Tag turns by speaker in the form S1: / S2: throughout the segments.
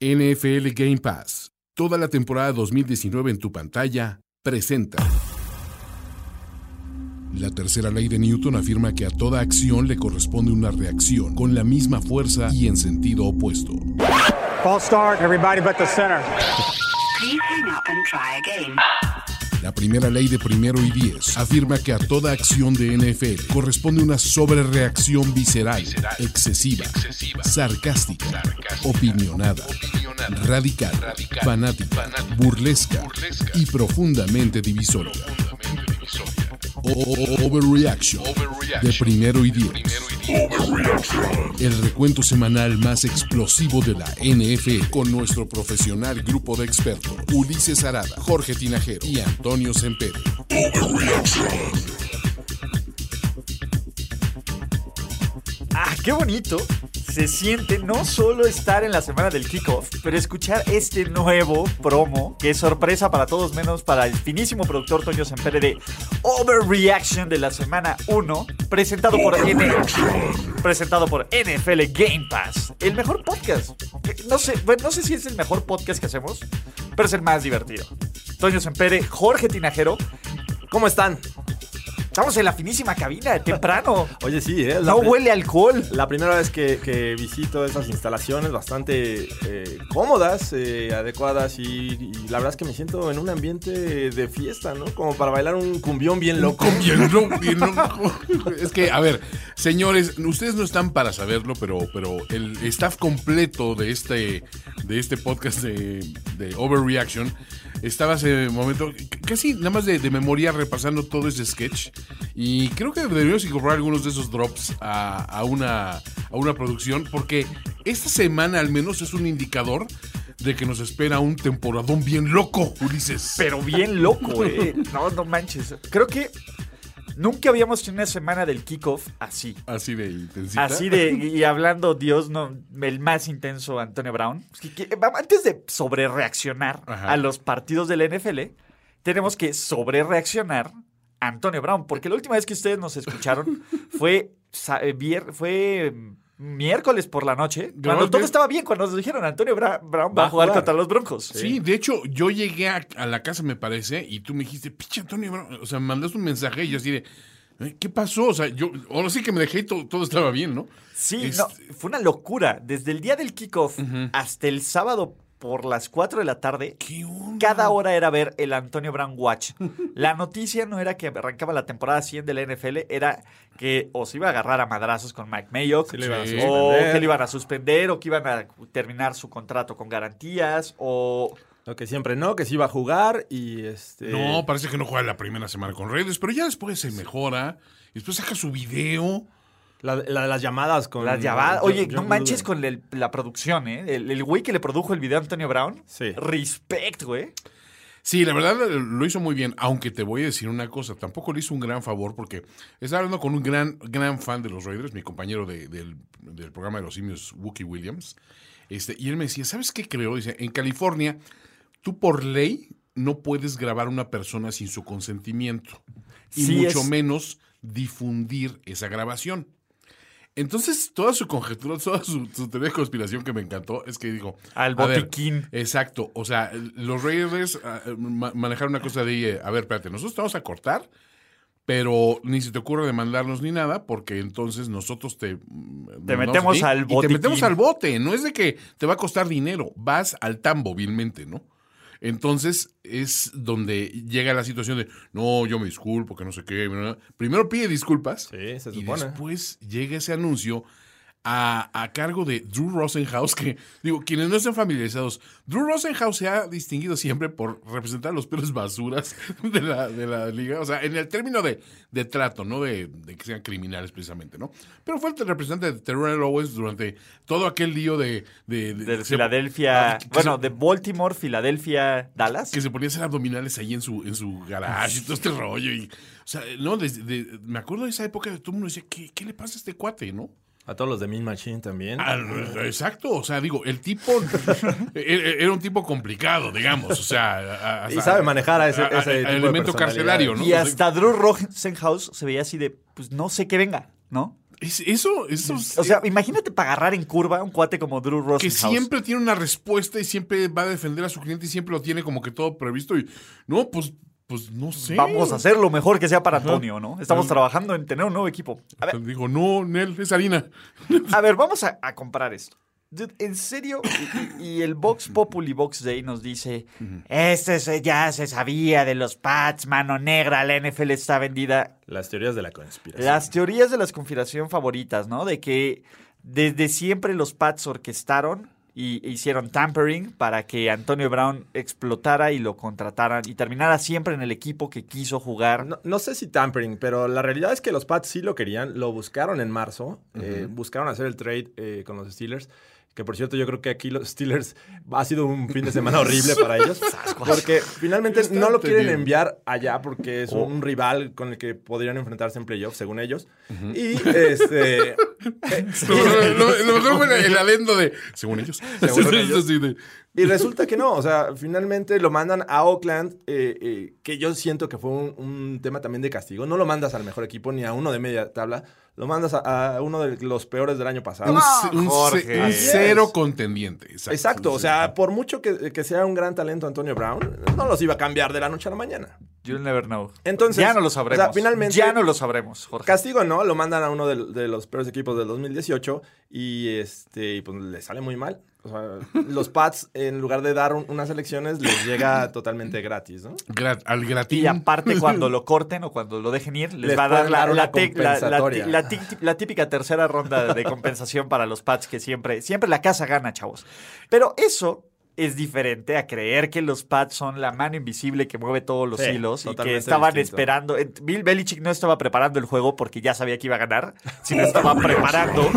S1: NFL Game Pass, toda la temporada 2019 en tu pantalla, presenta. La tercera ley de Newton afirma que a toda acción le corresponde una reacción con la misma fuerza y en sentido opuesto.
S2: False start, everybody but the center.
S3: Please hang up and try again.
S1: La primera ley de primero y diez afirma que a toda acción de NFL corresponde una sobrereacción visceral, excesiva, sarcástica, opinionada, radical, fanática, burlesca, y profundamente divisoria. O- o- o- Overreaction de primero y diez. El recuento semanal más explosivo de la NFL con nuestro profesional grupo de expertos Ulises Arada, Jorge Tinajero y Antonio Sempere.
S4: Ah, qué bonito. Se siente no solo estar en la semana del kickoff, pero escuchar este nuevo promo, que es sorpresa para todos menos para el finísimo productor Toño Sempere de Overreaction de la semana 1, presentado por N presentado por NFL Game Pass, el mejor podcast. Que- No sé, bueno, no sé si es el mejor podcast que hacemos, pero es el más divertido. Toño Sempere, Jorge Tinajero,
S5: ¿Cómo están?
S4: estamos en la finísima cabina, temprano.
S5: Oye, sí, ¿eh? La
S4: No
S5: pri-
S4: huele a alcohol.
S5: La primera vez que, que visito estas instalaciones bastante eh, cómodas, eh, adecuadas y, y la verdad es que me siento en un ambiente de fiesta, ¿no? Como para bailar un cumbión bien loco.
S1: Bien lo- bien lo- Es que, a ver, señores, ustedes no están para saberlo, pero, pero el staff completo de este, de este podcast de, de Overreaction estaba hace momento, c- casi nada más de, de memoria repasando todo ese sketch. Y creo que deberíamos incorporar algunos de esos drops a, a una, a una producción, porque esta semana al menos es un indicador de que nos espera un temporadón bien loco, Ulises.
S4: Pero bien loco, eh. No, no manches. Creo que nunca habíamos tenido una semana del kickoff así.
S1: Así de intensita.
S4: Así de, y hablando Dios, no, el más intenso Antonio Brown. Que- que- vamos, Antes de sobrereaccionar
S1: Ajá.
S4: a los partidos del NFL, tenemos que sobrereaccionar a Antonio Brown, porque la última vez que ustedes nos escucharon fue, sa- eh, vier- fue mm, miércoles por la noche, cuando
S1: Gracias.
S4: todo estaba bien, cuando nos dijeron Antonio Bra- Brown va a jugar contra los Broncos.
S1: Sí, de hecho, yo llegué a, a la casa, me parece, y tú me dijiste, pinche Antonio Brown", O sea, me mandaste un mensaje y yo así de, "Eh, ¿qué pasó? O sea, yo, ahora sí que me dejé y todo, todo estaba bien, ¿no?
S4: Sí,
S1: Este,
S4: no, fue una locura. Desde el día del kickoff hasta el sábado por las 4 de la tarde,
S1: ¿Qué onda?
S4: cada hora era ver el Antonio Brown Watch. La noticia no era que arrancaba la temporada 100 de la NFL, era que o se iba a agarrar a madrazos con Mike Mayock,
S5: Sí, le iban a
S4: o
S5: suspender.
S4: que le iban a suspender, o que iban a terminar su contrato con garantías, o...
S5: Lo que siempre no, que sí iba a jugar y este...
S4: Eh.
S1: No, parece que no juega la primera semana con Raiders, pero ya después se mejora. y Después saca su video.
S5: La, la de las llamadas con...
S4: Las llamadas.
S5: John-
S4: Oye,
S5: John
S4: no
S5: Gruden.
S4: manches con el- la producción, ¿eh? El el güey que le produjo el video a Antonio Brown.
S5: Sí.
S4: Respect, güey.
S1: Sí, la verdad eh, lo hizo muy bien, aunque te voy a decir una cosa, tampoco le hizo un gran favor porque estaba hablando con un gran, gran fan de los Raiders, mi compañero de- del, del programa de los simios, Wookie Williams, este, y él me decía, ¿sabes qué creo? Dice, en California, tú por ley no puedes grabar a una persona sin su consentimiento, y
S4: Sí,
S1: mucho
S4: es-
S1: menos difundir esa grabación. Entonces, toda su conjetura, toda su, su teoría de conspiración que me encantó es que dijo...
S4: Al
S1: "A ver,
S4: botiquín.
S1: Exacto. O sea, el- los Raiders ah, eh, ma- manejaron una cosa de, eh, a ver, espérate, nosotros te vamos a cortar, pero ni se te ocurra demandarnos ni nada, porque entonces nosotros te... mm, mandamos
S4: metemos
S1: a ti
S4: al
S1: y
S4: botiquín.
S1: Te metemos al bote. No es de que te va a costar dinero, vas al tambo, vilmente, ¿no? Entonces es donde llega la situación de, no, yo me disculpo, que no sé qué. bla, bla". Primero pide disculpas.
S5: Sí, se
S1: Y
S5: supone.
S1: después llega ese anuncio a, a cargo de Drew Rosenhaus, que digo, quienes no estén familiarizados, Drew Rosenhaus se ha distinguido siempre por representar a los peores basuras de la, de la liga, o sea, en el término de, de trato, no de, de que sean criminales precisamente, ¿no? Pero fue el representante de Terrell Owens durante todo aquel lío de... de, de-
S4: De
S1: se-
S4: Filadelfia.
S1: ah, que- que
S4: Bueno,
S1: se-
S4: de Baltimore, Filadelfia, Dallas.
S1: que se ponía a hacer abdominales ahí en su, en su garage y todo este rollo. Y, o sea, no, desde- de- me acuerdo de esa época, todo el mundo decía, ¿qué, qué le pasa a este cuate, no?
S5: A todos los de Mean Machine también.
S1: Ah, no, Exacto, o sea, digo, el tipo era era un tipo complicado, digamos, o sea, a- a-
S5: Y sabe manejar a ese- ese tipo de
S1: elemento
S5: personalidades.
S1: carcelario, ¿no?
S4: y hasta Drew Rosenhaus se veía así de, pues no sé qué venga, ¿no?
S1: Es- eso, eso es-
S4: O sea, imagínate para agarrar en curva a un cuate como Drew Rosenhaus.
S1: Pues que siempre tiene una respuesta y siempre va a defender a su cliente y siempre lo tiene como que todo previsto y no, pues, pues no sé.
S4: Vamos a hacer lo mejor que sea para Antonio, ¿no? Estamos trabajando en tener un nuevo equipo. A ver,
S1: Digo, no, Nel, es harina.
S4: a ver, vamos a, a comparar esto. Dude, en serio, y, y- y el Vox Populi Vox Day nos dice, este se- ya se sabía de los Pats, mano negra, la NFL está vendida.
S5: Las teorías de la conspiración.
S4: Las teorías de la conspiración favoritas, ¿no? De que desde siempre los Pats orquestaron y e hicieron tampering para que Antonio Brown explotara y lo contrataran y terminara siempre en el equipo que quiso jugar.
S5: No, no sé si tampering, pero la realidad es que los Pats sí lo querían. Lo buscaron en marzo. eh, buscaron hacer el trade eh, con los Steelers. Que por cierto, yo creo que aquí los Steelers ha sido un fin de semana horrible para ellos. Porque finalmente no lo quieren
S1: bien.
S5: enviar allá porque es un rival con el que podrían enfrentarse en playoffs, según ellos. Y este.
S1: Lo, lo- lo mejor fue el alendo de, según ellos.
S5: Según ellos.
S1: Así de,
S5: Y resulta que no, o sea, finalmente lo mandan a Oakland, eh, eh, que yo siento que fue un, un tema también de castigo. No lo mandas al mejor equipo ni a uno de media tabla, lo mandas a, a uno de los peores del año pasado.
S1: un, ce- un ce-
S4: Jorge.
S1: un
S5: Ah, Así es.
S1: cero contendiente. Exacto,
S5: Exacto, o
S1: Sí.
S5: sea, por mucho que, que sea un gran talento Antonio Brown, no los iba a cambiar de la noche a la mañana.
S4: You'll never know.
S5: Entonces,
S4: ya no lo
S5: o sea,
S4: sabremos.
S5: finalmente-
S4: ya no lo sabremos, Jorge.
S5: Castigo no, lo mandan a uno de, de los peores equipos del 2018 y este y, pues le sale muy mal. O sea, los Pats, en lugar de dar un- unas elecciones, les llega totalmente gratis, ¿no?
S1: Gra- al gratín.
S4: Y aparte, cuando lo corten o cuando lo dejen ir, les,
S5: Les
S4: va a dar
S5: pueden
S4: la,
S5: dar una
S4: la te- la- la-
S5: compensatoria.
S4: la ti- la típica tercera ronda de compensación para los Pats, que siempre, siempre la casa gana, chavos. Pero eso es diferente a creer que los Pats son la mano invisible que mueve todos los
S5: Sí,
S4: hilos y que
S5: totalmente
S4: estaban
S5: distinto.
S4: esperando. eh, Bill Belichick no estaba preparando el juego porque ya sabía que iba a ganar, sino estaba preparando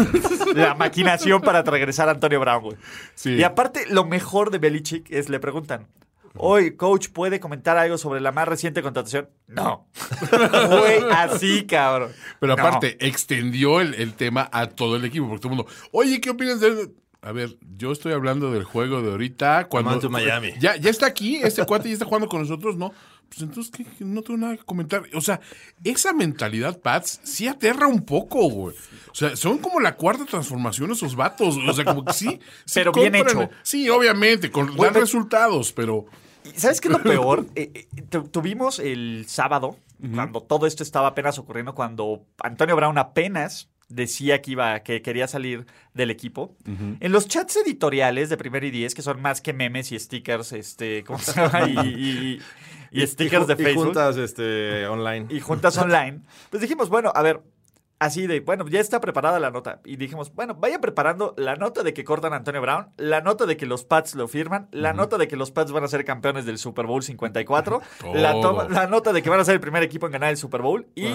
S4: la maquinación para regresar a Antonio Brown. güey.
S1: Sí.
S4: Y aparte, lo mejor de Belichick es le preguntan. Hoy, coach, ¿puede comentar algo sobre la más reciente contratación? No. Fue así, cabrón.
S1: Pero
S4: No.
S1: aparte, extendió el, el tema a todo el equipo, porque todo el mundo, oye, ¿qué opinas de...? A ver, yo estoy hablando del juego de ahorita, cuando...
S5: on to Miami.
S1: Ya, ya está aquí, este cuate ya está jugando con nosotros, ¿no? Pues entonces, ¿qué? ¿Qué? No tengo nada que comentar. O sea, esa mentalidad, Pats, sí aterra un poco, güey. O sea, son como la cuarta transformación esos vatos. O sea, como que sí. sí
S4: Pero bien
S1: compran-
S4: hecho.
S1: Sí, obviamente, con
S4: Güey,
S1: dan
S4: pero-
S1: resultados, pero...
S4: ¿Y ¿Sabes qué es lo peor? Eh, eh, tu- tuvimos el sábado, cuando todo esto estaba apenas ocurriendo, cuando Antonio Brown apenas decía que iba, que quería salir del equipo. En los chats editoriales de Primer y Diez, que son más que memes y stickers, este, ¿cómo se llama? Y, y- y- y stickers
S5: Y ju-
S4: de
S5: y
S4: Facebook.
S5: juntas este, online.
S4: y juntas online, pues dijimos, bueno, a ver, así de, bueno, ya está preparada la nota. Y dijimos, bueno, vayan preparando la nota de que cortan a Antonio Brown, la nota de que los Pats lo firman, la nota de que los Pats van a ser campeones del Super Bowl 54, la,
S1: Todo.
S4: toma- la nota de que van a ser el primer equipo en ganar el Super Bowl y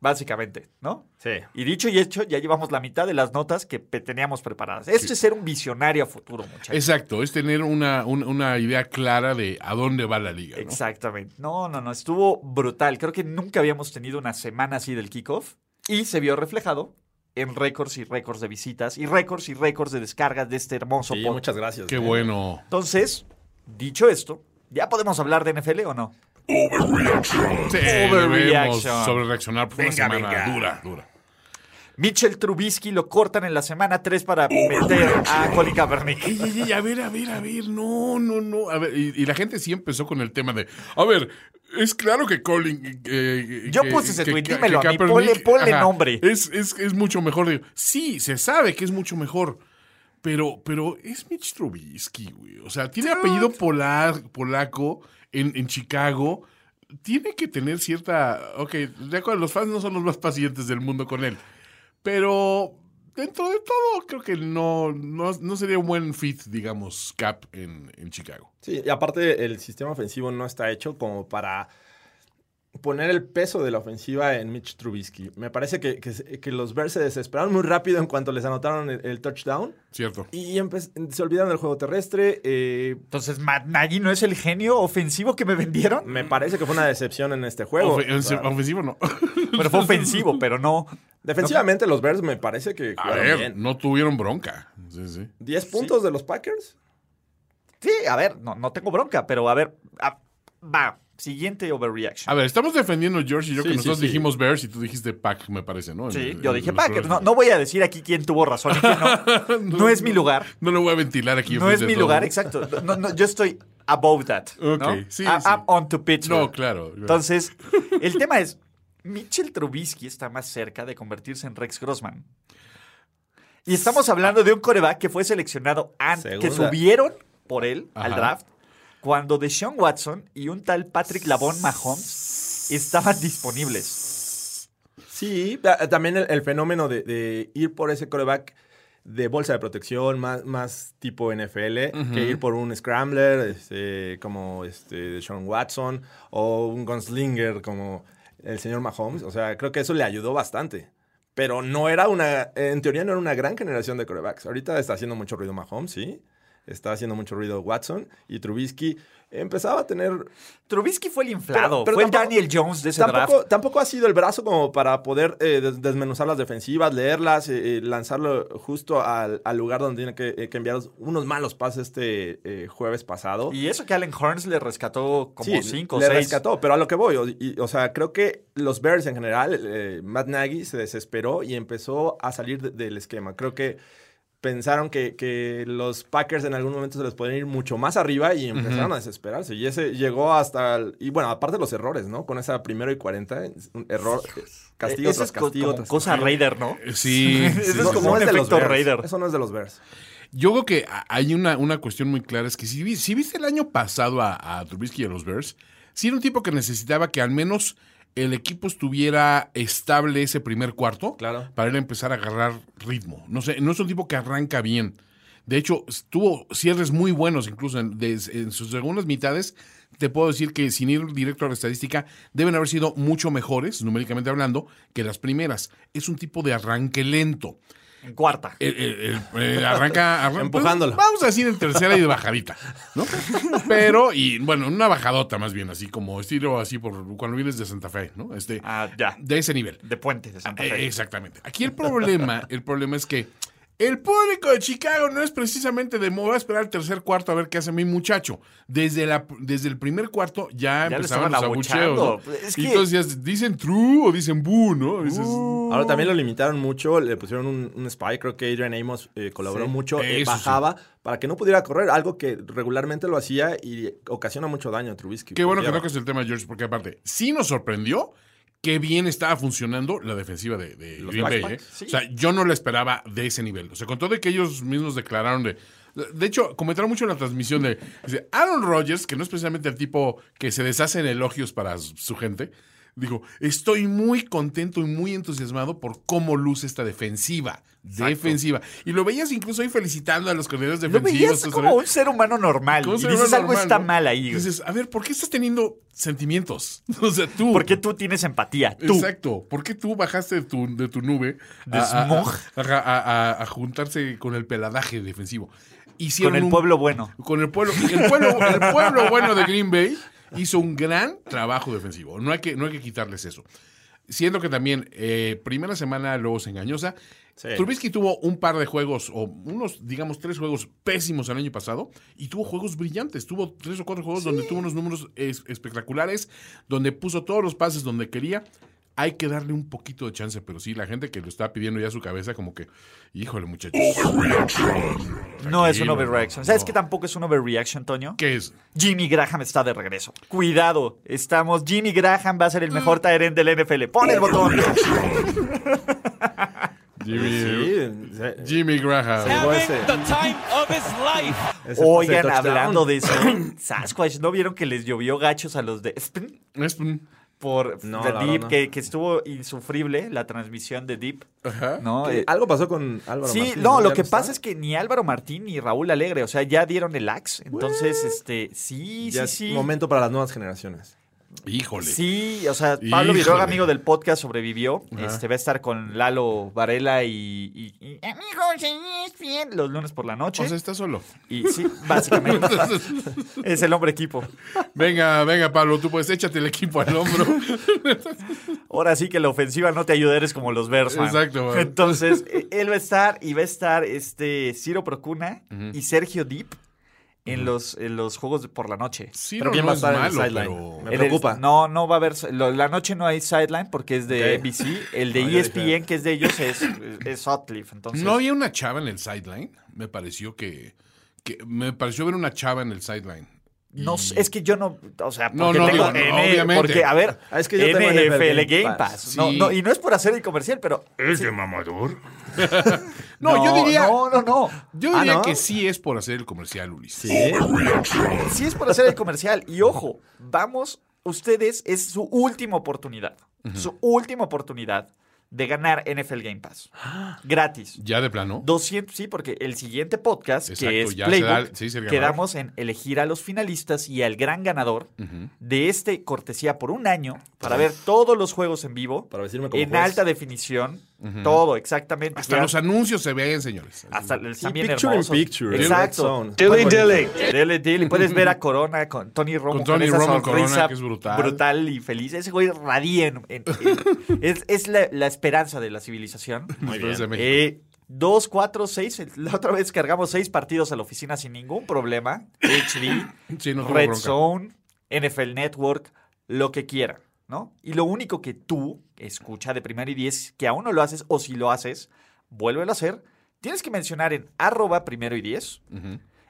S4: básicamente, ¿no?
S5: Sí.
S4: Y dicho y hecho, ya llevamos la mitad de las notas que pe- teníamos preparadas. Esto es ser un visionario a futuro, muchachos.
S1: Exacto, es tener una, un- una idea clara de a dónde va la liga. ¿no?
S4: Exactamente. No, no, no. Estuvo brutal. Creo que nunca habíamos tenido una semana así del kickoff. Y se vio reflejado en récords y récords de visitas y récords y récords de descargas de este hermoso
S5: Sí,
S4: podcast.
S5: muchas gracias.
S1: Qué
S5: Eh,
S1: bueno.
S4: Entonces, dicho esto, ¿ya podemos hablar de NFL o no?
S1: Sí,
S4: Overreaction.
S1: debemos sobre reaccionar por una semana dura, dura.
S4: Mitchell Trubisky lo cortan en la semana 3 para meter a Colin Kaepernick.
S1: Ey, ey, ey, a ver, a ver, a ver, no, no, no. A ver, y, y la gente sí empezó con el tema de, a ver, es claro que Colin... eh,
S4: Yo
S1: que-
S4: puse ese
S1: que-
S4: tuit,
S1: que-
S4: dímelo
S1: que
S4: a mí,
S1: Kaepernick,
S4: ponle- ponle nombre.
S1: Es, es, es mucho mejor. Digo, sí, se sabe que es mucho mejor. Pero, pero es Mitch Trubisky, güey. O sea, tiene apellido polar, polaco en, en Chicago. Tiene que tener cierta... Ok, de acuerdo, los fans no son los más pacientes del mundo con él. Pero dentro de todo, creo que no, no, no sería un buen fit, digamos, Cap en, en Chicago.
S5: Sí, y aparte el sistema ofensivo no está hecho como para poner el peso de la ofensiva en Mitch Trubisky. Me parece que, que se- que los Bears se desesperaron muy rápido en cuanto les anotaron el, el touchdown
S1: ¿Cierto?
S5: y empe- se olvidaron del juego terrestre. eh,
S4: Entonces, Matt Nagy no es el genio ofensivo que me vendieron.
S5: me parece que fue una decepción en este juego.
S1: Ofe-
S5: O sea,
S1: ofensivo no.
S4: Pero fue ofensivo, pero no.
S5: defensivamente los Bears me parece que
S1: A
S4: Ah,
S5: jugaron
S1: ver,
S5: bien.
S1: no tuvieron bronca. Sí, sí.
S5: 10 puntos de los Packers.
S4: Sí, a ver, no, no tengo bronca, pero a ver, a- va, Siguiente overreaction.
S1: A ver, estamos defendiendo a George y yo
S5: Sí,
S1: que
S5: sí,
S1: nosotros
S5: sí.
S1: dijimos Bears y tú dijiste Pack, me parece, ¿no? En-
S4: Sí,
S1: en-
S4: yo
S1: en
S4: dije
S1: los
S4: Packers.
S1: programas.
S4: No, no voy a decir aquí quién tuvo razón y quién no. No, es mi lugar.
S1: No lo voy a ventilar aquí.
S4: No es
S1: enfrente
S4: mi
S1: de todos.
S4: lugar, exacto. No, no, yo estoy above that. ¿no?
S1: Ok, sí,
S4: I'm,
S1: sí.
S4: I'm on to Pittsburgh.
S1: No, claro. claro.
S4: Entonces, el tema es, Mitchell Trubisky está más cerca de convertirse en Rex Grossman. Y estamos hablando de un coreback que fue seleccionado antes, que
S5: Segunda.
S4: subieron por él al
S1: Ajá.
S4: draft, cuando Deshaun Watson y un tal Patrick Lavon Mahomes estaban disponibles.
S5: Sí, ta- también el, el fenómeno de, de ir por ese coreback de bolsa de protección, más, más tipo NFL, que ir por un scrambler este, como este, Sean Watson o un gunslinger como el señor Mahomes. O sea, creo que eso le ayudó bastante. Pero no era una, en teoría no era una gran generación de corebacks. Ahorita está haciendo mucho ruido Mahomes, sí. Está haciendo mucho ruido Watson y Trubisky empezaba a tener
S4: Trubisky fue el inflado,
S5: Pero- pero
S4: fue
S5: tampoco-
S4: el Daniel Jones de ese draft.
S5: tampoco, tampoco ha sido el brazo como para poder eh, des- desmenuzar las defensivas, leerlas, eh, eh, lanzarlo justo al, al lugar donde tiene que, eh, que enviar unos malos pases este eh, jueves pasado.
S4: Y eso que Allen Hearns le rescató como
S5: Sí,
S4: cinco o
S5: le
S4: seis.
S5: rescató, pero a lo que voy, o, y- o sea, creo que los Bears en general, eh, Matt Nagy se desesperó y empezó a salir de- del esquema. Creo que pensaron que, que los Packers en algún momento se les podían ir mucho más arriba y empezaron a desesperarse. Y ese llegó hasta, el- y bueno, aparte de los errores, ¿no? Con esa primero y 40, es un error, castigo
S4: Eso
S5: tras
S4: E, es co-
S5: castigo.
S4: como
S5: tras
S4: cosa
S5: castigo.
S4: Raider, ¿no?
S1: Sí,
S4: Eso
S1: sí,
S4: es
S5: No,
S1: sí.
S4: como
S5: no
S4: un
S5: es de los
S4: efecto
S5: Bears.
S4: Raider.
S5: Eso no es de los Bears.
S1: Yo creo que a- hay una, una cuestión muy clara, es que si, vi- si viste el año pasado a, a Trubisky y a los Bears, si era un tipo que necesitaba que al menos el equipo estuviera estable ese primer cuarto
S5: Claro.
S1: para él empezar a agarrar ritmo. No sé, no es un tipo que arranca bien. De hecho, s- tuvo cierres muy buenos, incluso en, des- en sus segundas mitades. Te puedo decir que sin ir directo a la estadística, deben haber sido mucho mejores, numéricamente hablando, que las primeras. Es un tipo de arranque lento.
S4: En cuarta.
S1: El- el- el- el arranca, arran-
S5: Empujándola.
S1: pues, vamos a decir en tercera y de bajadita, ¿no? Pero, y bueno, una bajadota más bien, así como estilo así por cuando vienes de Santa Fe, ¿no? Este,
S4: Ah, ya.
S1: de ese nivel.
S4: De puente de Santa
S1: Eh,
S4: Fe.
S1: exactamente. Aquí el problema, el problema es que el público de Chicago no es precisamente de "Me voy a esperar el tercer cuarto a ver qué hace mi muchacho. Desde, la, desde el primer cuarto ya,
S4: Ya lo
S1: empezaban
S4: estaban
S1: los abucheos. ¿no?
S4: abucheando. Es
S1: Y
S4: que-
S1: entonces ya dicen true o dicen boo, ¿no? Dices,
S5: Ahora también lo limitaron mucho, le pusieron un, un spy, creo que Adrian Amos eh, colaboró
S4: Sí.
S5: mucho, eh,
S1: Eso sí.
S5: bajaba para que no pudiera correr, algo que regularmente lo hacía y ocasiona mucho daño a Trubisky.
S1: Qué bueno que
S5: Porque-
S1: tocas el tema, George, porque aparte, sí nos sorprendió qué bien estaba funcionando la defensiva de, de
S5: Los
S1: Green Bay.
S5: Packs,
S1: ¿eh?
S4: sí.
S1: O sea, yo no la esperaba de ese nivel. O sea, con todo de que ellos mismos declararon de. De hecho, comentaron mucho en la transmisión de dice, Aaron Rodgers, que no es precisamente el tipo que se deshace en elogios para su su gente, dijo, estoy muy contento y muy entusiasmado por cómo luce esta defensiva. Defensiva. Y lo veías incluso ahí felicitando a los corredores
S4: Lo
S1: defensivos.
S4: veías
S1: o sea,
S4: como un ser humano normal.
S1: ¿Cómo
S4: Y
S1: se
S4: dices,
S1: llama
S4: algo
S1: normal,
S4: está
S1: no?
S4: mal ahí. güey.
S1: Dices, a ver, ¿por qué estás teniendo sentimientos? O sea, tú.
S4: ¿Por qué tú tienes empatía? Tú.
S1: "Uh, Exacto. ¿Por qué tú bajaste de tu, de tu nube
S4: De
S1: a, a-
S4: smog.
S1: ajá, a- a- a juntarse con el peladaje defensivo? Hicieron
S4: Con el
S1: un-
S4: pueblo bueno.
S1: Con el pueblo, el pueblo. El pueblo bueno de Green Bay hizo un gran trabajo defensivo. No hay que, no hay que quitarles eso. Siendo que también, eh, primera semana luego se engañosa.
S5: Sí.
S1: Trubisky tuvo un par de juegos, o unos, digamos, tres juegos pésimos el año pasado, y tuvo juegos brillantes. Tuvo tres o cuatro juegos donde tuvo unos números es- espectaculares, donde puso todos los pases donde quería. Hay que darle un poquito de chance, pero sí, la gente que lo está pidiendo ya a su cabeza, como que, híjole, muchachos.
S4: No es un
S1: Tranquilo,
S4: overreaction.
S1: no.
S4: ¿Sabes qué tampoco es un overreaction, Toño?
S1: ¿Qué es?
S4: Jimmy Graham está de regreso. Cuidado, estamos. Jimmy Graham va a ser el mejor Tyrant del NFL. Pon el botón.
S1: Jimmy, eh.
S5: Sí, se-
S1: Jimmy Graham.
S5: Llegó ese-
S6: having the time of his life.
S5: ese-
S4: Oigan,
S5: ese touchdown.
S4: hablando de eso, Sasquatch, ¿no vieron que les llovió gachos a los de Espen?
S1: Es un-
S4: Por
S5: No,
S4: The
S5: la
S4: Deep,
S5: verdad no.
S4: que, que estuvo insufrible la transmisión de Deep.
S1: Ah,
S4: ¿no?
S5: Eh,
S4: Eh,
S5: Algo pasó con Álvaro
S4: Sí,
S5: Martín,
S4: no,
S5: ¿Ya
S4: lo que
S5: está?
S4: pasa es que ni Álvaro Martín ni Raúl Alegre, o sea, ya dieron el axe. Entonces, este, sí,
S5: Ya
S4: sí,
S5: es
S4: sí.
S5: momento para las nuevas generaciones.
S1: Híjole.
S4: Sí, o sea, Pablo
S1: Híjole.
S4: Viroga, amigo del podcast, sobrevivió. Este va a estar con Lalo Varela y, y- y amigos en E ESPN los lunes por la noche.
S1: O sea, está solo.
S4: y sí, básicamente es el hombre equipo.
S1: Venga, venga, Pablo, tú puedes, échate el equipo al hombro.
S4: Ahora sí que la ofensiva no te ayuda, eres como los Bears. man. e,
S1: Exacto, man.
S4: Entonces, eh, él va a estar y va a estar este Ciro Procuna y Sergio Deep. en los, en los juegos de por la noche.
S1: Sí,
S5: Pero
S1: no,
S5: ¿quién
S1: no
S5: va a
S1: es
S5: estar en el
S1: malo,
S5: sideline?
S1: pero-
S5: Me
S4: En el-
S5: preocupa.
S4: no, no va a haber. lo- la noche no hay sideline porque es de
S5: Ok.
S4: NBC. El de E
S5: No, yo dije-
S4: ESPN, que es de ellos, es, es Sutcliffe. Entonces,
S1: ¿No había una chava en el sideline? Me pareció que, que- Me pareció ver una chava en el sideline.
S4: no sé, es que yo no. O sea, porque
S1: No, no, digo,
S4: tengo.
S1: no,
S4: N-
S1: obviamente.
S4: Porque, a ver,
S5: Ah, es que yo tengo
S4: NFL
S5: NFL
S4: Game Pass.
S1: Pass.
S4: No,
S1: Sí.
S4: no, y no es por hacer el comercial, pero.
S1: ¿Es de mamador? no, yo diría.
S4: No, no, no.
S1: Yo
S5: Ah,
S1: diría
S5: ¿no?
S1: que sí es por hacer el comercial, Ulises.
S5: Sí.
S4: Sí es por hacer el comercial. Y ojo, vamos, ustedes, es su última oportunidad. Su última oportunidad de ganar NFL Game Pass. Gratis.
S1: Ya de plano.
S4: 200, sí, porque el siguiente podcast,
S1: Exacto,
S4: que es
S1: ya se da-
S4: Playbook,
S1: sí, se ganó.
S4: quedamos en elegir a los finalistas y al gran ganador de este cortesía por un año para ver todos los juegos en vivo,
S5: Para decirme cómo
S4: en
S5: juegas.
S4: alta definición, todo exactamente.
S1: Hasta los anuncios se ven, señores.
S4: hasta el-
S5: Sí,
S4: están bien
S5: picture in
S4: hermosos.
S5: picture.
S4: Pues, Exacto.
S5: Red zone.
S4: Dele, dele. Puedes ver a Corona con Tony Romo.
S1: Con Tony
S4: esa
S1: Romo,
S4: sonrisa
S1: Corona, que es brutal.
S4: Brutal y feliz. Ese güey radia. en- en- en- es es la, la esperanza de la civilización.
S1: Muy bien. De México.
S4: Eh, dos, cuatro, seis. La otra vez cargamos seis partidos a la oficina sin ningún problema. HD,
S1: Sí, no tuvo
S4: Red
S1: bronca.
S4: Zone, NFL Network, lo que quieran, ¿no? Y lo único que tú escucha de primera y diez, que aún no lo haces, o si lo haces, vuélvelo a hacer, tienes que mencionar en arroba primero y diez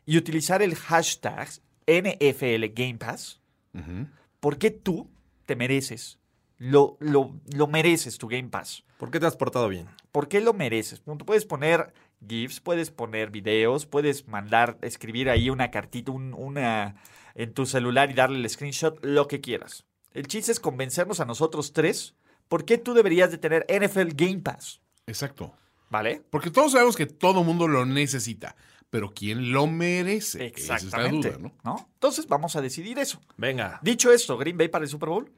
S4: y utilizar el hashtag NFL Game Pass. Porque tú te mereces. Lo, lo, lo mereces tu Game Pass.
S5: ¿Por qué te has portado bien?
S4: ¿Por qué lo mereces? Punto. Puedes poner GIFs, puedes poner videos, puedes mandar, escribir ahí una cartita, un- una en tu celular y darle el screenshot, lo que quieras. El chiste es convencernos a nosotros tres por qué tú deberías de tener NFL Game Pass,
S1: Exacto.
S4: ¿vale?
S1: Porque todos sabemos que todo mundo lo necesita. Pero ¿quién lo merece? Esa es la
S4: Exactamente.
S1: duda, ¿no?
S4: ¿no? Entonces vamos a decidir eso.
S5: Venga.
S4: Dicho esto, Green Bay para el Super Bowl,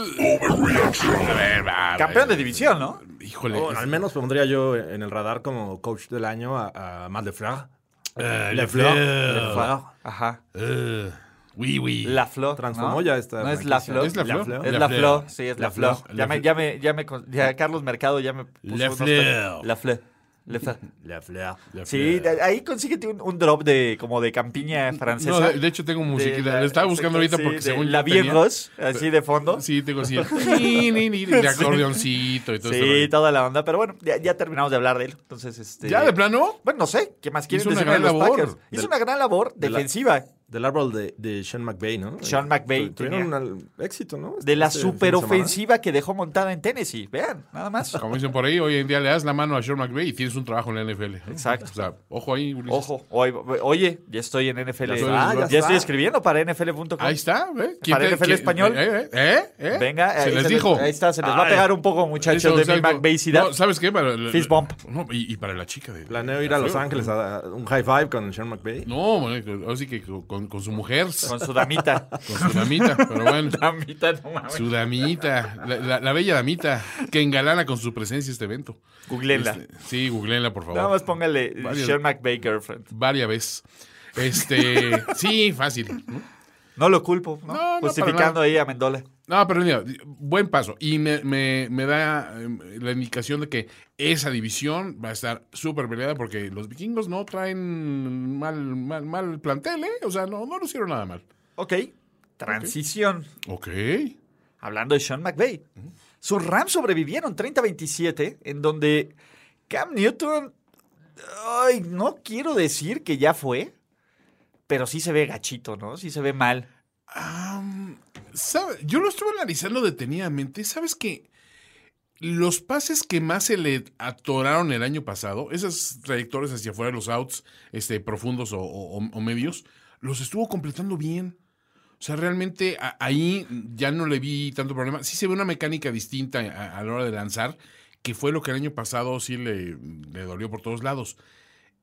S1: A ver, va,
S4: campeón de
S1: va.
S4: división, Oh, ¿no?
S1: Híjole.
S5: Bueno, Eh, al menos pondría yo en el radar como coach del año a, a Matt Lefleur.
S1: Eh,
S5: Lefleur.
S4: Ajá.
S1: Eh, oui, oui.
S4: La Flo.
S5: Transformó
S4: ¿no?
S5: ya esta
S4: No es la Flo.
S5: franquicia.
S1: ¿Es la Flo?
S5: Lafleur.
S4: Es
S1: La
S4: la
S1: Fle-
S4: Flo, sí, es la
S1: la Flo.
S4: Flo. Ya me, ya me, ya me, con- ya Carlos Mercado ya me puso
S1: La
S4: unos
S1: Flo.
S4: pe- La Flo. La Flo.
S5: Lefleur.
S4: Sí, de- ahí consíguete un, un drop de como de campiña francesa.
S1: No, de, de hecho tengo musiquita.
S4: la-
S1: Lo estaba buscando ahorita
S4: sí,
S1: porque
S4: de
S1: según
S4: La
S1: yo tenía-
S4: Bien Ross, así de fondo. Sí,
S1: Sí, tengo así. Ni, ni, ni, de acordeoncito y todo este eso.
S4: toda la onda, pero bueno, ya, ya terminamos de hablar de él. Entonces, este
S1: ¿Ya de plano?
S4: Bueno, no sé, ¿qué más quieren
S1: Hizo una
S4: decirme de
S1: gran
S4: los
S1: labor.
S4: Packers? Hizo
S5: Del-
S4: una gran labor
S5: de la-
S4: defensiva.
S1: este,
S5: Del árbol de, de Sean McVay, ¿no?
S4: Sean
S5: Eh,
S4: McVay
S5: tu- Tuvieron un al- éxito, ¿no?
S4: De la
S5: Este fin de
S4: superofensiva que dejó montada en Tennessee. Vean, nada más.
S1: Como dicen por ahí, hoy en día le das la mano a Sean McVay y tienes un trabajo en la NFL. ¿no?
S4: Exacto.
S1: O sea, ojo ahí, Ulises.
S4: Ojo, hoy- oye, ya estoy en NFL.
S1: Ya estoy en
S4: Ah,
S1: el
S4: ya,
S1: blog.
S4: estoy escribiendo para NFL.com.
S1: Ahí está, ¿eh?
S4: Para NFL español.
S1: ¿Eh? ¿Eh? ¿Eh?
S4: Venga,
S1: se
S4: ahí
S1: les dijo. Ah,
S4: ahí está, se les va a
S1: Ay.
S4: pegar un poco, muchachos,
S1: Eso,
S4: de mi
S1: exacto.
S4: McBaseidad.
S1: No, ¿Sabes qué? Para la-
S4: Fist bump.
S1: No, y, y para la chica. De,
S5: Planeo ir a Los Ángeles a, a un high five con Sean McVay.
S1: No, así que con, con su mujer,
S4: Con su damita.
S1: con su damita, pero bueno.
S4: damita, no mames.
S1: Su damita, la, la- la bella damita, que engalana con su presencia este evento.
S4: Googleenla.
S1: Este, sí, googleenla, por favor.
S4: Nada más póngale eh,
S1: Varios-
S4: Sean McVay Girlfriend.
S1: Varias veces. Este, sí, fácil. ¿no?
S4: No lo culpo, ¿no?
S1: No, no, para
S4: Justificando
S1: nada.
S4: ahí a Mendola.
S1: No, pero mira, buen paso. Y me, me- me da eh, la indicación de que esa división va a estar súper peleada porque los vikingos no traen mal, mal, mal plantel, ¿eh? O sea, no, no lo hicieron nada mal.
S4: Ok, transición.
S1: Ok.
S4: Hablando de Sean McVay. Sus Rams sobrevivieron 30-27, en donde Cam Newton. Ay, no quiero decir que ya fue, pero sí se ve gachito, ¿no? Sí se ve mal.
S1: ¿Sabe? Yo lo estuve analizando detenidamente. ¿Sabes que Los pases que más se le atoraron el año pasado, esas trayectorias hacia afuera, los outs este, profundos o, o- o medios, los estuvo completando bien. O sea, realmente a- ahí ya no le vi tanto problema. Sí se ve una mecánica distinta a, a la hora de lanzar, que fue lo que el año pasado sí le, le dolió por todos lados.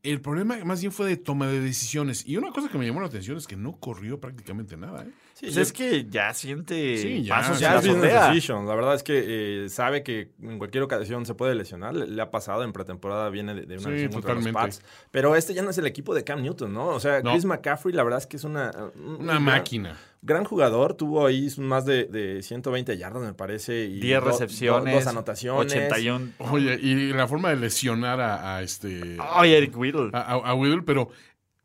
S1: El problema más bien fue de toma de decisiones. Y una cosa que me llamó la atención es que no corrió prácticamente nada. ¿eh?
S5: Sí,
S4: Pues
S5: yo-
S4: es que ya siente
S1: Sí, ya,
S4: pasos
S1: ya
S4: en la
S5: es business
S4: azotea.
S5: decision. La verdad es que eh, sabe que en cualquier ocasión se puede lesionar. Le, le ha pasado en pretemporada, viene de, de una
S1: Sí,
S5: lesión contra los
S1: totalmente.
S5: Pats. Pero este ya no es el equipo de Cam Newton, ¿no? O sea,
S1: No.
S5: Chris McCaffrey, la verdad es que es una... un- un
S1: Una
S5: gran-
S1: máquina.
S5: Gran jugador, tuvo ahí más de, de 120 yardas, me parece. Y
S4: 10
S5: do- do-
S4: recepciones,
S5: dos anotaciones.
S4: 81.
S1: Oye, y la forma de lesionar a, a este Ah,
S4: Ay, Eric Whittle.
S1: a, a- a Weddle, pero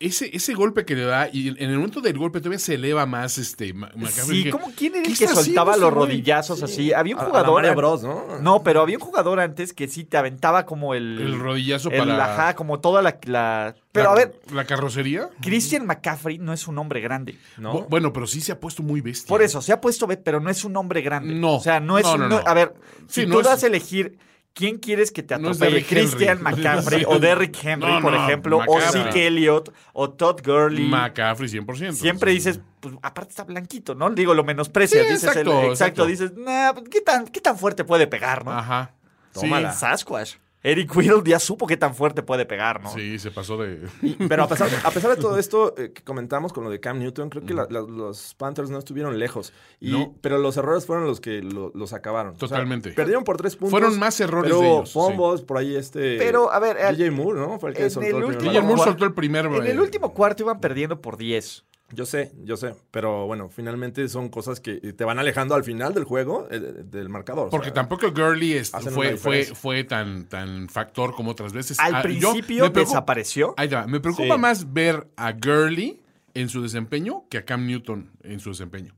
S1: Ese, ese golpe que le da, y en el momento del golpe todavía se eleva más este Ma- McCaffrey.
S4: Sí,
S1: Dije,
S4: ¿cómo quién era
S1: ¿qué
S4: el que
S1: está haciendo
S4: soltaba
S1: este
S4: los
S1: güey?
S4: rodillazos así? Había un
S5: A- a la
S4: jugador.
S5: Mario
S4: an-
S5: Bros, ¿no?
S4: No, pero había un jugador antes que sí te aventaba como el.
S1: El rodillazo
S4: el-
S1: para-
S4: Ajá, como toda la. la- Pero
S1: La-
S4: a ver,
S1: ¿La carrocería?
S4: Christian McCaffrey no es un hombre grande.
S5: ¿no?
S1: Bu- Bueno, pero sí se ha puesto muy bestia.
S4: Por eso, se ha puesto bet, pero no es un hombre grande.
S1: No,
S4: O sea, no es
S1: no,
S4: un.
S1: no,
S4: no-
S1: no.
S4: A ver,
S1: Sí,
S4: si
S1: no
S4: tú
S1: es-
S4: vas a elegir. ¿Quién quieres que te
S1: No es
S4: atropelle?
S1: Derrick Henry.
S4: Christian McCaffrey
S1: Sí.
S4: o Derrick Henry,
S1: No,
S4: por
S1: no,
S4: ejemplo, o
S1: McCaffrey.
S4: Zeke Elliott, o Todd Gurley.
S1: McCaffrey, 100%.
S4: Siempre
S1: Sí.
S4: dices, pues aparte está blanquito, ¿no? Digo, lo menosprecias.
S1: Sí,
S4: dices el-
S1: exacto,
S4: exacto,
S1: exacto. Ah,
S4: dices, nah, pues, ¿qué tan, ¿qué tan fuerte puede pegar, no?
S1: Ajá. Sí,
S5: Tómala.
S4: Sasquatch. Eric Whittle ya supo qué tan fuerte puede pegar, ¿no?
S1: Sí, se pasó de.
S5: Y- pero a pesar, a pesar de todo esto eh, que comentamos con lo de Cam Newton, creo que la- la- los Panthers no estuvieron lejos. Y-
S1: Mm. No.
S5: Pero los errores fueron los que lo- los acabaron. O sea,
S1: Totalmente.
S5: perdieron por tres puntos.
S1: Fueron más errores
S5: pero
S1: de ellos, sí.
S5: fumbles, por ahí este...
S4: Pero, a ver, al-
S5: DJ Moore, ¿no? Fue el que
S4: en
S5: soltó
S4: el
S5: el primer
S4: último-
S1: Guillermo
S5: balón.
S4: Juan-
S1: soltó el primer.
S4: En el
S1: eh,
S4: último cuarto iban perdiendo por 10.
S5: Yo sé, yo sé. Pero bueno, finalmente son cosas que te van alejando al final del juego eh, del marcador. o
S1: Porque
S5: sea,
S1: tampoco Gurley es-
S5: hacen
S1: fue,
S5: una
S1: fue,
S5: diferencia.
S1: fue tan, tan factor como otras veces.
S4: Al
S1: Ah, yo
S4: principio
S1: me preocup-
S4: desapareció.
S1: Ahí te va. Me preocupa
S5: Sí.
S1: más ver a Gurley en su desempeño que a Cam Newton en su desempeño.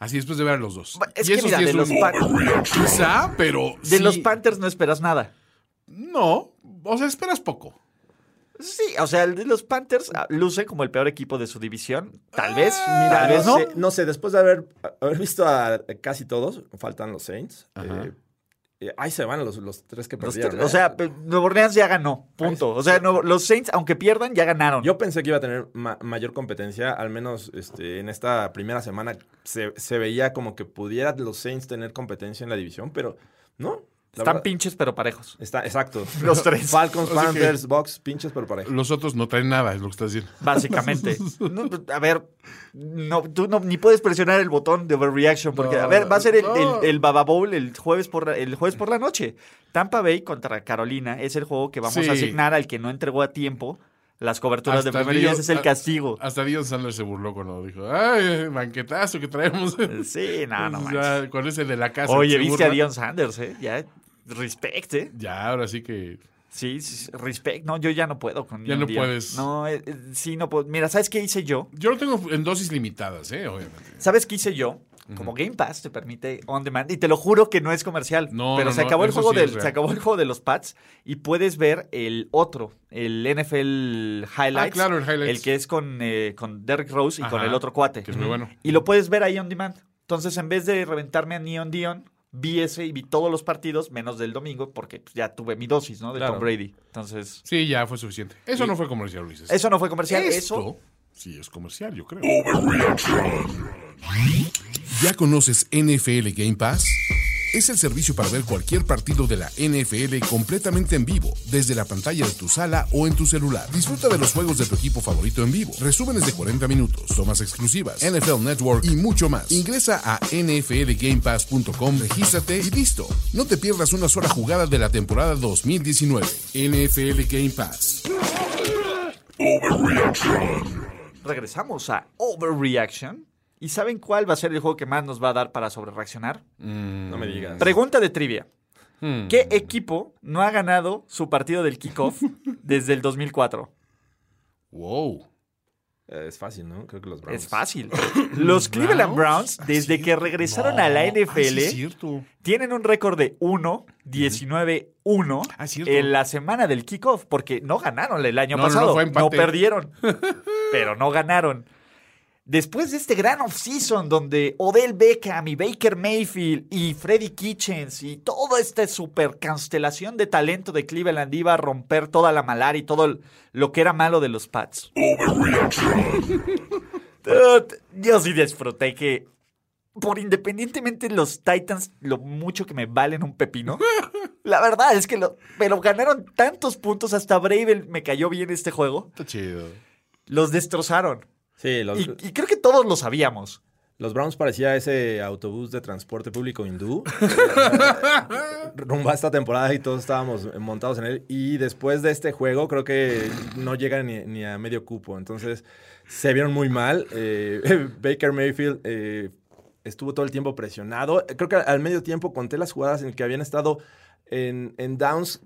S1: Así después de ver a los dos.
S4: Ba- es
S1: Y
S4: que
S1: eso
S4: mira,
S1: sí
S4: de
S1: es
S4: los
S1: un-
S4: Pan-
S1: Quizá, pero.
S4: De
S1: sí-
S4: los Panthers no esperas nada.
S1: No. O sea, esperas poco.
S4: Sí, o sea, el de los Panthers ah, luce como el peor equipo de su división. Tal vez,
S1: Ah,
S5: Mira,
S4: tal vez no.
S5: no, sé, no sé, después de haber, haber visto a casi todos, faltan los Saints.
S1: Ajá.
S5: eh, eh, ahí se van los, los tres que
S4: Los
S5: perdieron.
S4: tres- o
S5: ¿eh?
S4: sea, pe- Nueva Orleans ya ganó, punto. O sea, Nuevo- los Saints, aunque pierdan, ya ganaron.
S5: Yo pensé que iba a tener ma- mayor competencia, al menos este, en esta primera semana se, se veía como que pudiera los Saints tener competencia en la división, pero no. la
S4: Están
S5: verdad,
S4: pinches, pero parejos.
S5: Está, exacto.
S4: Los tres.
S5: Falcons,
S1: O sea que-
S5: Panthers, Bucks, pinches, pero parejo.
S1: Los otros no traen nada, es lo que estás diciendo.
S4: Básicamente. No, pues, a ver, no, tú no, ni puedes presionar el botón de overreaction porque,
S1: No,
S4: a ver, va a ser el,
S1: no.
S4: el, el Baba Bowl el jueves, por la, el jueves por la noche. Tampa Bay contra Carolina es el juego que vamos
S1: Sí.
S4: a asignar al que no entregó a tiempo las coberturas de
S1: Hasta
S4: primer
S1: Dion-
S4: día. Ese es el castigo.
S1: Hasta Dion Sanders se burló cuando dijo, ay, banquetazo que traemos.
S4: sí, no, no
S1: O
S4: manches.
S1: sea, ¿Cuál es el de la casa?
S4: Oye,
S1: Se
S4: viste a
S1: burla.
S4: Dion Sanders, ¿eh? Ya, respect, ¿eh?
S1: Ya, ahora sí que...
S4: Sí, sí, sí, respect. No, yo ya no puedo con
S1: Ya
S4: Neon
S1: no
S4: Dion.
S1: puedes.
S4: No, eh, eh, sí, no puedo. Mira, ¿sabes qué hice yo?
S1: Yo lo tengo en dosis limitadas, ¿eh? Obviamente.
S4: ¿Sabes qué hice yo? Como Game Pass te permite on demand y te lo juro que no es comercial,
S1: No,
S4: pero
S1: no,
S4: se
S1: no,
S4: acabó el
S1: eso
S4: juego
S1: sí es
S4: del
S1: real.
S4: se acabó el juego de los Pats y puedes ver el otro, el NFL Highlights,
S1: Ah, claro, el Highlights.
S4: que es con eh, con Derrick Rose y con
S1: Ajá,
S4: el otro cuate.
S1: que es muy bueno.
S4: Y lo puedes ver ahí on demand. Entonces, en vez de reventarme a Neon Dion, vi ese y vi todos los partidos menos del domingo porque pues, ya tuve mi dosis, ¿no? De
S5: Claro.
S4: Tom Brady. Entonces,
S1: Sí, ya fue suficiente. Eso no fue comercial, Luis.
S4: eso no fue comercial, eso
S1: Esto sí es comercial, yo creo.
S7: ¿Ya conoces NFL Game Pass? Es el servicio para ver cualquier partido de la NFL completamente en vivo, desde la pantalla de tu sala o en tu celular. Disfruta de los juegos de tu equipo favorito en vivo, resúmenes de 40 minutos, tomas exclusivas, NFL Network y mucho más. Ingresa a nflgamepass.com, regístrate y listo. No te pierdas una sola jugada de la temporada 2019. NFL Game Pass.
S4: regresamos a Overreaction. ¿Y saben cuál va a ser el juego que más nos va a dar para sobrereaccionar?
S5: No
S4: Mm,
S5: me digas.
S4: Pregunta de trivia.
S1: Hmm.
S4: ¿Qué equipo no ha ganado su partido del kickoff desde el 2004?
S1: Wow.
S5: Eh, es fácil, ¿no? Creo que los Browns.
S4: Es fácil. Los Cleveland Browns, desde que regresaron a la NFL,
S1: Ah, sí es cierto.
S4: tienen un récord de 1, 19, 1
S1: Ah, cierto.
S4: en la semana del kickoff, porque no ganaron el año
S1: No, no, no,
S4: pasado.
S1: fue empate.
S4: perdieron, pero no ganaron. Después de este gran offseason donde Odell Beckham y Baker Mayfield y Freddy Kitchens y toda esta super constelación de talento de Cleveland iba a romper toda la malaria y todo el- lo que era malo de los Pats. Yo sí disfruté que por independientemente los Titans, lo mucho que me valen un pepino. La verdad es que lo, pero ganaron tantos puntos, hasta Bravel me cayó bien este juego.
S1: Está chido.
S4: Los destrozaron.
S5: Sí, los,
S4: Y, y creo que todos lo sabíamos.
S5: los Browns parecía ese autobús de transporte público hindú. rumbo a esta temporada y todos estábamos montados en él. Y después de este juego, creo que no llegan ni, ni a medio cupo. Entonces, se vieron muy mal. Eh, Baker Mayfield eh, estuvo todo el tiempo presionado. Creo que al medio tiempo conté las jugadas en que habían estado en, en downs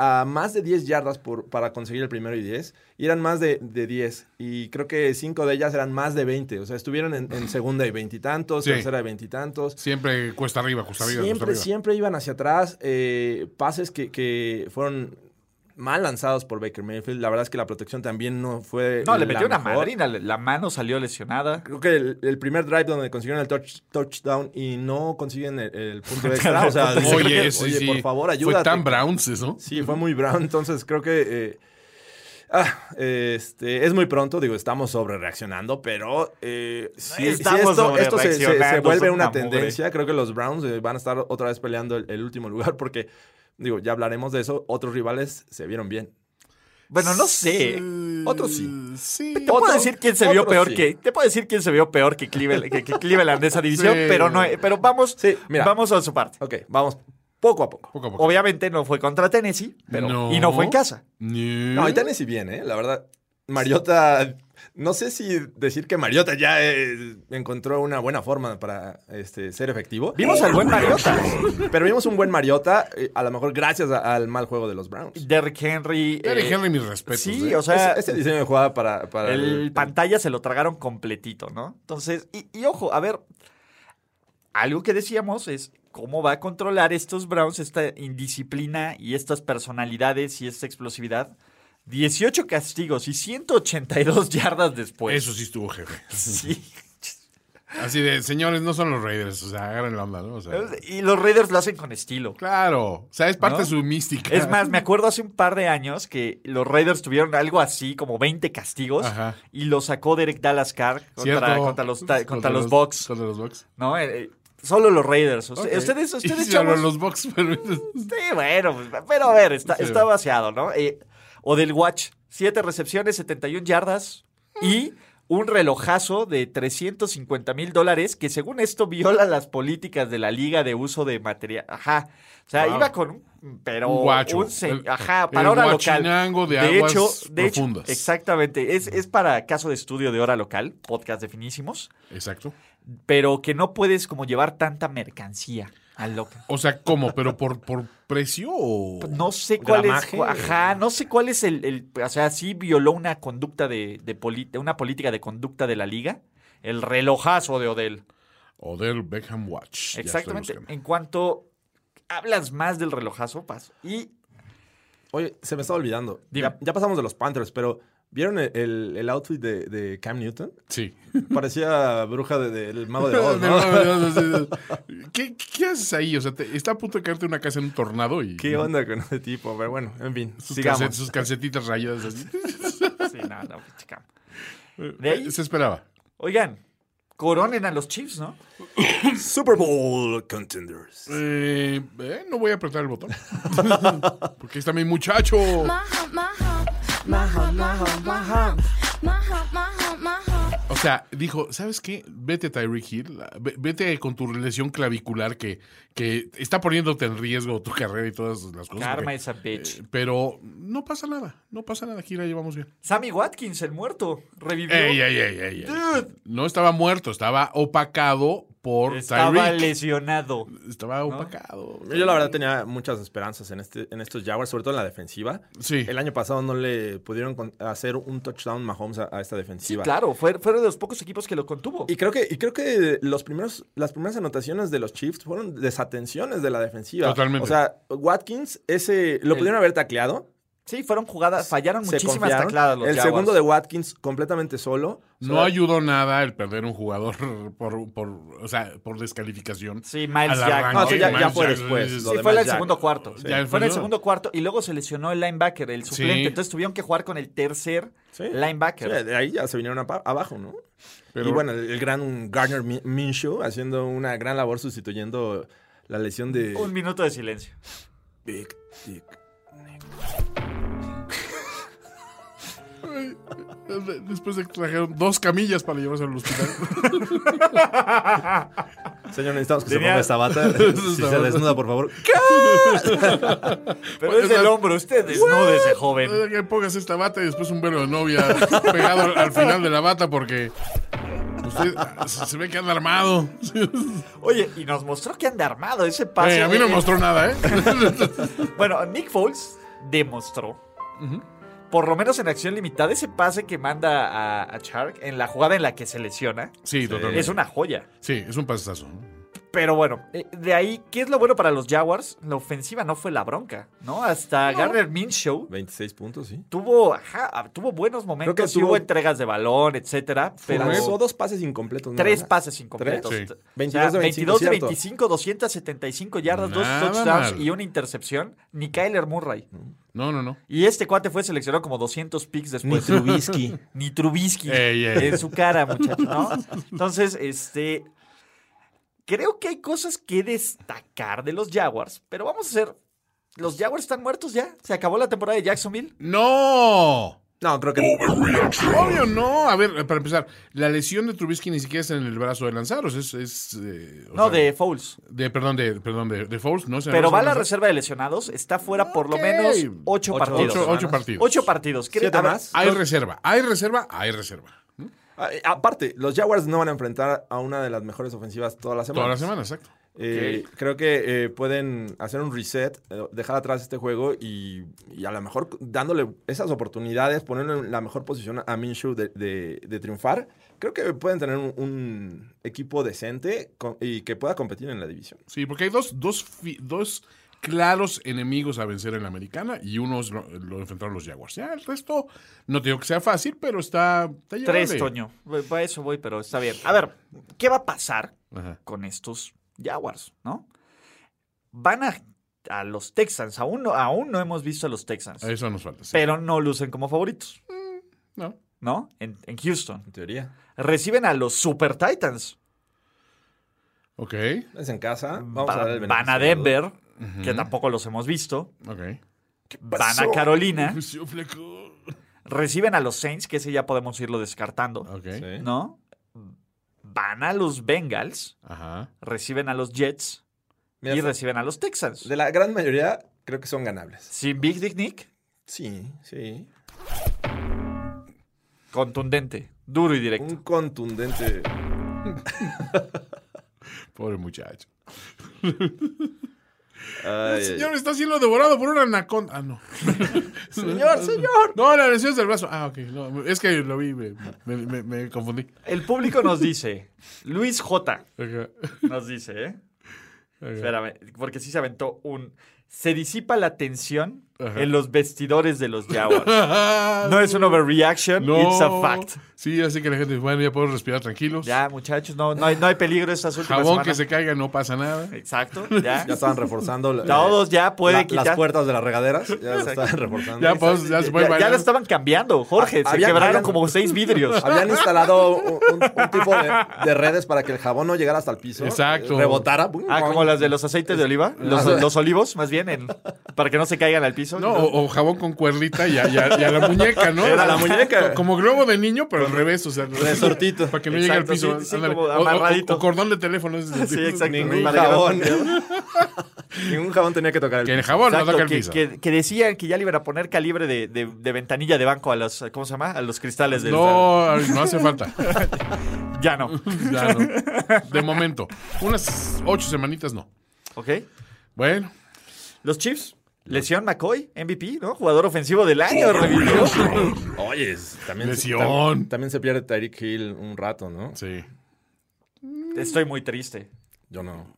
S5: a más de 10 yardas por, para conseguir el primero y 10. Y eran más de, de 10. Y creo que 5 de ellas eran más de 20. O sea, estuvieron en, en segunda y veintitantos,
S1: Sí.
S5: tercera y veintitantos.
S1: Siempre cuesta arriba, cuesta arriba, cuesta
S5: Siempre,
S1: arriba.
S5: siempre iban hacia atrás. eh, pases que, que fueron mal lanzados por Baker Mayfield. La verdad es que la protección también no fue.
S4: No, le
S5: la
S4: metió una
S5: mejor.
S4: madrina. le- La mano salió lesionada.
S5: Creo que el, el primer drive donde consiguieron el touch- touchdown y no consiguen el, el punto extra. o sea, creo que,
S1: Oye, sí,
S5: oye,
S1: sí.
S5: por favor, ayúdate.
S1: Fue tan Browns eso.
S5: Sí, fue muy brown. Entonces creo que. eh, ah, este, es muy pronto, digo, estamos sobre reaccionando, pero eh, si, si
S4: Estamos
S5: esto, esto se- se, se
S4: sobrereaccionando,
S5: vuelve
S4: son
S5: una
S4: una mugre.
S5: tendencia, creo que los Browns eh, van a estar otra vez peleando el, el último lugar porque, digo, ya hablaremos de eso. Otros rivales se vieron bien.
S4: Bueno, no sé.
S5: Otros sí.
S1: Sí.
S4: Te puedo decir quién se vio
S5: otros
S4: peor
S5: sí.
S4: que. Te puedo decir quién se vio peor que Cleveland, que, que Cleveland de esa división,
S1: Sí.
S4: pero no. Pero vamos,
S5: Sí, mira.
S4: vamos a su parte.
S5: Ok, vamos poco a poco.
S1: Poco a poco.
S4: Obviamente no fue contra Tennessee, pero y no fue en casa.
S1: No.
S5: No,
S4: Mm.
S5: y Tennessee bien, ¿eh? La verdad, Mariota, no sé si decir que Mariota ya eh, encontró una buena forma para este, ser efectivo.
S4: Vimos al buen Mariota.
S5: Pero vimos un buen Mariota, eh, a lo mejor gracias a- al mal juego de los Browns.
S4: Derrick Henry.
S1: Derrick
S4: eh,
S1: Henry, mis respetos.
S4: Sí,
S1: eh.
S4: o sea,
S5: Ese- ese diseño de jugada para, para
S4: el, pantalla se lo tragaron completito, ¿no? Entonces, y, y ojo, a ver, algo que decíamos es cómo va a controlar estos Browns esta indisciplina y estas personalidades y esta explosividad. 18 castigos y 182 yardas después.
S1: Eso sí estuvo jefe.
S4: Sí.
S1: Así de, señores, no son los Raiders. O sea, agarren la onda, ¿no? O sea,
S4: Y los Raiders lo hacen con estilo.
S1: claro. O sea, es parte
S4: ¿No?
S1: de su mística.
S4: Es más, me acuerdo hace un par de años que los Raiders tuvieron algo así, como 20 castigos,
S1: Ajá.
S4: y lo sacó Derek Dallas Carr
S1: ¿Cierto?
S4: contra, contra los, ta- contra los Bucks.
S1: Contra los Bucks.
S4: ¿no? Eh, eh, solo los Raiders. Usted-
S1: Ok.
S4: Ustedes, ustedes,
S1: Sí,
S4: chavos-
S1: hablan los Bucks, pero-
S4: Sí, bueno, pues, pero a ver, está,
S1: Sí.
S4: está vaciado, ¿no? Eh, o del Watch, siete recepciones, 71 yardas y un relojazo de 350 mil dólares que según esto viola las políticas de la liga de uso de material. Ajá. O sea,
S1: Wow.
S4: iba con un... Pero
S1: Un guacho.
S4: un se-
S1: El-
S4: ajá,
S1: el
S4: para hora local.
S1: guachinango de aguas profundas.
S4: exactamente. Es, es para caso de estudio de hora local, podcast de finísimos
S1: Exacto.
S4: pero que no puedes como llevar tanta mercancía al local.
S1: O sea, ¿cómo? ¿Pero por, por precio o...?
S4: No sé cuál
S5: Gramaje.
S4: es. Ajá, no sé cuál es el, el- O sea, sí violó una conducta de, de poli- una política de conducta de la liga. El relojazo de Odell.
S1: O del Beckham Watch. Ya estoy
S4: Exactamente.
S1: buscando.
S4: En cuanto hablas más del relojazo, paso. Y
S5: Oye, se me estaba olvidando.
S4: Dime.
S5: Ya, ya pasamos de los Panthers, pero ¿vieron el, el- el outfit de, de Cam Newton?
S1: Sí.
S5: Parecía bruja de- del mago de Oz,
S1: De
S5: ¿no?
S1: nuevo, Dios, así de- ¿Qué, qué haces ahí? O sea, te- está a punto de caerte una casa en un tornado y...
S5: ¿Qué onda con ese tipo? Pero bueno, en fin,
S1: Sus,
S5: sigamos.
S1: calcet- sus calcetitas rayadas. así.
S4: sí, nada, no, pues, chica. De ahí,
S1: Eh, Se esperaba.
S4: oigan, coronen a los Chiefs, ¿no?
S5: Super Bowl contenders.
S1: Eh, eh, no voy a apretar el botón. Porque ahí está mi muchacho. O sea, dijo, ¿sabes qué? Vete, Tyreek Hill. Ve- Vete con tu lesión clavicular que, que está poniéndote en riesgo tu carrera y todas las cosas.
S4: Karma
S1: porque-
S4: esa bitch.
S1: eh, pero no pasa nada. No pasa nada. Aquí la llevamos bien.
S4: Sammy Watkins, el muerto, revivió.
S1: Ey, ey, ey, ey, ey. No estaba muerto. Estaba opacado por
S4: Estaba
S1: Tyreek.
S4: lesionado.
S1: Estaba opacado.
S5: Yo la verdad tenía muchas esperanzas en, este, en estos Jaguars, sobre todo en la defensiva.
S1: Sí.
S5: El año pasado no le pudieron con- hacer un touchdown Mahomes a, a esta
S4: Sí,
S5: defensiva.
S4: claro, fue- fueron de los pocos equipos que lo contuvo.
S5: Y creo que, y creo que los primeros, las primeras anotaciones de los Chiefs fueron desatenciones de la defensiva.
S1: Totalmente.
S5: O sea, Watkins, ese lo
S4: El-
S5: pudieron haber tacleado.
S4: sí, fueron jugadas, fallaron
S5: se
S4: muchísimas
S5: confiaron.
S4: tacladas los
S5: El
S4: Jaguars.
S5: segundo de Watkins completamente solo. O sea,
S1: No ayudó nada el perder un jugador por, por, o sea, por descalificación.
S4: Sí,
S1: Al
S4: Miles Jack.
S1: arranque,
S4: No, sí, ya-
S1: Miles
S5: ya fue
S1: Jack.
S5: después, lo
S4: Sí,
S5: de
S4: fue en el
S5: Jack.
S4: segundo cuarto.
S5: Sí.
S1: Ya,
S4: Fue en
S1: fue-
S4: el segundo cuarto y luego se lesionó el linebacker, el suplente.
S1: Sí.
S4: Entonces tuvieron que jugar con el tercer
S5: Sí. sí,
S4: linebacker.
S5: de ahí ya se vinieron apa- abajo, ¿no?
S1: Pero-
S5: Y bueno, el, el gran Garner Min- Minshew haciendo una gran labor sustituyendo la lesión de
S4: Un minuto de silencio.
S5: Big Dick.
S1: De- Después de que trajeron dos camillas para llevarse al hospital.
S5: Señor, necesitamos que
S4: Tenía-
S5: se ponga esta bata. si se desnuda, por favor.
S4: Pero
S1: Pues
S4: es del hombro, usted desnúdese, joven.
S1: Eh, que pongas esta bata y después un velo de novia pegado al, al final de la bata porque usted ah, se, se ve que anda armado.
S4: Oye, y nos mostró que anda armado ese pase.
S1: Eh, a mí no
S4: Eh,
S1: me mostró nada, ¿eh?
S4: Bueno, Nick Foles demostró, por lo menos en acción limitada, ese pase que manda a, a Chark en la jugada en la que se lesiona,
S8: Sí, totalmente.
S4: Eh, es una joya.
S8: Sí, es un pasazo. ¿no?
S4: Pero bueno, eh, de ahí, ¿qué es lo bueno para los Jaguars? La ofensiva no fue la bronca, ¿no? Hasta Garner Minshew
S5: 26 puntos, sí.
S4: tuvo, ajá, ah, tuvo buenos momentos,
S5: Creo que
S4: sí
S5: tuvo-
S4: hubo entregas de balón, etcétera, pero...
S5: Lanzó dos pases incompletos. nada
S4: Tres
S5: más.
S4: pases incompletos.
S8: Tres, sí.
S5: 22 de 25,
S4: 22 de
S5: cierto.
S4: 25, 275 yardas,
S8: Nada
S4: dos touchdowns
S8: mal.
S4: y una intercepción. Ni Kyler Murray.
S8: No, no, no.
S4: Y este cuate fue seleccionado como 200 picks
S5: Ni
S4: después.
S5: Trubisky.
S4: Ni Trubisky.
S8: Ey, ey.
S4: En su cara, muchacho, ¿no? Entonces, este. Creo que hay cosas que destacar de los Jaguars, pero vamos a hacer. Los Jaguars están muertos ya. Se acabó la temporada de Jacksonville.
S8: ¡No!
S5: No, creo que.
S8: Obvio, no. A ver, para empezar, la lesión de Trubisky ni siquiera es en el brazo de Lanzaros, es. es eh, o
S4: No,
S8: sea,
S4: de Fouls.
S8: de- Perdón, de, perdón, de, de Foles, ¿no? Es en el
S4: Pero
S8: brazo
S4: va a
S8: de
S4: la
S8: Lanzaros.
S4: reserva de lesionados. Está fuera por lo
S8: Ok.
S4: menos ocho,
S5: Ocho,
S4: partidos.
S8: Ocho, ocho partidos.
S4: Ocho partidos. ¿Qué-
S5: ¿Siete
S4: a ver,
S5: más?
S8: Hay reserva, hay reserva, hay reserva.
S5: Ah, eh, Aparte, los Jaguars no van a enfrentar a una de las mejores ofensivas todas las semanas.
S8: Toda la semana, Ah, exacto.
S5: Eh, Creo que eh, pueden hacer un reset, eh, dejar atrás este juego y, y a lo mejor dándole esas oportunidades, ponerle en la mejor posición a Minshew de, de- de triunfar. Creo que pueden tener un, un equipo decente con- y que pueda competir en la división.
S8: Sí, porque hay dos, dos, fi- dos claros enemigos a vencer en la americana y uno es lo, lo enfrentaron los Jaguars. Ya, el resto, no te digo que sea fácil, pero está. está
S4: Tres,
S8: llevable.
S4: Toño. Para eso voy, pero está bien. A ver, ¿qué va a pasar
S8: Ajá.
S4: con estos Jaguars, no? Van a, a los Texans. Aún no, aún no hemos visto a los Texans.
S8: Eso nos falta. sí.
S4: Pero no lucen como favoritos,
S8: No.
S4: ¿no? En, en Houston.
S5: En teoría.
S4: Reciben a los Super Titans.
S8: Ok,
S5: Es en casa. Vamos Mm,
S4: Va-
S5: a dar el
S4: van a
S5: beneficio de la duda.
S4: Denver, que tampoco los hemos visto.
S8: ok.
S4: Van a Carolina.
S8: Lucio Fleco.
S4: Reciben a los Saints, que ese ya podemos irlo descartando,
S8: Ok.
S5: Sí.
S4: ¿no? Van a los Bengals.
S8: Ajá.
S4: Reciben a los Jets.
S5: Mira,
S4: y reciben a los Texans.
S5: de la gran mayoría, creo que son ganables.
S4: Sin Big Dick Nick,
S5: Sí, sí.
S4: contundente, duro y directo.
S5: Un contundente.
S8: Pobre muchacho.
S4: Eh.
S5: Ay, ay,
S8: Señor, está siendo devorado por una anaconda. Ah, no.
S5: Señor, señor.
S8: No, la lesión es del brazo. Ah, ok. no, es que lo vi, me, me- me- me confundí.
S5: Mm.
S4: El público nos dice, Luis J.
S8: Ajá.
S4: nos dice, ¿eh? Espérame, porque sí se aventó un... Se disipa la tensión
S8: Ajá.
S4: en los vestidores de los Jaguars. No es una overreaction,
S8: No.
S4: it's a fact.
S8: Sí, así que la gente dice, bueno, ya podemos respirar tranquilos.
S4: Ya, muchachos, no, no, hay, no hay peligro estas últimas
S8: Jabón que
S4: semanas.
S8: se caiga, no pasa nada.
S4: Exacto, ya.
S5: Ya estaban reforzando. la-
S4: Todos ya pueden
S5: la-
S4: quitar.
S5: Las puertas de las regaderas. Ya las estaban reforzando.
S8: Ya, pues, ya se puede
S4: Ya- ya
S8: bailar.
S4: lo estaban cambiando, Jorge. Se
S5: Había-
S4: quebraron
S5: habían-
S4: como seis vidrios.
S5: Habían instalado un, un- un tipo de, de redes para que el jabón no llegara hasta el piso.
S8: Exacto.
S5: Rebotara.
S4: Ah, como las de los aceites de oliva, los, los olivos, más bien, en- para que no se caigan al piso.
S8: No, o, o jabón con cuerdita y a, y a- y a la muñeca, ¿no?
S5: Era la muñeca.
S8: Como globo de niño, pero al revés, o sea.
S5: Resortito.
S8: Para que no llegue al
S4: Exacto,
S8: piso.
S4: sí, sí,
S8: ándale.
S4: como
S8: O- o-
S4: amarradito.
S8: O, cordón de teléfono. ese es el-
S4: Sí, exacto.
S5: Ningún
S4: Para que no-
S5: jabón. Ningún jabón tenía que tocar el
S8: Que el
S5: piso.
S8: jabón no
S4: Exacto,
S8: toca el
S4: que,
S8: piso.
S4: que- que decían que ya le iban a poner calibre de, de- de ventanilla de banco a los, ¿cómo se llama? A los cristales del...
S8: No, no hace falta.
S4: Ya no.
S8: Ya no. De momento. Unas ocho semanitas no.
S4: ¿Ok?
S8: Bueno.
S4: Los Chiefs, lesión McCoy, MVP, ¿no? Jugador ofensivo del año, revivió.
S5: Oye, es- también, se-
S8: Lesión.
S5: tam- también se pierde Tyreek Hill un rato, ¿no?
S8: Sí.
S4: Estoy muy triste.
S5: Yo no.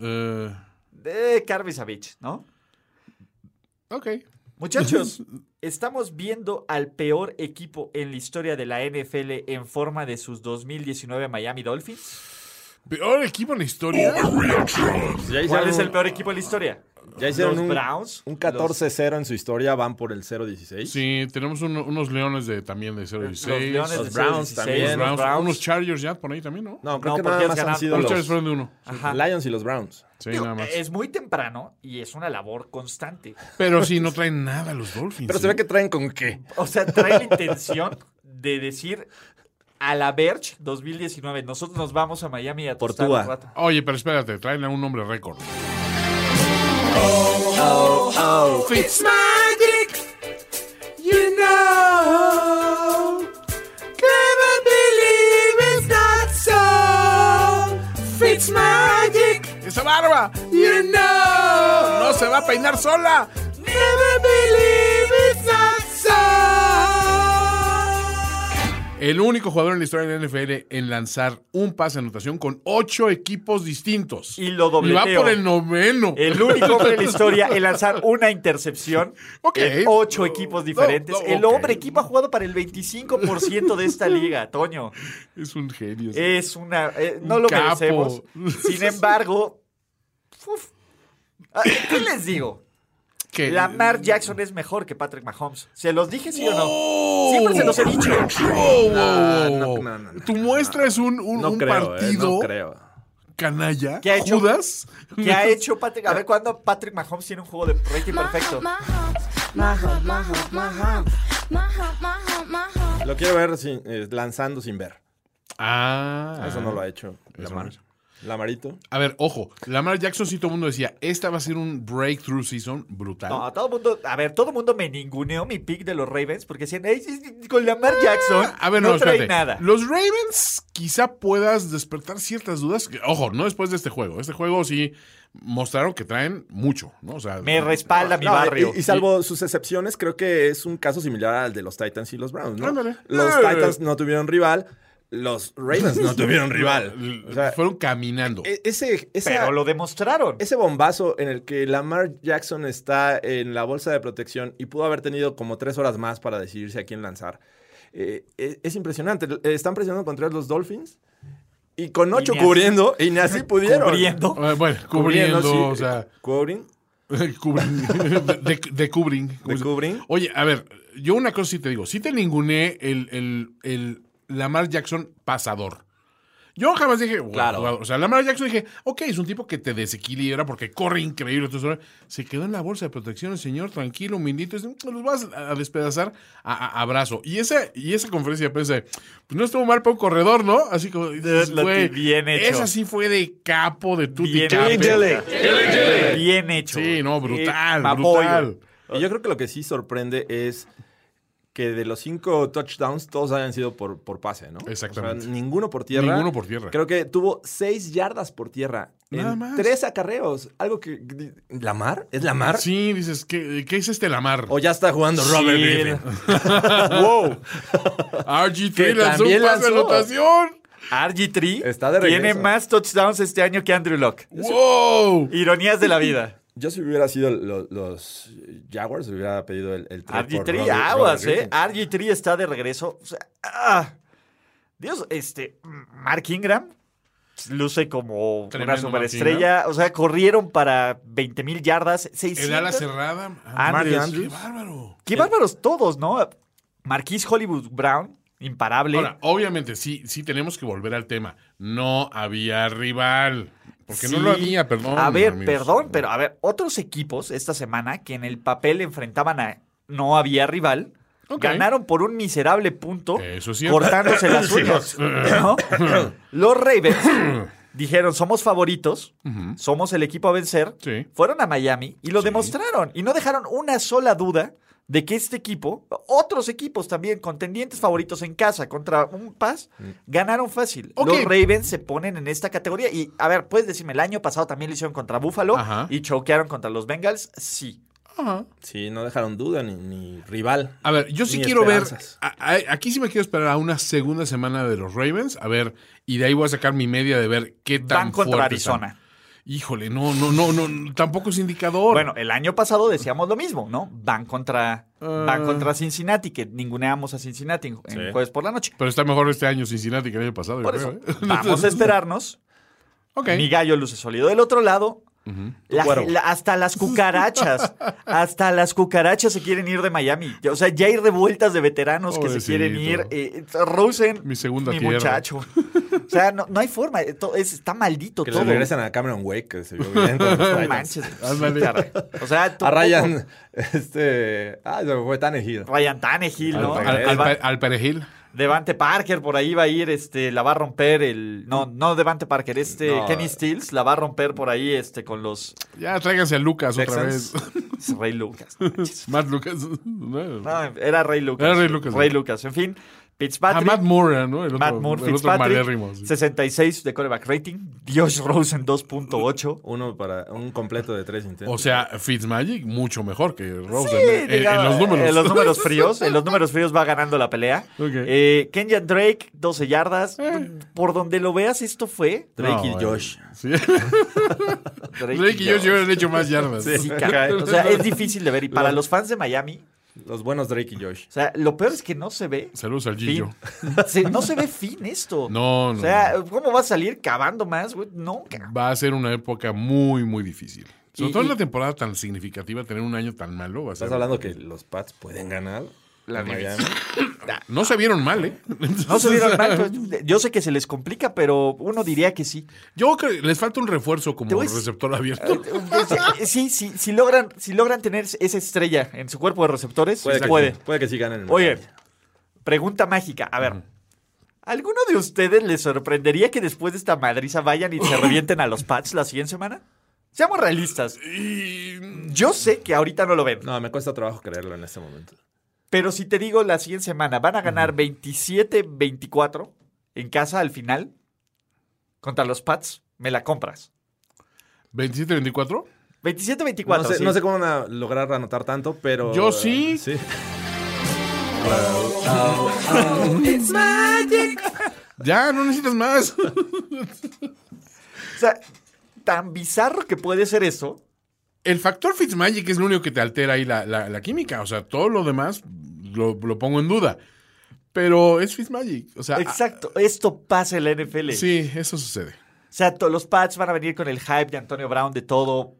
S8: Eh,
S4: De Carvis Savage, ¿no?
S8: ok.
S4: Muchachos, estamos viendo al peor equipo en la historia de la NFL en forma de sus 2019 Miami Dolphins.
S8: Peor equipo en la historia.
S5: Ya
S4: ¿Cuál
S5: hicieron
S4: es
S5: un-
S4: el peor equipo en la historia?
S5: Ya hicieron
S4: los
S5: un,
S4: Browns,
S5: un
S4: los-
S5: 14-0 en su historia, van por el 0-16.
S8: Sí, tenemos uno- unos leones de también de 0 y
S4: Los
S8: 6.
S4: Leones
S5: los
S4: de
S5: Browns
S4: 0-16,
S5: también,
S4: los
S5: los
S8: Browns,
S4: Browns.
S8: unos Chargers ya por ahí también, ¿no?
S5: No, creo
S4: No,
S5: que
S4: porque
S5: nada
S4: es
S5: más han
S4: ganar-
S5: sido
S8: Los
S5: los
S8: Chargers fueron de uno.
S4: Ajá.
S5: Lions y los Browns.
S8: Sí,
S4: Digo,
S8: nada más.
S4: Es muy temprano y es una labor constante.
S8: Pero sí, no traen nada los Dolphins.
S5: Pero se
S8: ¿eh?
S5: ve que traen con qué.
S4: O sea, trae la intención de decir a la Verge 2019, nosotros nos vamos a Miami a
S5: Por
S4: tostar
S5: Tua.
S4: un rato.
S8: Oye, pero espérate, traen a un hombre récord. Esa barba, you know, no se va a peinar sola. Never believe El único jugador en la historia de la NFL en lanzar un pase de anotación con ocho equipos distintos.
S4: Y lo dobleteo.
S8: va por el noveno.
S4: El único hombre de la historia en lanzar una intercepción
S8: Ok.
S4: en ocho equipos diferentes.
S8: No, no,
S4: El
S8: ok.
S4: hombre equipo ha jugado para el 25% de esta liga, Toño.
S8: Es un genio. ese.
S4: Es una... eh, no
S8: Un
S4: lo
S8: capo.
S4: merecemos. Sin embargo... uf. Ah, ¿Qué les digo?
S8: Que-
S4: Lamar Jackson es mejor que Patrick Mahomes. ¿Se los dije sí o
S8: ¡Oh!
S4: no? Siempre se los he dicho.
S8: ¡Oh,
S5: Nah,
S8: wow, wow,
S5: no,
S8: wow!
S5: no, no, no,
S8: tu muestra es un, un-
S5: No
S8: un
S5: creo, eh,
S8: partido
S5: no creo.
S8: canalla.
S4: ¿Qué ha hecho?
S8: ¿Judas?
S4: ¿Qué ha hecho Patrick? A ver, ¿cuándo Patrick Mahomes tiene un juego de rating perfecto?
S5: Lo quiero ver sin- eh, lanzando sin ver.
S8: Ah.
S5: Eso no lo ha hecho Lamar. Lamarito.
S8: A ver, ojo. Lamar Jackson, sí, todo el mundo decía, esta va a ser un breakthrough season brutal.
S4: No, todo mundo, a ver, todo mundo me ninguneó mi pick de los Ravens porque decían, "Ey, sí, sí, con Lamar Jackson
S8: A ver,
S4: no,
S8: no,
S4: trae
S8: espérate.
S4: nada.
S8: Los Ravens quizá puedas despertar ciertas dudas. Que, Ojo, no después de este juego. Este juego sí mostraron que traen mucho, ¿no? O sea,
S4: Me respalda mi
S5: Ah, No,
S4: barrio.
S5: Y, y salvo sus excepciones, creo que es un caso similar al de los Titans y los Browns, ¿no?
S8: Ándale.
S5: Los
S8: Eh.
S5: Titans no tuvieron rival, los Ravens no tuvieron rival. O sea,
S8: fueron caminando.
S5: e- ese, esa-
S4: pero lo demostraron.
S5: ese bombazo en el que Lamar Jackson está en la bolsa de protección y pudo haber tenido como tres horas más para decidirse a quién lanzar. eh, e- es impresionante. Eh, Están presionando contra los Dolphins y con ocho
S4: ni así-
S5: cubriendo, y ni así pudieron.
S4: cubriendo.
S8: Eh, bueno, cubriendo,
S5: sí.
S8: o sea.
S5: Cubring.
S8: cubring- de, de cubring. ¿Cómo se-
S5: cubring.
S8: Oye, a ver, yo una cosa sí te digo. Sí te ninguné el, el, el Lamar Jackson pasador. Yo jamás dije, "Wow,
S5: Claro.
S8: wow". O sea, Lamar Jackson dije, ok, es un tipo que te desequilibra porque corre increíble. Entonces, se quedó en la bolsa de protección el señor, tranquilo, humildito. dice, Los vas a despedazar a, a- a brazo. Y esa, y esa conferencia de prensa, de, pues no estuvo mal para un corredor, ¿no? Así como, dices,
S4: lo
S8: "Güey,
S4: bien hecho".
S8: esa sí fue de capo, de tu
S4: Bien Bien hecho.
S8: Sí, no, brutal,
S4: Eh, apoyo.
S8: brutal.
S5: Y yo creo que lo que sí sorprende es que de los cinco touchdowns, todos hayan sido por, por pase, ¿no?
S8: Exactamente.
S5: O sea, ninguno por tierra.
S8: Ninguno por tierra.
S5: Creo que tuvo seis yardas por tierra.
S8: Nada
S5: en
S8: más.
S5: Tres acarreos. Algo que. ¿La mar? ¿Es la mar?
S8: Sí, dices, ¿qué, qué es este Lamar?
S5: O ya está jugando Robert
S4: Sí,
S5: Griffin.
S4: wow.
S8: RG3
S5: que
S8: lanzó un
S5: también
S8: pase de
S5: lanzó.
S8: anotación.
S4: RG3
S5: Está de
S4: tiene
S5: regreso.
S4: más touchdowns este año que Andrew Locke.
S8: ¡Wow!
S4: Ironías de la vida.
S5: Yo si hubiera sido lo- los Jaguars, hubiera pedido el, el trade por
S4: RG3,
S5: Robert-
S4: Ah, aguas,
S5: Robert
S4: ¿eh?
S5: Griffin.
S4: RG3 está de regreso. O sea, ah. Dios, este, Mark Ingram luce como
S8: Tremendo
S4: una superestrella. O sea, corrieron para 20 mil yardas,
S8: El ala
S4: 600.
S8: cerrada.
S4: Andrews.
S8: ¡Qué bárbaro!
S4: Qué bárbaros todos, ¿no? Marquise Hollywood Brown, imparable.
S8: Ahora, obviamente, sí, sí tenemos que volver al tema. No había rival. Porque no
S4: Sí.
S8: lo había, perdón.
S4: A ver,
S8: amigos.
S4: perdón, pero a ver, otros equipos esta semana que en el papel enfrentaban a no había rival,
S8: Ok.
S4: ganaron por un miserable punto,
S8: Eso es cierto.
S4: cortándose las uñas. ¿no? Los Ravens dijeron, somos favoritos, somos el equipo a vencer,
S8: Sí.
S4: fueron a Miami y lo demostraron y no dejaron una sola duda de que este equipo, otros equipos también, contendientes favoritos en casa contra un Paz, ganaron fácil.
S8: Mm. Ok.
S4: Los Ravens se ponen en esta categoría. Y, a ver, puedes decirme, el año pasado también lo hicieron contra Buffalo
S8: Ajá.
S4: y choquearon contra los Bengals. Sí.
S8: Ajá.
S5: Sí, no dejaron duda ni, ni rival.
S8: A ver, yo sí
S5: Ni
S8: quiero
S5: esperanzas.
S8: ver. a- a- aquí sí me quiero esperar a una segunda semana de los Ravens. A ver, y de ahí voy a sacar mi media de ver qué tan
S4: Van contra
S8: fuertes están.
S4: Arizona.
S8: Híjole, no, no, no, no, tampoco es indicador.
S4: Bueno, el año pasado decíamos lo mismo, ¿no? Van contra, van
S8: Ah.
S4: contra Cincinnati, que ninguneamos a Cincinnati en, en
S5: Sí.
S4: jueves por la noche.
S8: Pero está mejor este año Cincinnati que el año pasado, yo
S4: Por
S8: creo,
S4: eso,
S8: ¿eh?
S4: vamos a esperarnos.
S8: Ok.
S4: Mi gallo luce sólido. Del otro lado, la-
S5: Cuero.
S4: la- hasta las cucarachas, hasta las cucarachas se quieren ir de Miami. Ya- O sea, ya hay revueltas de veteranos que se
S8: Pobrecito.
S4: quieren ir. Eh, Rosen,
S8: Mi segunda
S4: mi
S8: tierra.
S4: muchacho. O sea, no, no hay forma. eh, to- es- está maldito
S5: Que le
S4: todo.
S5: regresan a Cameron Wake, que se vio bien con los
S4: No
S5: Titans.
S4: manches.
S8: Ándale.
S4: sí, caray. O sea,
S5: A
S4: tampoco-
S5: Ryan, este. Ah, se me fue tan elegido.
S4: Ryan Tannehill, ¿no?
S8: Al, al- al
S4: Alba-
S8: pe- al perejil.
S4: Devante Parker por ahí va a ir, este, la va a romper el. No, no Devante Parker, este
S5: No.
S4: Kenny Stills la va a romper por ahí, este, con los
S8: Ya tráiganse a Lucas otra
S5: Texans.
S8: vez.
S4: Rey Lucas.
S8: Más Lucas.
S4: No, era Rey Lucas.
S8: Era Ray Lucas.
S4: Ray Lucas. En fin, Fitzpatrick.
S8: A Matt Moore, ¿no? El otro,
S4: Matt Moore,
S8: el otro
S4: Fitzpatrick,
S8: malérrimo. sí.
S4: 66 de coreback rating. Josh Rosen 2.8.
S5: Uno para un completo de tres intentos.
S8: O sea, Fitzmagic mucho mejor que Rosen eh,
S4: Sí,
S8: en- en- en,
S4: digamos,
S8: los números.
S4: En los números fríos. En los números fríos va ganando la pelea.
S8: Ok. Eh.
S4: Eh, Kenyan Drake, 12 yardas. Por donde lo veas, esto fue.
S5: Drake
S8: No,
S5: y
S8: eh.
S5: Josh.
S8: Sí. Drake y yo
S4: Josh.
S8: hubieran hecho más yardas.
S4: Sí, caray. O sea, eh, es difícil de ver. Y para los fans de Miami,
S5: Los buenos Drake y Josh.
S4: o sea, lo peor es que no se ve.
S8: Saludos al
S4: Fin.
S8: Gillo.
S4: Se- no se ve fin esto.
S8: No, no.
S4: O sea, ¿cómo va a salir cavando más, güey? No, cabrón.
S8: va a ser una época muy, muy difícil. Sobre
S4: Y-
S8: todo en
S4: y-
S8: una temporada tan significativa, tener un año tan malo. Va a ser...
S5: Estás hablando que los Pats pueden ganar. La Miami.
S8: No se vieron mal, ¿eh?
S4: No se
S8: Entonces,
S4: vieron mal. pues, Yo sé que se les complica, pero uno diría que sí.
S8: Yo creo que les falta un refuerzo
S4: Te
S8: como
S4: voy a-
S8: receptor abierto.
S4: Sí, sí, si logran, si logran tener esa estrella en su cuerpo de receptores,
S5: Puede,
S4: puede.
S5: que, puede que sí ganen. en
S4: Oye,
S5: Miami.
S4: pregunta mágica. A ver. ¿Alguno de ustedes les sorprendería que después de esta madriza vayan y se revienten a los Pats la siguiente semana? Seamos realistas. Yo sé que ahorita no lo ven.
S5: No, me cuesta trabajo creerlo en este momento.
S4: Pero si te digo la siguiente semana, van a ganar 27-24 en casa al final contra los Pats, me la compras.
S8: 27-24.
S4: 27-24.
S5: No sé,
S4: sí.
S5: no sé cómo van a lograr anotar tanto, pero. eh,
S8: Yo sí.
S5: Sí.
S8: Ya, no necesitas más.
S4: O sea, tan bizarro que puede ser eso.
S8: El factor Fitzmagic es lo único que te altera ahí la, la- la química. O sea, todo lo demás lo, lo pongo en duda. Pero es Fitzmagic.
S5: Ah,
S8: O sea,
S4: Exacto. Esto pasa en la NFL.
S8: ah, sí, eso sucede.
S4: O sea, to- los Pats van a venir con el hype de Antonio Brown, de todo.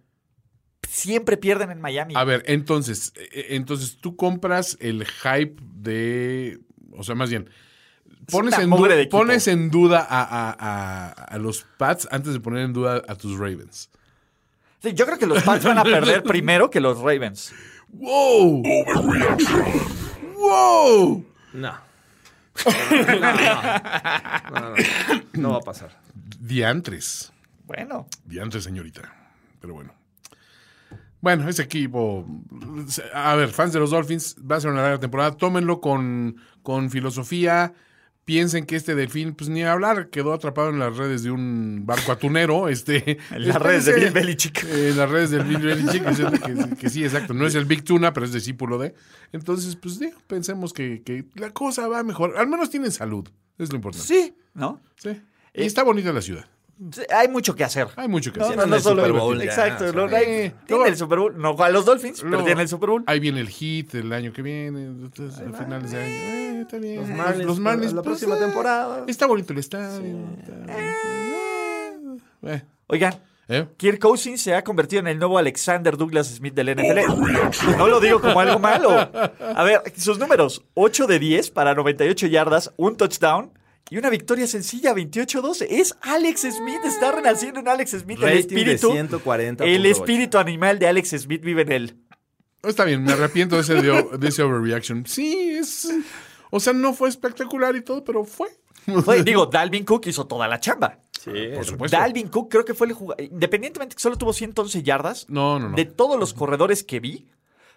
S4: Siempre pierden en Miami.
S5: Ah.
S8: A ver, entonces, eh, eh, entonces tú compras el hype de, o sea, más bien, pones,
S4: una
S8: en,
S4: mugre
S8: du-
S4: de equipo.
S8: pones en duda a, a- a- a los Pats antes de poner en duda a tus Ravens.
S4: Sí, yo creo que los Pats van a perder primero que los Ravens.
S8: ¡Wow! ¡Wow!
S5: No. No, no, no. No va a pasar.
S8: Diantres,
S4: Bueno,
S8: diantres señorita, pero bueno. Bueno, ese equipo, a ver, fans de los Dolphins, va a ser una larga temporada, tómenlo con, con filosofía. Piensen que este delfín, pues ni hablar, quedó atrapado en las redes de un barco atunero. Este,
S4: en las redes de Bill
S8: espérense.
S4: Belichick.
S8: Eh, en las redes del Bill Belichick, diciendo que, que sí, exacto. No es el Big Tuna, pero es discípulo de. Entonces, pues digo, pensemos que, que la cosa va a mejorar. Al menos tienen salud. Es lo importante.
S4: Sí, ¿no?
S8: Sí.
S4: Eh,
S8: Y está bonita la ciudad.
S4: Sí, Hay mucho que hacer.
S8: Hay mucho que
S4: No,
S8: hacer.
S4: no, no
S5: el
S4: solo
S5: Super Bowl, ya,
S4: Exacto.
S5: o sea,
S4: no, no hay-
S8: eh,
S4: tiene
S8: luego-
S4: el Super Bowl. No juega los Dolphins, pero
S8: Luego,
S4: tiene el Super Bowl.
S8: Ahí viene el hit el año que viene, entonces, a finales de año. Eh, está bien. Los pues, eh,
S5: Marlins, la próxima temporada.
S8: Está bonito el estadio. está- Eh,
S4: Oigan,
S8: eh.
S4: Kirk Cousins se ha convertido en el nuevo Alexander Douglas Smith del NFL. No lo digo como algo malo. A ver, sus números: 8 de 10 para 98 yardas, un touchdown. Y una victoria sencilla, 28-12. Es Alex Smith, está renaciendo en Alex Smith el
S5: Rating de
S4: espíritu.
S5: 140.8.
S4: el espíritu animal de Alex Smith vive en él.
S8: Oh, Está bien, me arrepiento de ese, de, de ese overreaction. Sí, es. O sea, no fue espectacular y todo, pero fue.
S4: Oye, digo, Dalvin Cook hizo toda la chamba.
S5: Sí.
S8: Ah, Por supuesto.
S4: Dalvin Cook creo que fue el jugador, independientemente que solo tuvo 111 yardas,
S8: No, no, no.
S4: de todos los corredores que vi,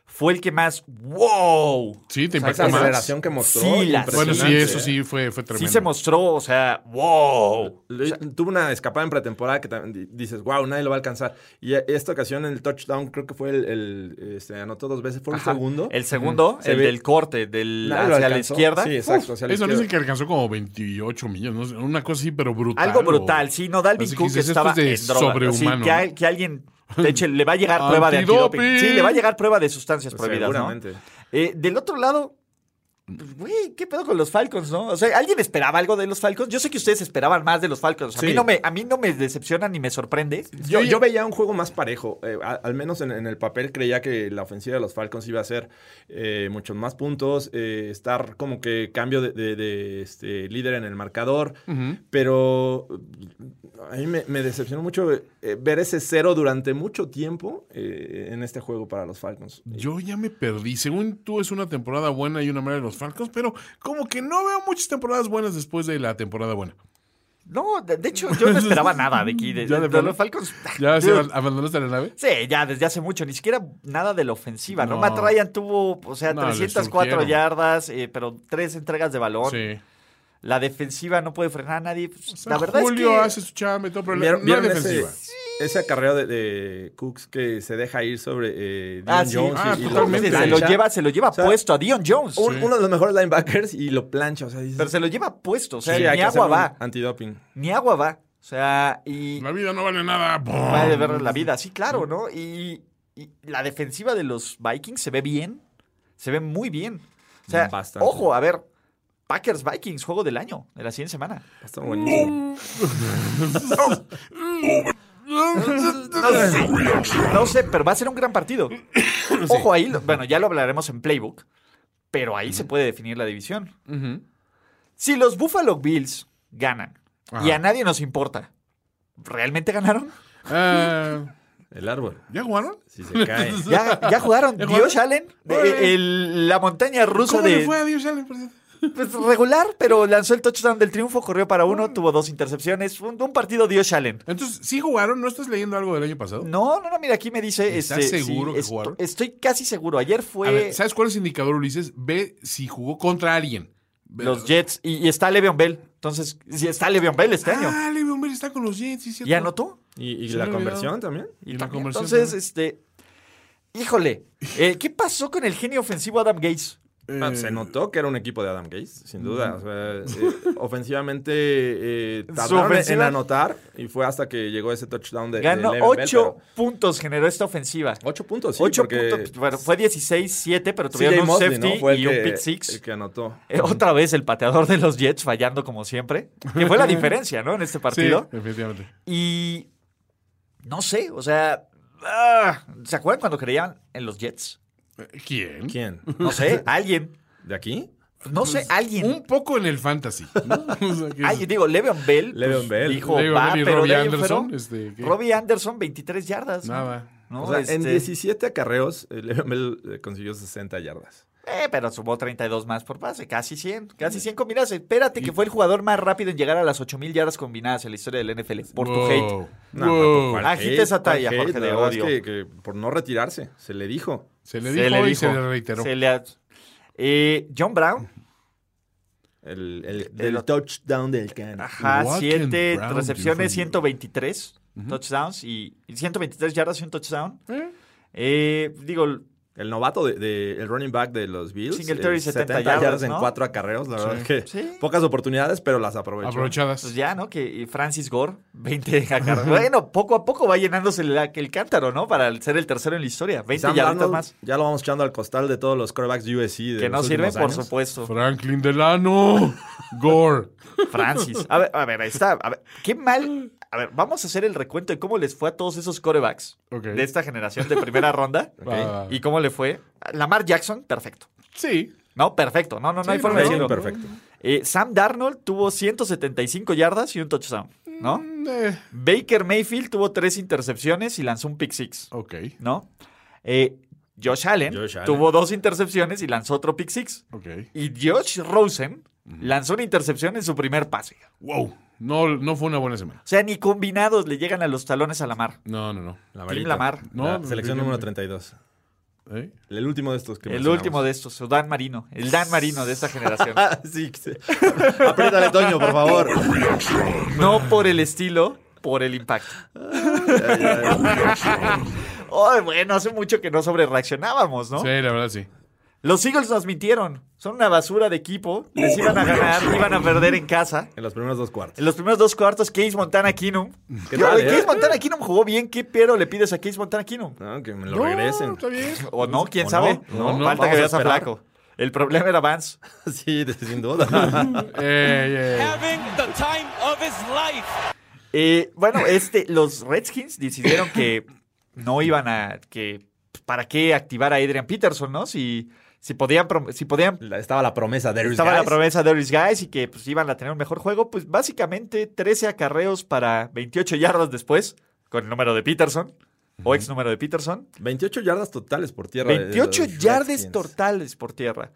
S4: fue el que más, wow.
S8: Sí, te
S5: O sea,
S8: impacta
S5: esa
S8: más.
S5: aceleración que mostró.
S4: Sí, la-
S8: Bueno, sí,
S5: impresionante,
S8: eso
S5: ¿eh?
S8: sí fue, fue tremendo.
S4: Sí se mostró, o sea, wow.
S5: Le- tuvo una escapada en pretemporada que también di- dices, wow, nadie lo va a alcanzar. Y a- esta ocasión el touchdown creo que fue el, el, este, anotó dos veces, fue un
S4: Ajá.
S5: segundo.
S4: El segundo,
S5: Se
S4: el
S5: ve-
S4: del corte, del
S5: Nadie lo
S4: hacia la
S5: alcanzó.
S4: izquierda.
S5: Sí, exacto, hacia la
S8: Eso
S5: izquierda.
S8: no dicen que alcanzó como 28 millones, no sé, una cosa así, pero brutal.
S4: Algo
S8: o-
S4: brutal, sí, no, Dalvin
S8: Así que
S4: Cook
S8: dices, esto
S4: estaba
S8: es de
S4: en droga.
S8: sobrehumano.
S4: Sí, que, al- que alguien de hecho, le va a llegar prueba de antidoping.
S8: Antidoping.
S4: Sí, le va a llegar prueba de sustancias
S5: Pues
S4: prohibidas, ¿no?
S5: seguramente.
S4: Eh, del otro lado, pues, güey, ¿qué pedo con los Falcons, no? O sea, ¿alguien esperaba algo de los Falcons? Yo sé que ustedes esperaban más de los Falcons. A, mí,
S5: Sí.
S4: no me, a mí no me decepciona ni me sorprende.
S5: Yo, yo veía un juego más parejo. eh, a- al menos en, en el papel creía que la ofensiva de los Falcons iba a ser eh, muchos más puntos, eh, estar como que cambio de, de- de, este, líder en el marcador. Pero eh, a mí me, me decepcionó mucho eh, ver ese cero durante mucho tiempo eh, en este juego para los Falcons.
S8: Yo ya me perdí. Según tú, es una temporada buena y una mala de los Falcons, pero como que no veo muchas temporadas buenas después de la temporada buena.
S4: No, de, de hecho, yo no esperaba nada de aquí. De,
S8: Ya de
S4: de
S8: plano.
S4: los Falcons.
S8: ¿Ya se
S4: Dude.
S8: van- abandonaste la nave?
S4: Sí, ya desde hace mucho, ni siquiera nada de la ofensiva. No,
S8: No.
S4: Matt Ryan tuvo, o sea,
S8: No, le
S4: 304
S8: surgieron.
S4: yardas, eh, pero tres entregas de balón.
S8: Sí.
S4: La defensiva no puede frenar a nadie. Pues,
S8: O sea,
S4: la verdad
S8: Julio
S4: es
S8: hace su chamba y todo, pero la-
S9: ¿Vieron-
S8: no hay
S9: vieron ese-
S8: defensiva.
S5: Ese acarreo de, de Cooks que se deja ir sobre eh,
S4: que. Ah,
S5: Deion
S4: sí,
S5: Jones.
S8: Ah,
S5: y- y,
S8: totalmente.
S4: Se lo
S5: plancha.
S4: lleva, se lo lleva
S5: sea,
S4: puesto a Dion Jones.
S5: Un- Uno de los mejores linebackers y lo plancha. O sea, dices,
S4: Pero se lo lleva puesto. O sea,
S5: sí, hay
S4: ni
S5: que hacer
S4: agua
S5: un
S4: va.
S5: Antidoping.
S4: Ni agua va. O sea, y.
S8: La vida no vale nada.
S4: Va de ver la vida, sí,
S5: Mm.
S4: claro, ¿no? Y, y la defensiva de los Vikings se ve bien. Se ve muy bien. O sea,
S5: Bastante.
S4: ojo, a ver. Packers Vikings, juego del año, de la siguiente semana.
S5: Está buenísimo.
S4: No sé, no sé, pero va a ser un gran partido. Ojo ahí, lo- bueno, ya lo hablaremos en Playbook, pero ahí se puede definir la división. Si los Buffalo Bills ganan y a nadie nos importa, ¿realmente ganaron?
S8: Ah,
S5: El árbol.
S8: ¿Ya jugaron?
S5: Si se cae.
S4: ¿Ya, ya jugaron
S8: jugaron?
S4: Dios Allen? De-
S8: Órale.
S4: el- la montaña rusa
S8: ¿Cómo le
S4: de,
S8: fue a Dios Allen? por cierto?
S4: Pues regular, pero lanzó el touchdown del triunfo, corrió para uno, tuvo dos intercepciones. Un, un partido dio Allen.
S8: Entonces, ¿sí jugaron? ¿No estás leyendo algo del año pasado?
S4: No, no, no, mira, aquí me dice.
S8: ¿Estás
S4: este,
S8: seguro que
S4: esto-
S8: jugaron?
S4: Estoy casi seguro. Ayer fue
S8: A ver, ¿sabes cuál es el indicador, Ulises? Ve si jugó contra alguien. Ve-
S4: los Jets y, y está Le'Veon Bell. Entonces, si está Le'Veon Bell este año.
S8: Ah, Le'Veon Bell está con los Jets, sí, es cierto.
S4: ¿Y anotó?
S5: Y, y
S8: Se me
S5: la
S8: había
S5: conversión también.
S8: Y la
S4: También.
S8: conversión
S4: Entonces,
S8: también.
S4: este. Híjole, eh, ¿qué pasó con el genio ofensivo Adam Gates?
S8: Eh.
S5: Ah, se notó que era un equipo de Adam Gates, sin duda. O sea, eh, ofensivamente eh, tardaron en
S4: ofensiva-
S5: anotar y fue hasta que llegó ese touchdown de, de
S4: Ganó
S5: Le'Veon Bell,
S4: ocho
S5: pero-
S4: puntos, generó esta ofensiva.
S5: Ocho puntos, sí.
S4: Ocho
S5: porque
S4: puntos. pues, Bueno, fue 16-7, pero
S5: CJ
S4: tuvieron un
S5: Mosley,
S4: safety
S5: ¿no? Fue el
S4: y
S5: que-
S4: un pick six.
S5: El que anotó.
S4: Eh, otra vez el pateador de los Jets fallando como siempre. Que fue la diferencia, ¿no? En este
S8: Sí,
S4: partido.
S8: efectivamente.
S4: Y no sé, o sea... ah, ¿Se acuerdan cuando creían en los Jets?
S8: ¿Quién?
S5: ¿Quién?
S4: No sé, alguien.
S5: ¿De aquí?
S4: No
S5: Pues,
S4: sé,
S8: Un
S4: alguien.
S8: poco en el fantasy. ¿no? O sea, que
S4: Alguien,
S8: es-
S4: Ah, digo, Le'Veon Bell.
S5: Le'Veon
S4: pues,
S5: Bell.
S4: Dijo,
S8: Le'Veon
S4: va,
S8: Bell y
S4: pero
S8: Robbie
S4: de ahí
S8: Anderson,
S4: fueron-
S8: este, ¿qué?
S4: Robbie Anderson, 23 yardas. ¿no?
S8: Nada.
S4: ¿No?
S5: o sea, en
S4: Este,
S5: 17 acarreos, eh, Le'Veon Bell eh, consiguió 60 yardas.
S4: eh, pero sumó 32 más por pase, casi 100, casi 100 combinadas. Espérate que fue el jugador más rápido en llegar a las 8000 yardas combinadas en la historia del NFL. Por tu hate.
S8: Wow.
S5: No,
S8: Wow.
S5: ¿cuál
S4: Agita
S5: hate?
S4: esa
S5: ¿Cuál
S4: talla,
S5: hate?
S4: Jorge,
S5: La
S4: de
S5: verdad es
S4: odio.
S5: que- que por no retirarse, se le dijo.
S8: Se le dijo y se le reiteró.
S4: se le ad- Eh, John Brown,
S5: El, el,
S4: De
S5: el
S4: lo- Ah.
S5: touchdown del can.
S4: ajá,
S8: Walking
S4: 7
S8: Brown,
S4: recepciones,
S8: Jeffrey.
S4: 123 touchdowns y y 123 yardas y un touchdown.
S8: Eh.
S4: Eh, digo,
S5: El novato de, de- el running back de los Bills.
S4: Singletary,
S5: eh,
S4: 70
S5: yardas,
S4: yardas,
S5: en
S4: ¿no?
S5: cuatro acarreos, la verdad es que
S4: Sí.
S5: pocas oportunidades, pero las aprovechó.
S8: Aprovechadas.
S4: pues ya, ¿no? Que y Francis Gore, 20 acarreos. bueno, poco a poco va llenándose la- el cántaro, ¿no? Para ser el tercero en la historia. 20
S5: Sam
S4: yarditas
S5: Darnold,
S4: más.
S5: Ya lo vamos echando al costal de todos los quarterbacks USC. De
S4: Que no
S5: los
S4: sirve,
S5: últimos
S4: por
S5: años.
S4: supuesto.
S8: Franklin Delano. Gore.
S4: Francis. A ver, a ver, ahí está. A ver, qué mal. A ver, vamos a hacer el recuento de cómo les fue a todos esos corebacks
S8: Ok.
S4: de esta generación de primera ronda.
S8: Va.
S4: ¿Y cómo le fue? Lamar Jackson, perfecto.
S8: Ah, Sí.
S4: No, perfecto. No, no, no hay
S8: Sí,
S4: forma de
S8: no,
S4: decirlo.
S5: Perfecto.
S4: Eh, Sam Darnold tuvo 175 yardas y un touchdown, ¿no?
S8: Eh,
S4: Baker Mayfield tuvo tres intercepciones y lanzó un pick six,
S8: ok.
S4: ¿no? Eh, Josh, Allen
S5: Josh Allen.
S4: tuvo dos intercepciones y lanzó otro pick six.
S8: Ok.
S4: Y Josh Rosen lanzó una intercepción en su primer pase.
S8: Wow. No, no fue una buena semana.
S4: O sea, ni combinados le llegan a los talones a la mar.
S8: No, no, no.
S5: La
S4: Tim
S5: varita.
S4: Lamar.
S8: No,
S5: La selección número 32.
S8: ¿Eh?
S5: El último de estos que
S4: El último de estos, su Dan Marino. El Dan Marino de esta generación.
S5: Ah, sí, sí. Apriétale, Toño, por favor.
S4: No por el estilo, por el impacto. Ay, bueno, hace mucho que no sobre reaccionábamos, ¿no?
S8: Sí, la verdad sí.
S4: Los Eagles nos mintieron. Son una basura de equipo. Les iban a ganar, iban a perder en casa.
S5: En los primeros dos cuartos.
S4: En los primeros dos cuartos, Case Montana Keenum.
S5: ¿Qué
S4: Yo,
S5: tal,
S4: de
S5: eh?
S4: Case Montana Keenum jugó bien. ¿Qué pero le pides a Case Montana Keenum?
S5: No, que me lo
S8: No,
S5: regresen.
S8: Está bien.
S4: O no, quién
S5: ¿O
S4: sabe.
S5: no?
S4: No, falta
S5: No, vamos
S4: que
S5: a
S4: veas a
S5: esperar.
S4: Flaco. El problema era Vance.
S5: Sí, de- sin duda.
S8: Eh, eh.
S10: Having the time of his life.
S4: Eh, bueno, este, los Redskins decidieron que no iban a. que ¿Para qué activar a Adrian Peterson, no? Si, si podían. prom- Si podían
S5: La- estaba la promesa de Darius
S4: estaba la
S5: Guys.
S4: promesa de Oris Guys y que pues, iban a tener un mejor juego. Pues básicamente 13 acarreos para 28 yardas después, con el número de Peterson, o ex número de Peterson.
S5: 28 yardas totales por tierra. de- de
S4: 28
S5: los
S4: yardas
S5: Redskins.
S4: totales por tierra.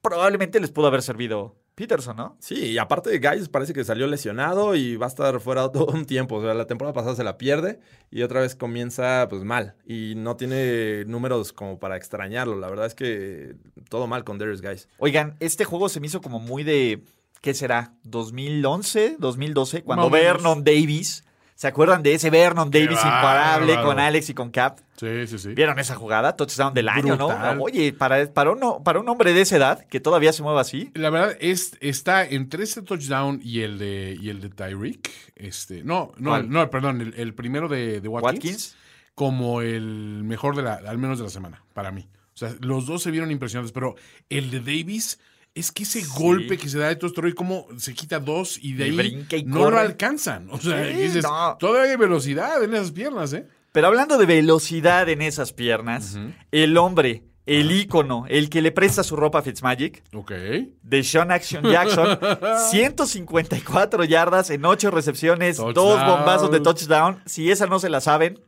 S4: Probablemente les pudo haber servido Peterson, ¿no?
S5: Sí, y aparte de Guys parece que salió lesionado y va a estar fuera todo un tiempo. O sea, la temporada pasada se la pierde y otra vez comienza pues mal. Y no tiene números como para extrañarlo. La verdad es que todo mal con Darius Guys.
S4: Oigan, este juego se me hizo como muy de. ¿Qué será? ¿2011? ¿2012? Cuando
S8: Más o menos.
S4: Vernon Davis. ¿Se acuerdan de ese Vernon Davis imparable
S8: bárbaro.
S4: con Alex y con Cap?
S8: Sí, sí, sí.
S4: ¿Vieron esa jugada? Touchdown del año,
S8: Brutal.
S4: ¿no? Oye, para, para, un, para un hombre de esa edad que todavía se mueva así.
S8: La verdad, es, está entre este touchdown y el de, y el de Tyreek. Este, no, no,
S4: ¿Cuál?
S8: no, perdón, el, el primero de, de Watkins,
S4: Watkins.
S8: como el mejor de la, al menos de la semana, para mí. O sea, los dos se vieron impresionantes, pero el de Davis es que ese golpe que se da de Tostoro y cómo se quita dos y de
S4: Y
S8: ahí
S4: brinca y
S8: no lo
S4: corre.
S8: alcanzan. O sea,
S4: Sí,
S8: dices,
S4: no.
S8: todavía hay velocidad en esas piernas, ¿eh?
S4: Pero hablando de velocidad en esas piernas, el hombre,
S8: Ah.
S4: el ícono, el que le presta su ropa a Fitzmagic,
S8: Ok.
S4: de Sean Action Jackson, 154 yardas en 8 recepciones, dos
S8: Touchdown.
S4: bombazos de touchdown. Si esa no se la saben,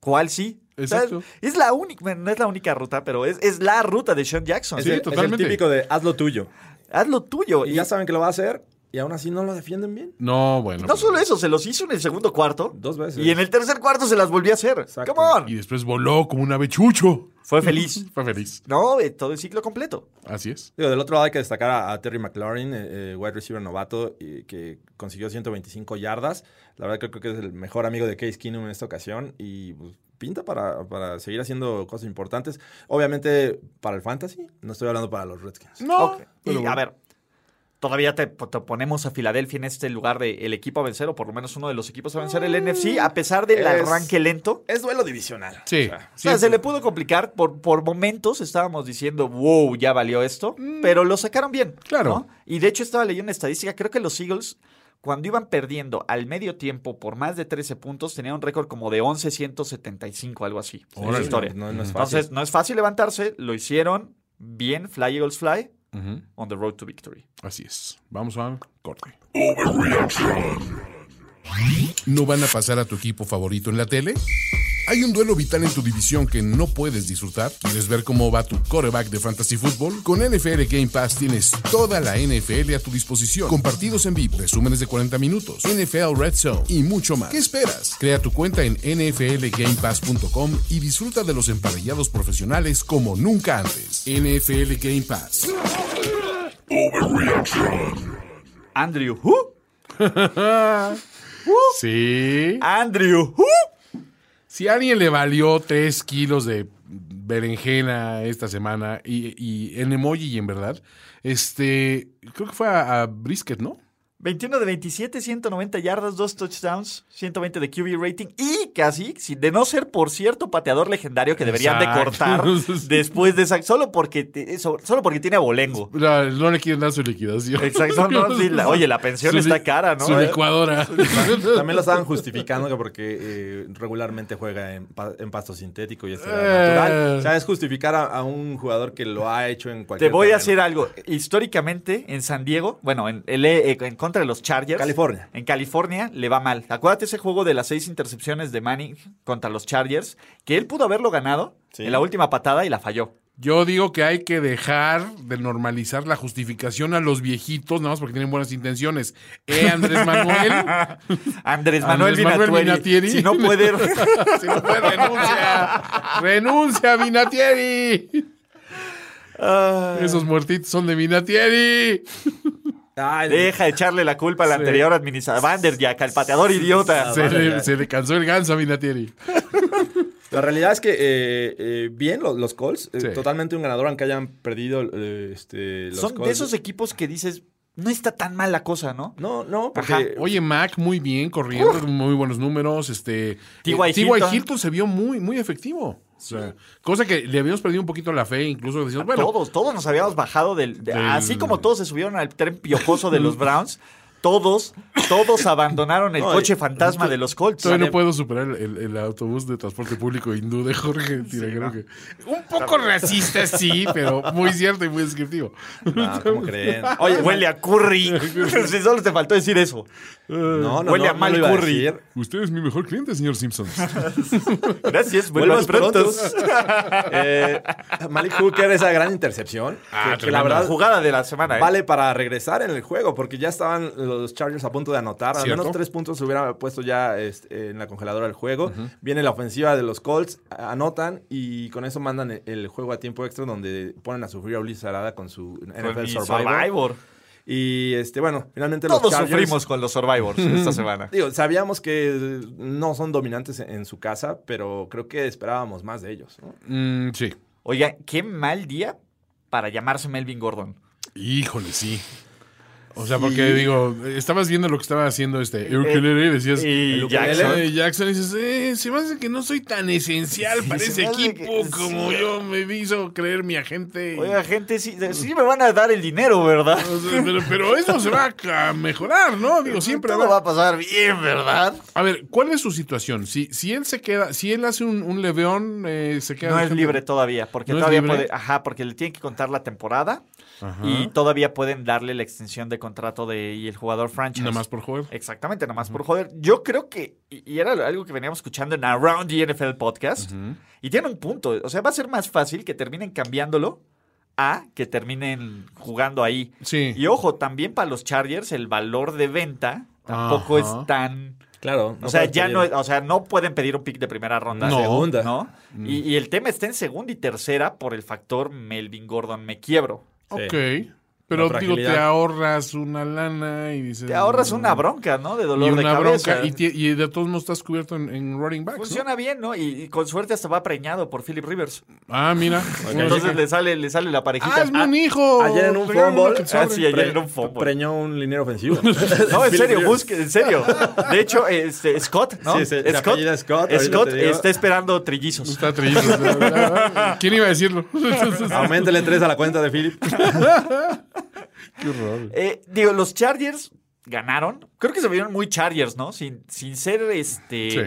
S4: ¿cuál sí? O sea,
S8: Exacto.
S4: Es la única, bueno, no es la única ruta, pero es, es la ruta de Sean Jackson.
S8: Es Sí,
S5: Es el-
S8: totalmente.
S5: Es el típico de haz lo tuyo.
S4: Haz lo tuyo.
S5: Y
S4: Y
S5: ya saben que lo va a hacer y aún así no lo defienden bien.
S8: No, bueno.
S4: no
S8: pues,
S4: solo eso, se los hizo en el segundo cuarto.
S5: Dos veces.
S4: Y en el tercer cuarto se las volvió a hacer.
S5: Exacto.
S4: Come on.
S8: pues, Y después voló como un avechucho.
S4: Fue feliz.
S8: Fue feliz.
S4: No, eh, todo el ciclo completo.
S8: Así es.
S5: Digo, del otro lado hay que destacar a, a Terry McLaurin, eh, eh, wide receiver novato, y que consiguió 125 yardas. La verdad creo, creo que es el mejor amigo de Case Keenum en esta ocasión y pues, pinta para, para seguir haciendo cosas importantes. Obviamente para el fantasy, no estoy hablando para los Redskins.
S8: No.
S4: Ok. Y
S8: pero
S4: a
S8: bueno.
S4: ver, todavía te, pues, te ponemos a Filadelfia en este lugar del equipo a vencer, o por lo menos uno de los equipos a vencer
S8: Mm,
S4: el NFC, a pesar del
S5: es-
S4: arranque lento.
S5: Es duelo divisional.
S8: Sí.
S5: O sea,
S4: O sea,
S8: sí,
S4: se le pudo complicar. Por, por momentos estábamos diciendo, wow, ya valió esto. Pero lo sacaron bien.
S8: Mm. Claro.
S4: ¿no? Y de hecho, estaba leyendo una estadística. Creo que los Eagles, cuando iban perdiendo al medio tiempo por más de 13 puntos, tenían un récord como de 11-175, algo así. en la
S8: Órale.
S4: historia.
S5: No, no es fácil.
S4: Entonces, no es fácil levantarse. Lo hicieron bien. Fly Eagles Fly.
S8: Ujú.
S4: On the road to victory.
S8: Así es. Vamos a corte. ¿No van a pasar a tu equipo favorito en la tele? ¿Hay un duelo vital en tu división que no puedes disfrutar? ¿Quieres ver cómo va tu coreback de fantasy fútbol? Con NFL Game Pass tienes toda la NFL a tu disposición, con partidos en vivo, resúmenes de 40 minutos, NFL Red Zone y mucho más. ¿Qué esperas? Crea tu cuenta en nflgamepass.com y disfruta de los emparrillados profesionales como nunca antes. NFL Game Pass.
S4: Andrew Who?
S8: Sí.
S4: Andrew Who?
S8: Si a alguien le valió 3 kilos de berenjena esta semana, y, y en emoji y en verdad, este, creo que fue a, a Brisket, ¿no?
S4: 21 de 27, 190 yardas, 2 touchdowns, 120 de QB rating y casi, si de no ser por cierto pateador legendario que deberían de
S8: Exacto.
S4: cortar después de esa, solo porque te- eso- solo porque tiene abolengo.
S8: La- no le quieren dar su liquidación.
S4: Exacto, no, sí, la- oye, la pensión
S8: Su li-
S4: está cara, ¿no? Eh,
S8: Su licuadora.
S5: También lo estaban justificando que porque eh, regularmente juega en, pa- en pasto sintético y esto era
S8: Eh.
S5: natural. O sea, es justificar a, a un jugador que lo ha hecho en
S4: Te
S5: cualquier
S4: voy a
S5: terreno.
S4: hacer algo. Históricamente, en San Diego, bueno, en, el- eh, en contra de los Chargers.
S5: California.
S4: En California le va mal. Acuérdate ese juego de las seis intercepciones de Manning contra los Chargers, que él pudo haberlo ganado
S5: Sí.
S4: en la última patada y la falló.
S8: Yo digo que hay que dejar de normalizar la justificación a los viejitos, nada más porque tienen buenas intenciones. Eh, Andrés Manuel,
S4: Andrés Manuel,
S8: Andrés Manuel
S4: Vinatieri,
S8: Vinatieri.
S4: Si no puede.
S8: si no puede, renuncia. Renuncia, Vinatieri.
S4: Ah,
S8: Esos muertitos son de Vinatieri.
S5: Ay,
S4: deja de echarle la culpa al anterior administrador. Vanderjack, al pateador idiota.
S8: Se,
S5: vale,
S8: le,
S5: ya.
S8: se le cansó el ganso a Vinatieri.
S5: La realidad es que eh, eh, bien los, los Colts, eh,
S8: Sí.
S5: totalmente un ganador, aunque hayan perdido eh, este, los
S4: Son
S5: Colts.
S4: de esos equipos que dices, no está tan mal la cosa, ¿no?
S5: No, no, porque
S4: Ajá.
S8: Oye, Mac, muy bien, corriendo, muy buenos números. Este,
S4: T.Y.
S8: eh, T.Y. Hilton.
S4: Hilton
S8: se vio muy, muy efectivo. O sea, cosa que le habíamos perdido un poquito la fe, incluso decíamos, bueno,
S4: todos, todos nos habíamos bajado del, de-
S8: Del-
S4: Así como todos se subieron al tren piojoso de los Browns, todos Todos abandonaron el
S11: No,
S4: coche
S11: y-
S4: fantasma de los Colts.
S8: Todavía no puedo superar el, el autobús de transporte público hindú de Jorge Tiraguero, que- Un poco racista, sí, pero muy cierto y muy descriptivo.
S5: No, ¿cómo creen?
S4: Oye, huele a curry. Sí, Solo te faltó decir eso.
S5: No, no,
S4: Huele
S5: no,
S4: a
S5: no
S4: mal
S5: lo iba
S4: curry.
S5: decir.
S8: Usted es mi mejor cliente, señor Simpson.
S4: Gracias, vuelvas
S5: Vuelvas
S4: pronto.
S5: eh, Malik Hooker, esa gran intercepción.
S4: Ah,
S5: que, que la
S4: La
S5: verdad
S4: jugada de la semana. ¿eh?
S5: vale para regresar en el juego, porque ya estaban los Chargers a punto de anotar. Al
S8: ¿Cierto?
S5: menos tres puntos se hubiera puesto ya este, en la congeladora del juego. Viene la ofensiva de los Colts, anotan y con eso mandan e, el- el juego a tiempo extra, donde ponen a sufrir a Ulises Arada con su
S4: Con
S5: NFL
S4: mi
S5: Survivor.
S4: Survivor.
S5: Y este, bueno, finalmente los
S4: Todos
S5: Chargers.
S4: sufrimos con los Survivors esta semana.
S5: Digo, sabíamos que eh, no son dominantes en en su casa, pero creo que esperábamos más de ellos. ¿no?
S8: Mm, sí.
S4: Oiga, qué mal día para llamarse Melvin Gordon.
S8: Híjole, sí. O sea, porque digo, estabas viendo lo que estaba haciendo este Ukulele y decías.
S4: Eh, Y
S8: "El
S4: Jackson".
S8: ukulele de Jackson y dices, eh, se me hace que no soy tan esencial para
S4: se
S8: ese
S4: me hace
S8: equipo
S4: que-
S8: como yo me hizo creer mi agente. y-
S4: Oiga, gente, sí, sí me van a dar el dinero, ¿verdad?
S8: O sea, pero, pero eso se va a mejorar, ¿no? Digo, siempre
S4: Todo
S8: habrá-
S4: va a pasar bien, ¿verdad?
S8: A ver, ¿cuál es su situación? Si, si él se queda, si él hace un, un leveón, eh, se queda.
S4: No es libre todavía, porque
S8: ¿No es
S4: todavía
S8: libre?
S4: puede, ajá, porque le tienen que contar la temporada y todavía pueden darle la extensión de contrato de y el jugador franchise.
S8: Nada más por jugar.
S4: Exactamente, nada más por joder. Yo creo que, y y era algo que veníamos escuchando en Around the NFL podcast, y tiene un punto, o sea, va a ser más fácil que terminen cambiándolo a que terminen jugando ahí.
S8: Sí.
S4: Y ojo, también para los Chargers el valor de venta tampoco
S8: Ajá.
S4: es tan...
S5: Claro.
S4: O sea, ya no, o sea, no pueden pedir un pick de primera ronda.
S8: No.
S5: Segunda. Mm.
S4: ¿no? Y, y el tema está en segunda y tercera por el factor Melvin Gordon me quiebro.
S8: Ok.
S5: La
S8: Pero digo,
S5: fragilidad.
S8: te ahorras una lana y dices. "Mm,
S4: Te
S5: Mm.
S4: ahorras una bronca, ¿no? De
S8: Y
S4: dolor de
S8: una
S4: cabeza.
S8: bronca. Y, ti- y de todos modos estás cubierto en, en running backs. ¿no?
S4: Funciona bien, ¿no? Y, y con suerte hasta va preñado por Philip Rivers.
S8: Ah, mira. Una
S4: Entonces
S8: chica.
S4: le sale, le sale la parejita.
S8: ¡Hazme un hijo!
S5: Ayer en un
S8: Regálame
S5: fumble,
S8: lo que sobre.
S4: ah, sí, ayer
S5: Pre-
S4: en un fumble.
S5: Preñó un liniero ofensivo.
S4: No, en
S5: Philip
S4: serio,
S5: Rivers.
S4: busque, en serio. De hecho, este, Scott, ¿no?
S5: Sí, se- se apellida Scott, ahorita
S4: Scott
S5: te digo.
S4: está esperando trillizos.
S8: Está triste. ¿Quién iba a decirlo?
S5: Auméntele tres a la cuenta de Philip.
S4: Eh, digo, los Chargers ganaron. Creo que se vieron muy Chargers, ¿no? Sin, sin ser este.
S8: Sí.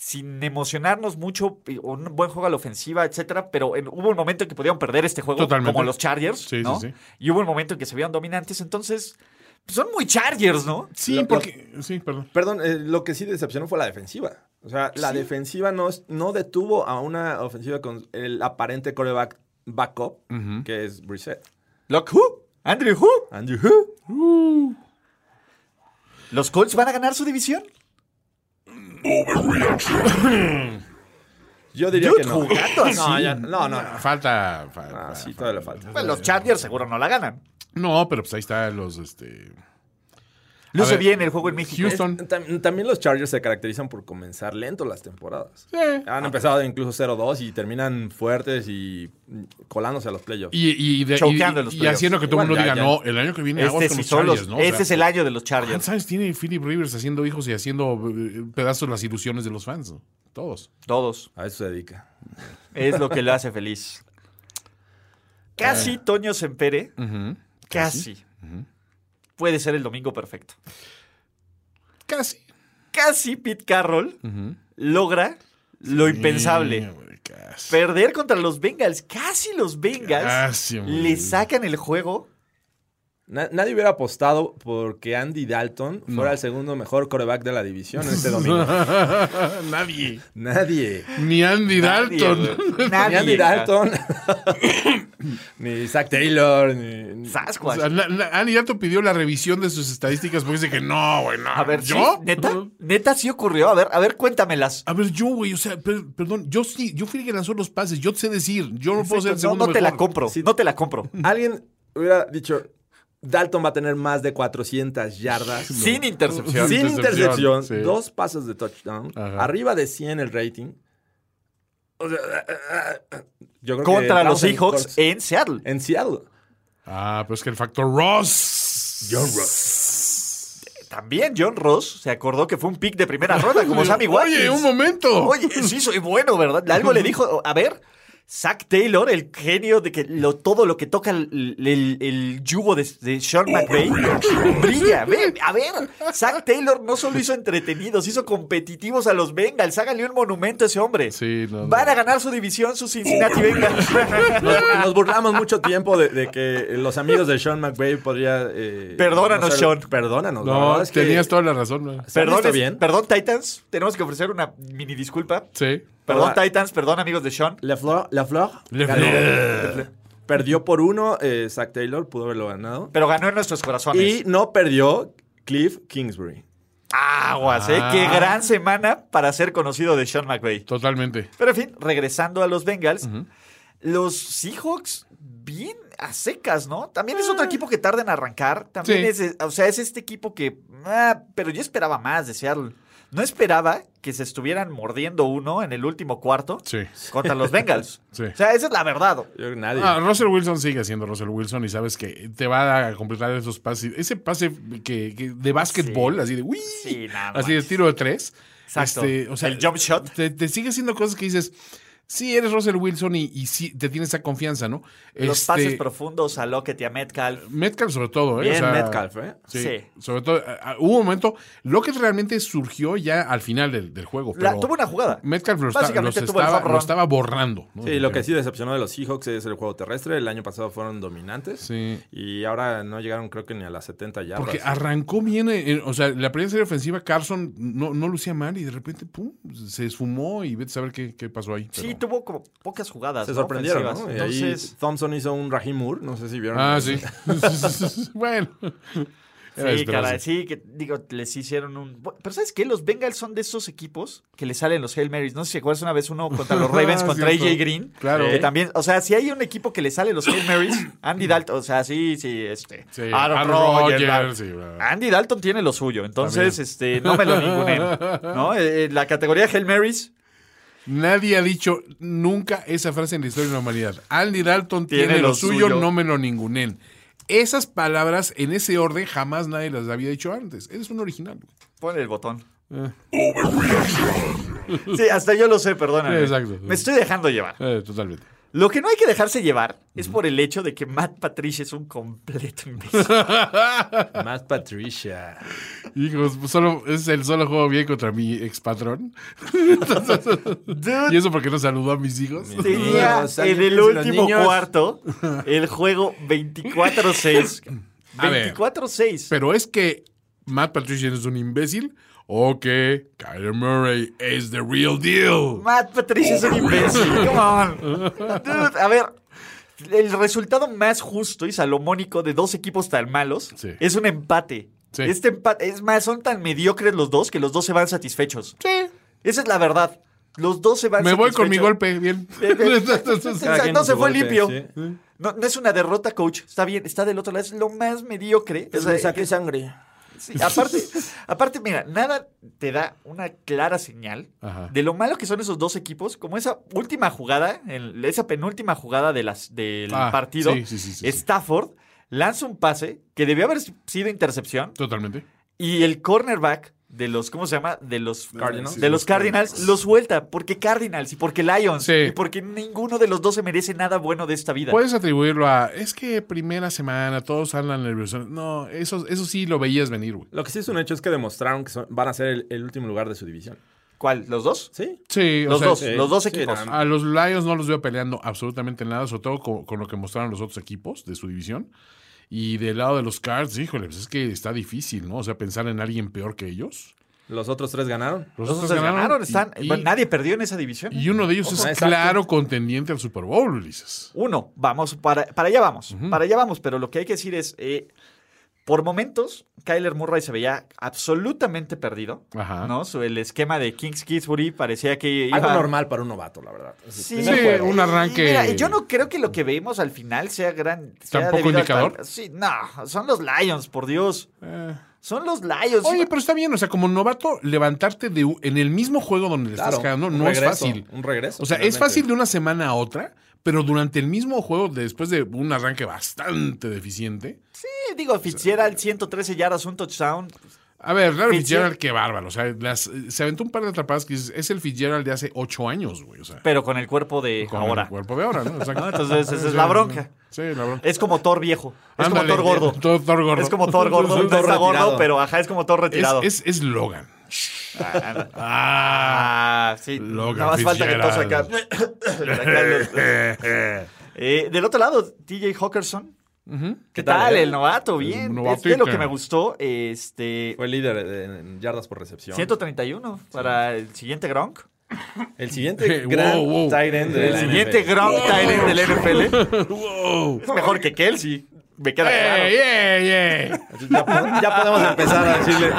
S4: Sin emocionarnos mucho, y un buen juego a la ofensiva, etcétera, pero en- hubo un momento en que podían perder este juego,
S8: Totalmente.
S4: como los Chargers,
S8: Sí, sí,
S4: ¿no?
S8: sí.
S4: Y hubo un momento en que se vieron dominantes, entonces pues, son muy Chargers, ¿no?
S8: sí, porque. Sí, perdón.
S5: Perdón, eh, lo que sí decepcionó fue la defensiva. O sea, la defensiva no, es- no detuvo a una ofensiva con el aparente coreback backup, que es Brissett.
S4: Lock who? Andrew who?
S5: Andrew Who.
S4: ¿Los Colts van a ganar su división?
S5: Yo diría
S4: Dude,
S5: que no.
S4: jugando así.
S5: No, ya- no, no, no.
S8: Falta. fa-
S5: Ah,
S8: fa-
S5: sí, todavía le falta.
S4: Pues, los Chargers seguro no la ganan.
S8: No, pero pues ahí están los. Este,
S4: Luce
S8: ver,
S4: bien el juego en México.
S8: Houston.
S5: Tam- También los Chargers se caracterizan por comenzar lento las temporadas. Han empezado incluso 0-2 y terminan fuertes y colándose a los playoffs.
S8: Y, y, de- y,
S4: Choqueando en los
S8: y
S4: playoffs.
S8: haciendo que todo el mundo
S5: Igual,
S8: diga,
S5: ya, ya.
S8: no, el año que viene aguas
S4: Este,
S8: con
S4: sí
S8: los
S4: son los-
S8: Chargers, ¿no? O sea,
S4: este es el año de los Chargers.
S8: ¿Cuántos años tiene Philip Rivers haciendo hijos y haciendo eh, pedazos las ilusiones de los fans? no? Todos.
S4: Todos.
S5: A eso se dedica.
S4: Es lo que lo hace feliz. Casi Toño Sempere. Casi. Puede ser el domingo perfecto.
S8: Casi.
S4: Casi Pete Carroll logra lo impensable.
S8: güey, casi.
S4: Perder contra los Bengals. Casi los Bengals
S8: Casi, hombre.
S4: le sacan el juego.
S5: Na- nadie hubiera apostado porque Andy Dalton fuera el segundo mejor coreback de la división en este domingo.
S8: Nadie.
S5: nadie.
S8: Ni Andy
S4: Nadie,
S8: Dalton.
S4: güey.
S5: Ni Andy
S4: Nadie.
S5: Dalton. ni Zach Taylor. Ni...
S8: O
S4: Sasquatch.
S8: sea, la- la- Andy Dalton pidió la revisión de sus estadísticas porque dice que no, güey, no.
S4: A ver, ¿sí?
S8: ¿yo?
S4: ¿Neta? ¿Neta sí ocurrió? A ver, a ver, cuéntamelas.
S8: A ver, yo, güey, o sea, per- perdón, yo sí, yo fui el que lanzó los pases, yo sé decir, yo no puedo ser el
S4: No,
S8: segundo
S4: no te la
S8: mejor.
S4: compro. No te la compro.
S5: Alguien hubiera dicho, Dalton va a tener más de 400 yardas.
S4: Sin intercepción.
S5: Sin
S8: Intercepción,
S5: intercepción,
S8: sí.
S5: dos pasos de touchdown,
S8: Ajá.
S5: arriba de 100 el rating. O sea, ah, ah, ah, yo creo que
S4: contra los Seahawks
S5: entramos en Colts-
S4: en Seattle.
S5: en Seattle.
S8: Ah, pero es que el factor Ross. John Ross.
S4: También John Ross se acordó que fue un pick de primera ronda, como Sammy Watkins.
S8: Oye, un momento.
S4: Oye, sí, soy bueno, ¿verdad? Algo le dijo, a ver, Zach Taylor, el genio de que lo, todo lo que toca el, el- el yugo de, de Sean McVay brilla. Ve, a ver, Zach Taylor no solo hizo entretenidos, hizo competitivos a los Bengals. Háganle un monumento a ese hombre.
S8: Sí, no, no.
S4: Van a ganar su división, sus Cincinnati Bengals.
S5: Nos, nos burlamos mucho tiempo de, de que los amigos de Sean McVay podría. eh,
S4: Perdónanos, Sean.
S5: Perdónanos. la
S8: No,
S5: verdad es que
S8: tenías toda la razón. man.
S5: se han
S4: Perdón,
S5: visto
S4: es-
S5: bien.
S4: perdón, Titans. Tenemos que ofrecer una mini disculpa.
S8: Sí.
S4: Perdón,
S5: Hola.
S4: Titans. Perdón, amigos de Sean.
S5: La Flor, la Flor ganó. perdió por uno. eh, Zach Taylor pudo haberlo ganado.
S4: Pero ganó en nuestros corazones.
S5: Y no perdió Cliff Kingsbury.
S4: Aguas, ¿eh?
S8: Ah.
S4: Qué gran semana para ser conocido de Sean McVay.
S8: Totalmente.
S4: Pero en fin, regresando a los Bengals, los Seahawks bien a secas, ¿no? También es otro equipo que tarda en arrancar. También
S8: Eh. Sí.
S4: es, o sea, es este equipo que, ah, pero yo esperaba más de Seattle. No esperaba que se estuvieran mordiendo uno en el último cuarto
S8: Sí.
S4: contra los Bengals.
S8: Sí.
S4: O sea, esa es la verdad.
S5: Yo creo que nadie.
S8: Ah, Russell Wilson sigue siendo Russell Wilson y sabes que te va a completar esos pases. Ese pase que, que- de básquetbol, así de uy,
S4: Sí, nada
S8: así de
S4: más.
S8: tiro de tres.
S4: Exacto.
S8: Este, o sea,
S4: El jump shot.
S8: Te, te sigue haciendo cosas que dices, sí, eres Russell Wilson y, y sí, te tienes esa confianza, ¿no?
S4: Los
S8: Este,
S4: pases profundos a Lockett y a Metcalf.
S8: Metcalf sobre todo, ¿eh?
S4: Bien,
S8: O sea,
S5: Metcalf, ¿eh?
S8: Sí,
S4: Sí.
S8: Sobre todo, a- a- hubo un momento, lo que realmente surgió ya al final del, del juego.
S4: La-
S8: pero
S4: tuvo una jugada.
S8: Metcalf los, esta- los
S4: Básicamente tuvo el
S8: estaba,
S4: home run.
S8: lo estaba borrando. ¿no?
S5: Sí, lo que sí decepcionó de los Seahawks es el juego terrestre. El año pasado fueron dominantes.
S8: Sí.
S5: Y ahora no llegaron, creo que ni a las 70 yardas.
S8: Porque arrancó bien, eh, eh, o sea, la primera serie ofensiva, Carson no, no lucía mal y de repente, pum, se esfumó y vete a saber qué, qué pasó ahí.
S4: Sí,
S8: pero-
S4: tuvo como pocas jugadas.
S5: se
S4: ¿no?
S5: sorprendieron, ¿no?
S4: Ofensivas.
S5: Y ahí
S4: Entonces,
S5: Thompson hizo un Rahim Moore, no sé si vieron.
S8: Ah, sí. bueno. Era
S4: sí,
S8: de
S4: caray,
S8: esperarse.
S4: sí, que digo, les hicieron un. bu- Pero ¿sabes qué? Los Bengals son de esos equipos que le salen los Hail Marys. No sé si acuerdas una vez uno contra los Ravens,
S8: Ah,
S4: contra
S8: cierto.
S4: AJ Green.
S8: Claro.
S4: Que también, o sea, si hay un equipo que le sale los Hail Marys, Andy Dalton, o sea, sí, sí, este.
S8: Sí,
S4: Aaron
S8: Aaron
S4: Rodgers,
S8: Rodgers,
S4: la-
S8: sí, bla, bla.
S4: Andy Dalton tiene lo suyo, entonces, este, no me lo ningunen. ¿No? Eh, eh, la categoría Hail Marys
S8: Nadie ha dicho nunca esa frase en la historia de la humanidad. Andy Dalton tiene, lo, suyo, no me lo ningunen. Esas palabras en ese orden jamás nadie las había dicho antes. Eres un original. güey.
S4: Pon el botón.
S8: Eh.
S4: Sí, hasta yo lo sé, perdóname.
S8: Sí, exacto.
S4: Me estoy dejando llevar.
S8: Eh, totalmente.
S4: Lo que no hay que dejarse llevar es por el hecho de que Matt Patricia es un completo imbécil.
S5: Matt Patricia.
S8: Hijos, pues, solo, es el solo juego bien contra mi ex patrón. y eso porque no saludó a mis hijos.
S4: Tenía
S5: Los
S4: en el
S5: niños, los
S4: último
S5: niños.
S4: cuarto el juego 24-6.
S8: A ver.
S4: 24-6.
S8: Pero es que Matt Patricia es un imbécil o que Kyler Murray es the real deal.
S4: Matt Patricia es un imbécil. Come on. Dude, a ver. El resultado más justo y salomónico de dos equipos tan malos
S8: Sí.
S4: es un empate.
S8: Sí.
S4: Este empate, es más, son tan mediocres los dos que los dos se van satisfechos.
S8: Sí.
S4: Esa es la verdad. Los dos se van
S8: Me voy con mi
S4: satisfechos.
S8: golpe, bien.
S4: Exacto,
S5: Cada quien
S4: no
S5: con
S4: se
S5: su
S4: fue
S5: golpe,
S4: limpio.
S5: sí.
S4: No, no es una derrota, coach. Está bien, está del otro lado. Es lo más mediocre. O sea,
S5: sangre.
S4: sí, aparte, aparte, mira, nada te da una clara señal
S8: Ajá.
S4: de lo malo que son esos dos equipos. Como esa última jugada, el- esa penúltima jugada de las, del
S8: Ah,
S4: partido,
S8: sí, sí, sí, sí, sí.
S4: Stafford lanza un pase que debió haber sido intercepción
S8: Totalmente.
S4: y el cornerback de los, ¿cómo se llama? De los
S5: Cardinals.
S4: De los Cardinals los suelta. Porque Cardinals y porque Lions.
S8: Sí. Pues-
S4: Y porque ninguno de los dos se merece nada bueno de esta vida.
S8: Puedes atribuirlo a, es que primera semana todos andan nerviosos. No, eso, eso sí lo veías venir, güey.
S5: Lo que sí es un hecho es que demostraron que son- van a ser el, el último lugar de su división.
S4: ¿Cuál? ¿Los dos?
S5: Sí.
S8: Sí, o
S4: Los
S8: sea,
S4: dos,
S8: sí.
S4: los dos
S5: Sí,
S4: equipos.
S5: no.
S8: A los Lions no los veo peleando absolutamente nada, sobre todo con, con lo que mostraron los otros equipos de su división. Y del lado de los Cards, híjole, pues es que está difícil, ¿no? O sea, pensar en alguien peor que ellos.
S5: Los otros tres ganaron.
S8: Los,
S4: los
S8: otros
S4: dos ganaron,
S8: y-
S4: están,
S8: y-
S4: bueno, nadie perdió en esa división.
S8: Y uno de ellos es
S5: exacto.
S8: claro contendiente al Super Bowl, Ulises.
S4: Uno, vamos, para, para allá vamos, para allá vamos, pero lo que hay que decir es, eh, por momentos, Kyler Murray se veía absolutamente perdido,
S8: Ajá.
S4: ¿no? Su- El esquema de Kings Kingsbury parecía que iba...
S5: Algo normal para un novato, la verdad. Así,
S4: Sí,
S8: Primer juego. un arranque-
S4: Y mira, yo no creo que lo que vemos al final sea gran. sea
S8: ¿Tampoco
S4: debido al-
S8: indicador? Eh.
S4: Sí, no, son los Lions, por Dios. Son los Lions.
S8: Oye, pero está bien, o sea, como novato, levantarte de, u- en el mismo juego donde le estás
S5: claro,
S8: cagando
S5: un
S8: no es
S5: regreso,
S8: fácil.
S5: Un regreso.
S8: O sea, es
S5: finalmente.
S8: fácil de una semana a otra, pero durante el mismo juego, después de un arranque bastante deficiente,
S4: Sí, digo, Fitzgerald 113 yardas, un touchdown.
S8: A ver, Larry Fitzgerald, qué bárbaro. O sea, las- se aventó un par de atrapadas que dices, es el Fitzgerald de hace ocho años, güey. O sea,
S4: Pero con el cuerpo de
S8: con
S4: ahora.
S8: el cuerpo de ahora, ¿no? Exacto.
S4: ¿no? Entonces, esa es la bronca.
S8: Sí, la bronca.
S4: Es como Thor viejo. Es
S8: Ándale,
S4: como Thor gordo.
S8: Thor- Thor gordo.
S4: Es como Thor gordo. No
S5: Thor
S4: está gordo,
S5: retirado.
S4: pero ajá, es como Thor
S8: Es,
S4: retirado.
S8: es, es Logan.
S4: Ah, sí.
S8: Logan
S4: Nada más falta que tos acá.
S8: Fitzgerald.
S4: Acá los- Eh, del otro lado, TJ Hawkerson. ¿Qué tal?
S5: tal, eh?
S4: El novato, bien.
S8: novato
S4: es de lo
S8: y
S4: que
S8: que-
S4: me gustó. Este.
S5: Fue líder de- en yardas por recepción.
S4: 131 para el siguiente Gronk.
S5: El siguiente
S8: Hey,
S5: gran
S8: wow, wow.
S5: tight end de
S4: El
S5: la
S4: siguiente
S5: NFL.
S4: Gronk tight end del NFL. Es mejor que Kelsey. Me queda Ah, claro.
S8: ¡Ey, ey, ey!
S5: Ya, po- ya podemos empezar a decirle.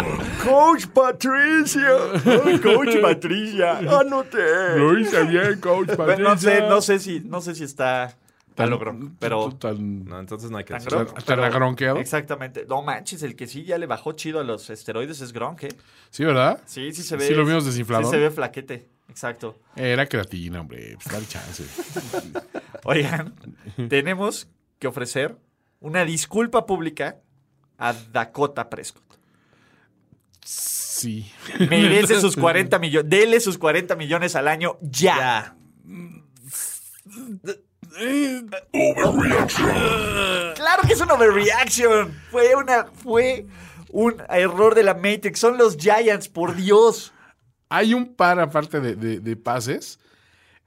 S4: Coach Patricia. Oh, Coach Patricia. Anote.
S8: Lo hice bien, coach.
S4: No sé,
S8: Patricia.
S4: no sé si, no sé si está.
S8: Tan-
S4: Tan logro, pero.
S8: Tan,
S5: No, entonces no hay que
S4: Tan
S5: decirlo.
S4: Gronk,
S8: tan
S4: pero-
S8: agronqueado.
S4: Exactamente. No manches, el que sí ya le bajó chido a los esteroides es Gronk, ¿eh?
S8: Sí, ¿verdad?
S4: Sí, sí se ve.
S8: Sí lo vimos desinflado.
S4: Sí se ve flaquete. Exacto.
S8: Era creatina, hombre. Pues dale chance.
S4: Oigan, tenemos que ofrecer una disculpa pública a Dakota Prescott.
S8: Sí.
S4: Merece sus 40 millones. Dele sus 40 millones al año ya. Claro que es una overreaction. Fue una. Fue un error de la Matrix. Son los Giants, por Dios.
S8: Hay un par aparte de, de- de pases.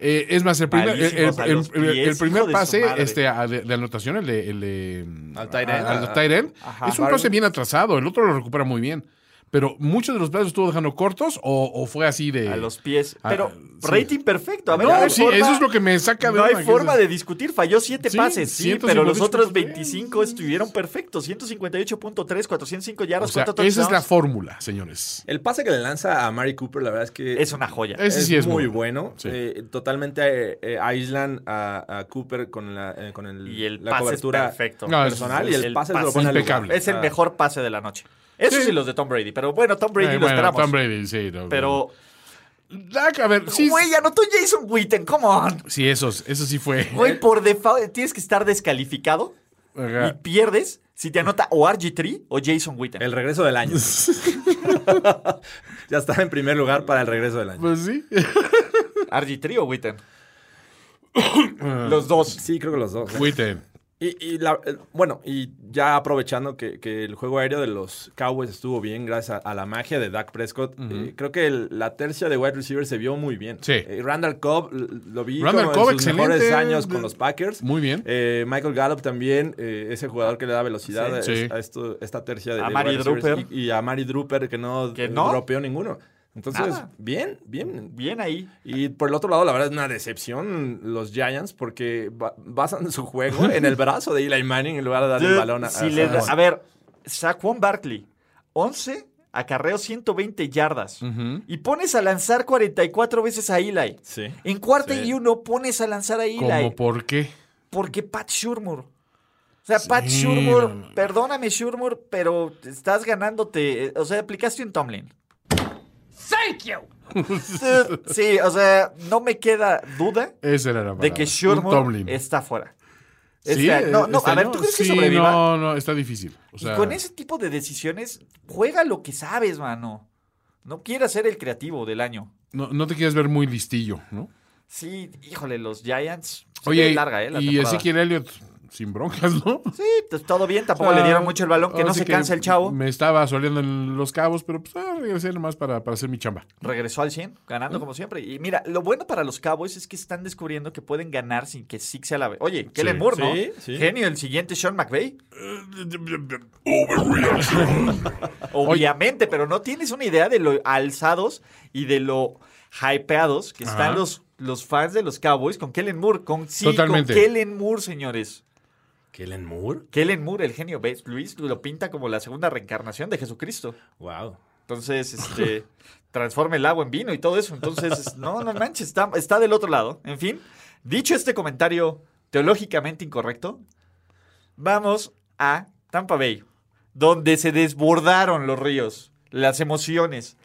S8: Eh, es más, el primer, el,
S4: Malísimos
S8: el-
S4: a los
S8: el- el-
S4: pies,
S8: el primer
S4: hijo de su
S8: pase
S4: madre.
S8: este, a- de, de anotación, el de. el de,
S5: Al tight end.
S8: a- al tight end,
S4: Ajá.
S8: es un pase bien atrasado. El otro lo recupera muy bien. Pero muchos de los pases estuvo dejando cortos o, o fue así de.
S4: A los pies.
S8: Ah,
S4: Pero
S8: sí.
S4: rating perfecto. A ver,
S8: No,
S4: no hay
S8: sí,
S4: forma-
S8: eso es lo que me saca de
S4: No hay
S8: onda, que
S4: forma
S8: es-
S4: de discutir. Falló 7
S8: Sí,
S4: pases, sí,
S8: 158
S4: pero los otros
S8: puntos.
S4: 25 estuvieron perfectos. 158.3, 405
S8: O
S4: yardas.
S8: sea,
S4: cuatro
S8: esa es la
S4: touchdowns.
S8: fórmula, señores.
S5: El pase que le lanza a Mary Cooper, la verdad es que.
S4: Es una joya.
S8: Ese sí es
S5: muy
S8: bueno.
S5: bueno.
S8: Sí.
S5: Eh, totalmente eh, eh, aíslan a, a Cooper con la, eh, con el,
S4: Y el
S5: la
S4: pase es
S5: cobertura
S4: perfecto.
S8: No, es-
S5: personal y el,
S4: el
S5: pase, se lo
S4: pase
S5: pone al lugar. Ah.
S8: impecable.
S4: Es el mejor pase de la noche. Eso sí,
S8: Sí.
S4: los de Tom Brady. Pero bueno, Tom Brady
S8: Eh,
S4: lo
S8: bueno,
S4: esperamos.
S8: Tom Brady, sí. no,
S4: Pero,
S8: Dak, a ver, sí.
S4: güey, anotó Jason Witten, come
S5: ¿Eh?
S4: on.
S8: Sí, eso, eso sí fue.
S4: Güey, por default tienes que estar descalificado y
S8: Ajá.
S4: pierdes si te anota o RG3 o Jason Witten.
S5: El regreso del año. ya está en primer lugar para el regreso del año.
S8: Pues sí.
S4: RG3 o Witten. Los dos.
S5: Sí, creo que los dos. ¿eh?
S8: Witten.
S5: Y, y la- eh, bueno, y ya aprovechando que, que el juego aéreo de los Cowboys estuvo bien gracias a, a la magia de Dak Prescott, eh, creo que el- la tercia de wide receivers se vio muy bien.
S8: Sí.
S5: Eh, Randall Cobb l- lo vi
S8: Randall
S5: como
S8: Cobb,
S5: en sus
S8: excelente.
S5: mejores años con los Packers.
S8: Muy bien.
S5: Eh, Michael Gallup también, eh, ese jugador que le da velocidad a-
S8: Sí.
S5: a, esto- esta tercia de,
S4: A
S5: de
S4: Mari
S5: wide receivers.
S4: Draper.
S5: Y, y a Mari Druper que no,
S4: Que
S5: eh,
S4: no.
S5: dropeó ninguno. Entonces,
S4: Nada.
S5: bien, bien.
S4: Bien ahí.
S5: Y por el otro lado, la verdad es una decepción los Giants porque ba- basan su juego en el brazo de Eli Manning en lugar de darle el balón a,
S4: Si
S5: a-
S4: le da-
S5: a-
S4: a ver, Saquon Barkley, 11 acarreo 120 yardas. Y pones a lanzar 44 veces a Eli.
S5: Sí.
S4: En cuarta
S5: Sí.
S4: y uno pones a lanzar a Eli.
S8: ¿Cómo por qué?
S4: Porque Pat Shurmur. O sea, Pat
S8: Sí,
S4: Shurmur,
S8: no, no.
S4: perdóname Shurmur, pero estás ganándote. eh, O sea, aplicaste un Tomlin. ¡Thank you! sí, o sea, no me queda duda
S8: Esa era la palabra.
S4: de que
S8: Un
S4: Shurmur
S8: Tomlin.
S4: está fuera.
S8: Sí,
S4: Este- no, no,
S8: este
S4: a ver,
S8: año-
S4: ¿tú crees que
S8: sí,
S4: sobreviva?
S8: No, no, está difícil. O sea,
S4: y con ese tipo de decisiones, juega lo que sabes, mano. No quieras ser el creativo del año.
S8: no, no te quieres ver muy listillo, ¿no?
S4: Sí, híjole, los Giants. sí,
S8: Oye,
S4: larga, ¿eh? La
S8: y
S4: temporada.
S8: Ezequiel Elliott, sin broncas, ¿no?
S4: Sí, pues, todo bien, tampoco le dieron mucho el balón, que
S8: Ahora
S4: no
S8: sí
S4: se cansa el chavo.
S8: Me estaba soleando en los cabos, pero pues ah, regresé nomás para, para hacer mi chamba.
S4: Regresó al 100, ganando como siempre. Y mira, lo bueno para los Cowboys es que están descubriendo que pueden ganar sin que Zig sea la... ve- Oye, Kellen Moore, ¿no?
S5: Sí, sí.
S4: Genio, el siguiente Sean McVay. Obviamente, pero no tienes una idea de lo alzados y de lo hypeados que están
S8: Ajá.
S4: los, los fans de los Cowboys con Kellen Moore, con sí,
S8: Totalmente.
S4: con Kellen Moore, señores.
S5: Kellen Moore.
S4: Kellen Moore, el genio, ¿ves? Luis lo pinta como la segunda reencarnación de Jesucristo.
S5: Wow.
S4: Entonces, este, transforma el agua en vino y todo eso. Entonces, es- no, no manches, está, está del otro lado. En fin, dicho este comentario teológicamente incorrecto, vamos a Tampa Bay, donde se desbordaron los ríos, las emociones.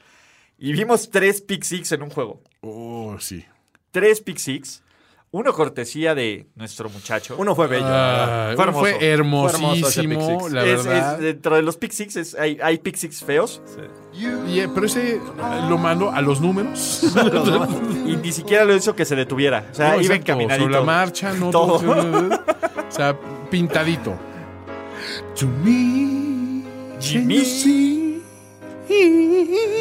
S4: Y vimos tres pick six en un juego.
S8: Oh, sí.
S4: Tres pick six. Uno cortesía de nuestro muchacho.
S5: Uno fue bello.
S8: Ah,
S4: Fue hermoso.
S8: fue hermosísimo,
S5: Fue hermoso ese pick six.
S8: la
S4: Es- es-
S8: verdad.
S4: dentro de los pick six es- hay, hay pick six feos
S8: Y, eh, pero ese eh, lo mando a los números.
S4: y ni siquiera lo hizo que se detuviera. O sea,
S8: No,
S4: iba
S8: exacto,
S4: encaminadito.
S8: Sobre la marcha, no
S4: Todo.
S8: todo. o sea, pintadito. To me, can
S4: Jimmy.
S8: you see?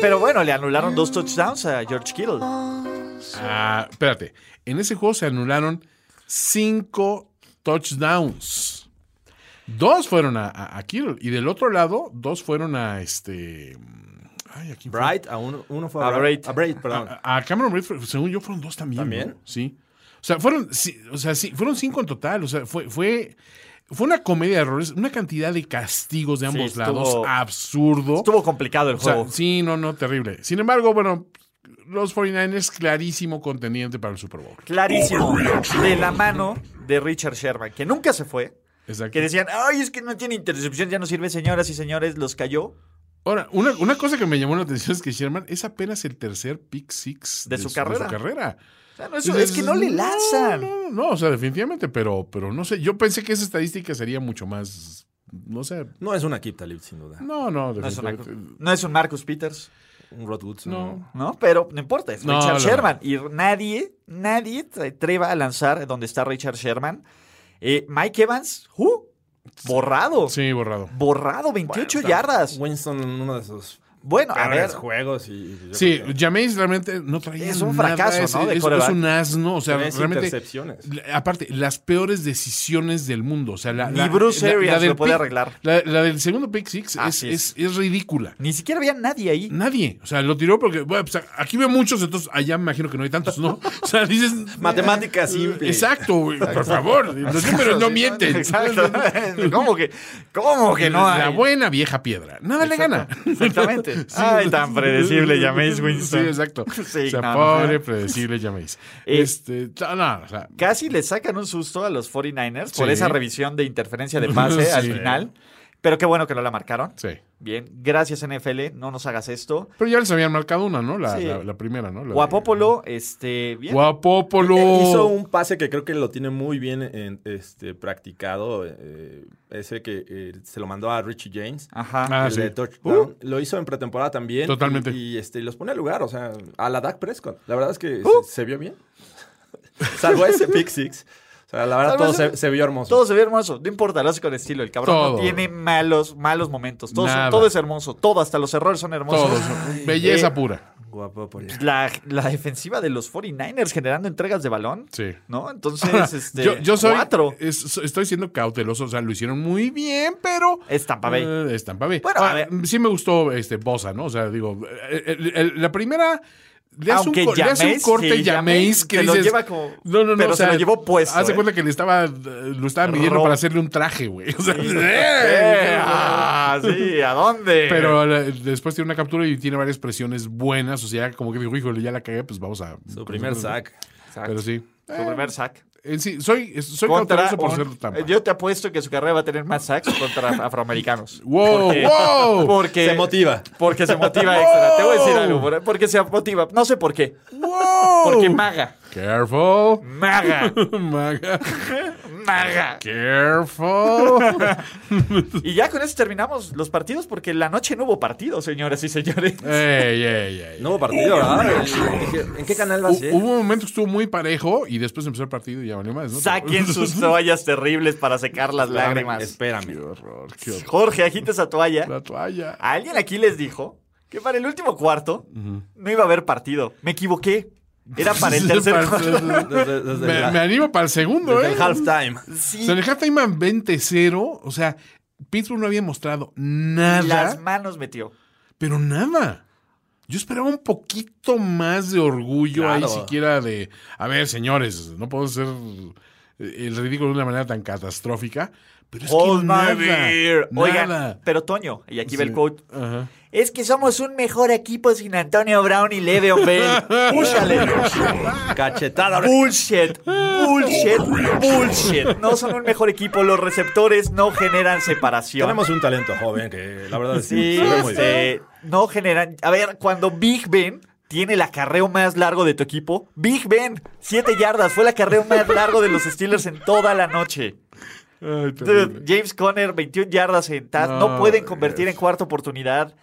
S4: Pero bueno, le anularon dos touchdowns a George Kittle.
S8: Ah, espérate. En ese juego se anularon cinco touchdowns. Dos fueron a, a, a Kittle. Y del otro lado, dos fueron a este. Ay, ¿a quién fue?
S5: Bright, a uno, uno
S8: Ah,
S5: fue a,
S4: A
S5: Bright.
S4: Bright.
S5: A Bright, perdón.
S8: A, a Cameron Braid, fue- según yo, fueron dos también.
S5: ¿También?
S8: ¿no? Sí. O sea, fueron, sí, o sea, sí, fueron cinco en total. O sea, fue, fue, fue una comedia de errores, una cantidad de castigos de ambos
S4: estuvo-
S8: lados absurdo.
S4: Estuvo complicado el
S8: O sea,
S4: juego.
S8: sí, no, no, terrible. Sin embargo, bueno, los 49ers, clarísimo contendiente para el Super Bowl.
S4: Clarísimo. De la mano de Richard Sherman, que nunca se fue.
S8: Exacto.
S4: Que decían, ay, es que no tiene intercepción, ya no sirve, señoras y señores, los cayó
S8: Ahora, una, una cosa que me llamó la atención es que Sherman es apenas el tercer pick six
S4: De su carrera.
S8: carrera.
S4: O sea, no, eso- es que no le lanzan.
S8: No, no, no, o sea, definitivamente, pero, pero no sé. Yo pensé que esa estadística sería mucho más. No sé.
S5: No es una Kip Talib, sin duda.
S8: No, no,
S4: No es, una-
S8: definitivamente.
S4: no es un Marcus Peters,
S5: Un Rod Woodson.
S8: No.
S4: ¿no? Pero no importa, es
S8: No,
S4: Richard
S8: no, no.
S4: Sherman. Y nadie, nadie se atreva a lanzar donde está Richard Sherman. Eh, Mike Evans, ¡uh! borrado.
S8: Sí, borrado.
S4: Borrado, 28 yardas.
S5: Winston en uno de esos
S4: Bueno, a ver,
S5: peores juegos. Y, yo
S8: Sí,
S5: creo que-
S8: Jameis realmente no traía
S4: Es un
S8: nada,
S4: fracaso,
S8: es,
S4: ¿no? De
S8: es-
S4: quarterback.
S8: es un asno, o sea,
S5: Tres
S8: realmente.
S5: intercepciones.
S8: la- Aparte, las peores decisiones del mundo. O sea, la,
S4: Ni
S8: la-
S4: Bruce
S8: la- la
S4: Arians
S8: del
S4: lo puede
S8: pick-
S4: arreglar.
S8: La, la del segundo pick six es,
S4: Así
S8: es- es ridícula.
S4: ni siquiera había nadie ahí.
S8: Nadie. O sea, lo tiró porque bueno, pues, aquí veo muchos, entonces allá me imagino que no hay tantos, ¿no? O sea, dices.
S5: Matemática simple.
S8: Exacto, güey, por favor. Los números no mienten.
S4: Exacto. ¿Cómo que, cómo que no
S8: La
S4: hay?
S8: buena vieja piedra. Nada le gana.
S4: Exactamente. Ay, tan predecible, llaméis Winston.
S8: Sí, exacto.
S4: Sí,
S8: o sea,
S4: no, no.
S8: pobre, predecible, llaméis.
S4: Eh,
S8: Este, no, no, o sea,
S4: Casi le sacan un susto a los 49ers por
S8: Sí.
S4: esa revisión de interferencia de pase al
S8: Sí.
S4: final. Pero qué bueno que no la marcaron.
S8: sí.
S4: Bien, gracias NFL, no nos hagas esto.
S8: Pero ya les habían marcado una, ¿no? La,
S4: Sí.
S8: la- la primera, ¿no? La de-
S4: Guapopolo, este, bien.
S8: Guapopolo.
S5: Hizo un pase que creo que lo tiene muy bien en- este, practicado. eh, ese que eh, se lo mandó a Richie James.
S4: Ajá.
S8: Ah,
S5: el
S8: sí.
S5: de touchdown. Lo hizo en pretemporada también.
S8: Totalmente.
S5: Y, y, este, los pone al lugar, o sea, a la Dak Prescott. La verdad es que
S8: Uh.
S5: se- se, vio bien. Salvo ese pick six. O sea, la verdad,
S4: Salvo
S5: todo
S4: ese-
S5: se, se vio hermoso.
S4: Todo se ve hermoso, no importa, lo hace con estilo. El cabrón
S8: Todo.
S4: no tiene malos, malos momentos. Todo,
S8: Nada.
S4: todo es hermoso, todo, hasta los errores son hermosos.
S8: Todos. Belleza
S4: Eh,
S8: pura.
S5: Guapo, por
S4: La, la defensiva de los 49ers generando entregas de balón.
S8: Sí.
S4: ¿No? Entonces, este,
S8: yo, yo soy. Eh,
S4: cuatro.
S8: es- so- estoy siendo cauteloso. O sea, lo hicieron muy bien, pero.
S4: Es Tampa Bay.
S8: Eh, es Tampa Bay.
S4: Bueno, a ver.
S8: Sí me gustó este Bosa, ¿no? O sea, digo. eh, eh, eh, la primera. Le hace, un,
S4: Aunque
S8: cor- le hace un
S4: Jameis,
S8: corte
S4: sí,
S8: Jameis
S4: Jameis
S8: que
S4: te lo
S8: dices,
S4: lleva como-
S8: No, no, no.
S4: pero
S8: o
S4: se
S8: sea,
S4: lo llevó puesto,
S8: Hace
S4: ¿eh?
S8: cuenta que le estaba, eh, lo estaba midiendo
S4: Rob.
S8: para hacerle un traje, güey. O sea,
S4: Eh, ah, sí, ¿a dónde?
S8: Pero eh, después tiene una captura y tiene varias presiones buenas. O sea, como que dijo, híjole, ya la cagué, pues vamos a.
S5: Su primer sack.
S4: Exacto.
S8: Pero sí.
S4: Su
S8: Eh,
S4: primer sack.
S8: En sí, soy, soy
S4: Contra
S8: cauteloso por
S4: un-
S8: ser Tampa.
S4: Yo te apuesto que su carrera va a tener más sacks contra afroamericanos.
S8: ¡Wow! ¡Wow!
S4: Porque,
S5: Se motiva.
S4: Porque se motiva extra. Te voy a decir algo. por- Porque se motiva. No sé por qué.
S8: ¡Wow!
S4: Porque maga.
S8: Careful.
S4: Maga.
S8: Maga.
S4: Maga.
S8: Careful.
S4: Y ya con eso terminamos los partidos porque la noche no hubo partido, señoras y señores.
S8: Eh, ey, ey, ey.
S5: Nuevo partido, ¿verdad? Dije, ¿En qué
S4: Ah,
S5: canal va a
S8: Hu-
S5: ser?
S8: Hubo un momento que estuvo muy parejo y después empezó el partido y ya valió más, ¿no?
S4: Saquen sus toallas terribles para secar las lágrimas.
S8: Qué
S5: Espérame.
S8: horror, qué horror.
S4: Jorge, agita esa toalla.
S8: La toalla.
S4: Alguien aquí les dijo que para el último cuarto no iba a haber partido. Me equivoqué. Era para el tercer cuarto.
S5: Desde, desde
S8: me,
S5: la-
S8: me animo para el segundo,
S5: desde
S8: ¿eh?
S5: el halftime.
S8: O sea,
S4: Sí.
S8: en el halftime iban 20-0. O sea, Pittsburgh no había mostrado nada,
S4: Las manos metió.
S8: pero nada. Yo esperaba un poquito más de orgullo ahí,
S5: Claro.
S8: siquiera de. A ver, señores, no puedo ser el ridículo de una manera tan catastrófica. Pero es
S4: Hold
S8: que
S4: my
S8: nada,
S4: beer.
S8: nada.
S4: Oigan, pero Toño, y aquí ve el quote.
S8: Ajá.
S4: Es que somos un mejor equipo sin Antonio Brown y Le'Veon Bell. Púchale.
S5: Cachetada.
S4: Bullshit, bullshit, bullshit. No son un mejor equipo. Los receptores no generan separación.
S5: Tenemos un talento joven que la verdad es que
S4: Sí,
S5: se ve muy bien.
S4: este, no generan. A ver, cuando Big Ben tiene el acarreo más largo de tu equipo? Big Ben, 7 yardas, fue el acarreo más largo de los Steelers en toda la noche.
S8: Ay, terrible.
S4: Dude, James Conner, 21 yardas en TAS, no,
S8: No,
S4: pueden convertir en cuarta oportunidad.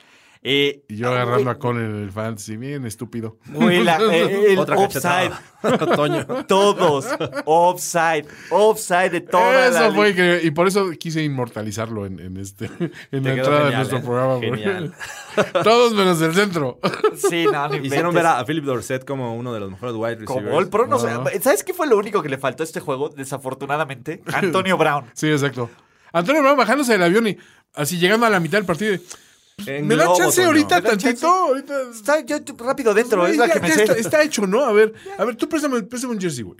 S4: Eh,
S8: Y yo agarrando a Conner en el fantasy, bien estúpido.
S4: güey, la- eh, el
S5: Otra
S4: offside.
S5: cachetada. Toño.
S4: Todos. Offside. Offside de toda la
S8: Eso
S4: liga.
S8: fue increíble. Y por eso quise inmortalizarlo en, en este en
S5: quedó
S8: la entrada de
S5: genial,
S8: nuestro
S5: ¿eh?
S8: programa. güey.
S5: Genial.
S8: Todos menos del centro.
S4: Sí, no, no
S5: Hicieron
S4: inventes.
S5: ver a, a Philip Dorset como uno de los mejores wide receivers.
S4: Como el pro, no sé.
S8: No.
S4: ¿Sabes qué fue lo único que le faltó a este juego? Desafortunadamente. Antonio Brown.
S8: Sí, exacto. Antonio Brown bajándose del avión y así llegando a la mitad del partido.
S5: En
S8: ¿Me da
S5: globo,
S8: chance
S5: Toño.
S8: ahorita
S5: ¿Me da
S8: tantito?
S5: chance?
S8: Ahorita.
S4: Está yo t- rápido dentro, es la
S8: Pues,
S4: que
S8: Ya-
S4: me
S8: ya
S4: sé.
S8: está, está hecho, ¿no? A ver, a ver, tú préstame, préstame un jersey, güey.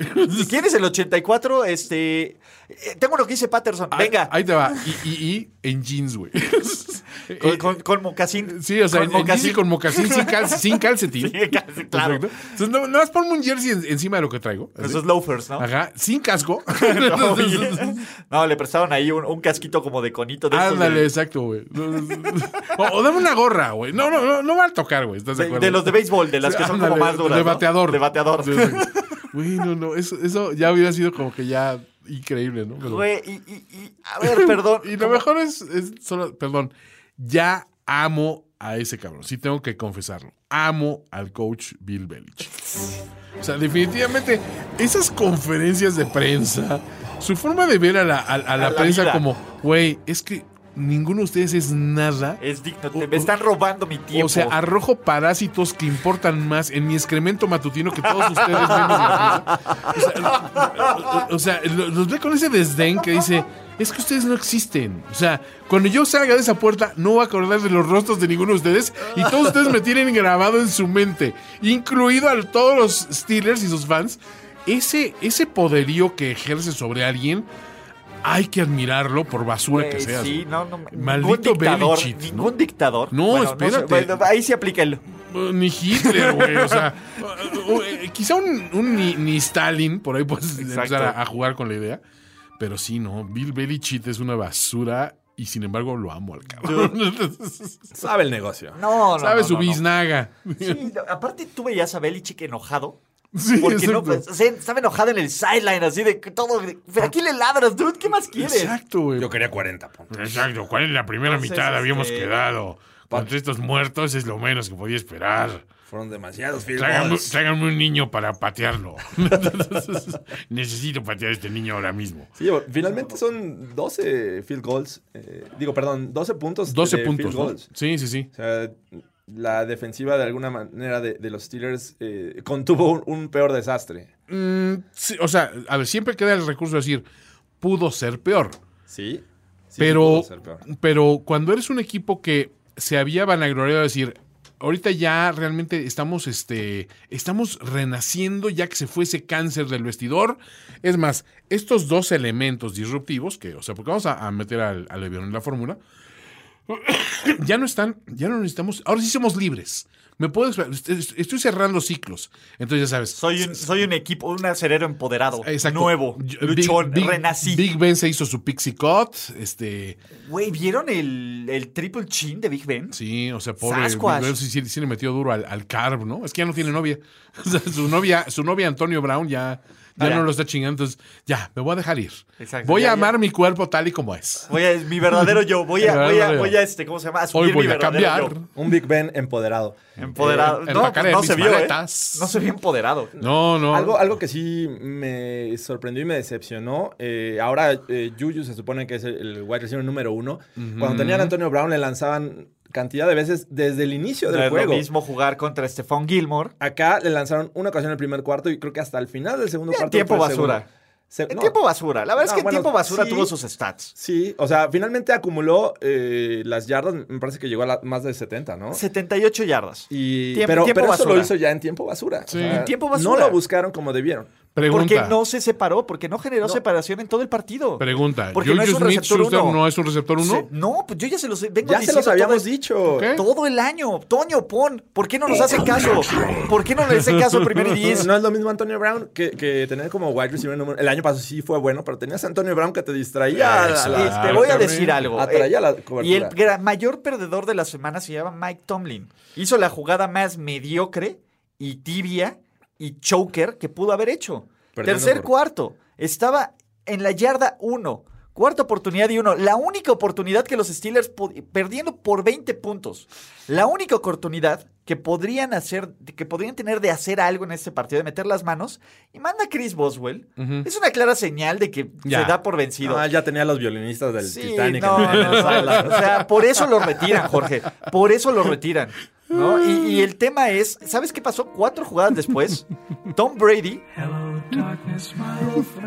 S4: ¿Quién es el 84? Este. eh, Tengo lo que dice Patterson.
S8: Ah,
S4: Venga.
S8: Ahí te va. Y, y, y en jeans, güey.
S4: con, con, con mocasín.
S8: eh, Sí, o sea,
S4: Con
S8: en, en jeans y con mocasín sin, cal- sin calcetín.
S4: Sí, casi, claro.
S8: Exacto. Entonces, no, nada más ponme un jersey en- encima de lo que traigo. así.
S4: Esos loafers, ¿no?
S8: Ajá, sin casco.
S4: No, oye. No, le prestaron ahí un, un casquito como de conito de estos de-
S8: Ándale, exacto, güey. O, o dame una gorra, güey. No, no, no, no va a tocar, güey. ¿Estás de
S4: de,
S8: acuerdo?
S4: de los de béisbol, de las que son como
S8: Ándale,
S4: más duras. ¿no?
S8: De bateador.
S4: De bateador.
S8: Sí, exacto. Güey, no, no. Eso, eso ya hubiera sido como que ya increíble, ¿no? Pero-
S4: Güey, y, y- y- a ver, perdón.
S8: Y lo
S4: como-
S8: mejor es, es solo, perdón, ya amo a ese cabrón, sí tengo que confesarlo. Amo al coach Bill Belich. O sea, definitivamente, esas conferencias de prensa, su forma de ver a la, a- a la
S4: la
S8: prensa
S4: vida.
S8: como, güey, es que ninguno de ustedes es nada.
S4: Es digno, te- me están robando mi tiempo.
S8: O sea, arrojo parásitos que importan más en mi excremento matutino que todos ustedes menos la prensa. O sea, o- o- o sea, lo- los ve con ese desdén que dice, es que ustedes no existen. O sea, cuando yo salga de esa puerta no voy a acordar de los rostros de ninguno de ustedes y todos ustedes me tienen grabado en su mente, incluido a todos los Steelers y sus fans. Ese, ese poderío que ejerce sobre alguien, hay que admirarlo por basura
S4: Güey,
S8: que seas.
S4: sí, no, no,
S8: Maldito
S4: ningún dictador,
S8: Belichick, ¿no?
S4: ningún dictador.
S8: No,
S4: sé,
S8: espérate.
S4: bueno, ahí sí aplica el.
S8: Uh, Ni Hitler, güey. O sea, uh, uh, uh, quizá un, un ni, ni Stalin, por ahí puedes empezar a, a jugar con la idea. Pero sí, no. Bill Belichick es una basura y sin embargo lo amo al cabrón.
S5: Sabe el negocio.
S4: No, no.
S8: Sabe
S4: no,
S8: su
S4: no, no.
S8: biznaga.
S4: Sí, no, aparte tú veías a Belichick enojado.
S8: Sí,
S4: porque no,
S8: exacto.
S4: pues, o sea, estaba enojado en el sideline, así de que todo. de- ¿Pero aquí le ladras, dude? ¿Qué más quieres?
S8: Exacto, güey.
S5: Yo quería 40 puntos.
S8: Exacto. ¿Cuál es la primera
S4: Entonces,
S8: mitad? Habíamos
S4: este,
S8: quedado. Contra estos muertos es lo menos que podía esperar.
S5: Fueron demasiados field
S8: Tráiganme,
S5: goals.
S8: tráiganme un niño para patearlo. Necesito patear a este niño ahora mismo.
S5: Sí, finalmente son 12 field goals. eh, digo, perdón, 12
S4: Este,
S5: puntos.
S8: 12
S5: de
S8: puntos.
S5: Field
S8: ¿no?
S5: goals.
S8: Sí, sí, sí.
S5: O sea, la defensiva de alguna manera de, de los Steelers eh, contuvo un, un peor desastre.
S8: Mm, sí, o sea, a ver, siempre queda el recurso de decir, pudo ser peor.
S5: Sí. sí,
S8: pero,
S5: pudo ser peor.
S8: pero cuando eres un equipo que se había vanagloriado de decir, ahorita ya realmente estamos, este, estamos renaciendo ya que se fue ese cáncer del vestidor. Es más, estos dos elementos disruptivos, que, o sea, porque vamos a, a meter al, al avión en la fórmula, ya no están, ya no necesitamos, ahora sí somos libres. Me puedo, exp- est- estoy cerrando ciclos. Entonces ya sabes.
S4: Soy un, soy un equipo, un acerero empoderado.
S8: Exacto.
S4: Nuevo.
S8: Yo-
S4: Luchón.
S8: Big- Big-
S4: renací.
S8: Big Ben se hizo su pixie cut. Este,
S4: Güey, ¿vieron el, el triple chin de Big Ben?
S8: sí, o sea, pobre.
S4: Sasquatch.
S8: Big Ben sí, sí- sí le metió duro al, al carb, ¿no? Es que ya no tiene novia. O sea, su novia, su novia Antonio Brown ya, ya
S4: Ya.
S8: no lo está chingando. Entonces, ya, me voy a dejar ir.
S4: Exacto,
S8: voy
S4: ya,
S8: a
S4: ya.
S8: amar mi cuerpo tal y como es.
S4: Voy a, es mi verdadero yo. Voy a,
S8: El
S4: voy a,
S8: verdadero
S4: voy
S8: yo.
S4: a este, ¿cómo se llama? Asumir
S8: Hoy voy
S4: mi
S8: a
S4: verdadero
S8: cambiar.
S4: yo.
S5: Un Big Ben empoderado.
S4: Empoderado.
S8: Eh,
S4: no,
S8: empacaré
S4: pues no
S8: mis
S4: se vio, ¿eh?
S8: maletas.
S4: No se vio empoderado.
S8: No, no.
S5: Algo, algo que sí me sorprendió y me decepcionó. eh, ahora eh, Juju se supone que es el, el wide receiver número uno. Cuando tenían a Antonio Brown le lanzaban cantidad de veces desde el inicio
S4: No
S5: del
S4: es lo
S5: juego.
S4: mismo jugar contra Stephon Gilmore.
S5: Acá le lanzaron una ocasión en el primer cuarto y creo que hasta el final del segundo
S4: En
S5: cuarto.
S4: tiempo
S5: fue el
S4: basura.
S5: segundo. Se-
S4: En
S5: no,
S4: tiempo basura. La verdad es
S5: No,
S4: que en
S5: bueno,
S4: tiempo basura
S5: sí.
S4: tuvo sus stats.
S5: Sí, o sea, finalmente acumuló eh, las yardas, me parece que llegó a la- más de 70, ¿no?
S4: 78 yardas.
S5: Y,
S4: Tiempo-
S5: pero
S4: tiempo
S5: pero eso lo
S4: basura.
S5: hizo ya en tiempo basura.
S8: Sí.
S4: En tiempo
S5: No
S4: basura.
S5: lo buscaron como debieron.
S8: pregunta.
S4: Porque no se separó, porque no generó separación en todo el partido.
S8: Pregunta.
S4: Porque
S8: Juju
S4: no es un
S8: Smith
S4: receptor
S8: Schuster
S4: uno.
S8: no es un receptor uno.
S4: Se- no, pues yo ya se los ¿Eh? vengo
S5: Ya se
S4: diciendo
S5: los habíamos
S4: todo,
S5: dicho.
S8: ¿Qué?
S4: todo el año. Toño, pon. ¿Por qué no nos hacen caso? ¿Por qué no le hacen caso al primer y diez?
S5: No es lo mismo Antonio Brown que, que tener como wide receiver número. El año pasado sí fue bueno, pero tenías a Antonio Brown que te distraía. a la- a eh, la-
S4: Y te este, voy a decir algo. Eh,
S5: Atraía la cobertura.
S4: Y el gran- mayor perdedor de la semana se llama Mike Tomlin. Hizo la jugada más mediocre y tibia y choker que pudo haber hecho.
S5: Perdiendo
S4: Tercer
S5: por-
S4: cuarto, estaba en la yarda 1. Cuarta oportunidad y uno. La única oportunidad que los Steelers pu- perdiendo por 20 puntos. La única oportunidad que podrían hacer, que podrían tener de hacer algo en este partido, de meter las manos, y manda a Chris Boswell. Es una clara señal de que
S8: Ya.
S4: se da por vencido.
S5: Ah, ya tenía los violinistas del
S4: Sí,
S5: Titanic.
S4: no,
S5: en-
S4: no, no, o sea, por eso lo retiran, Jorge. Por eso lo retiran. ¿no? Y, y el tema es, ¿sabes qué pasó? Cuatro jugadas después, Tom Brady.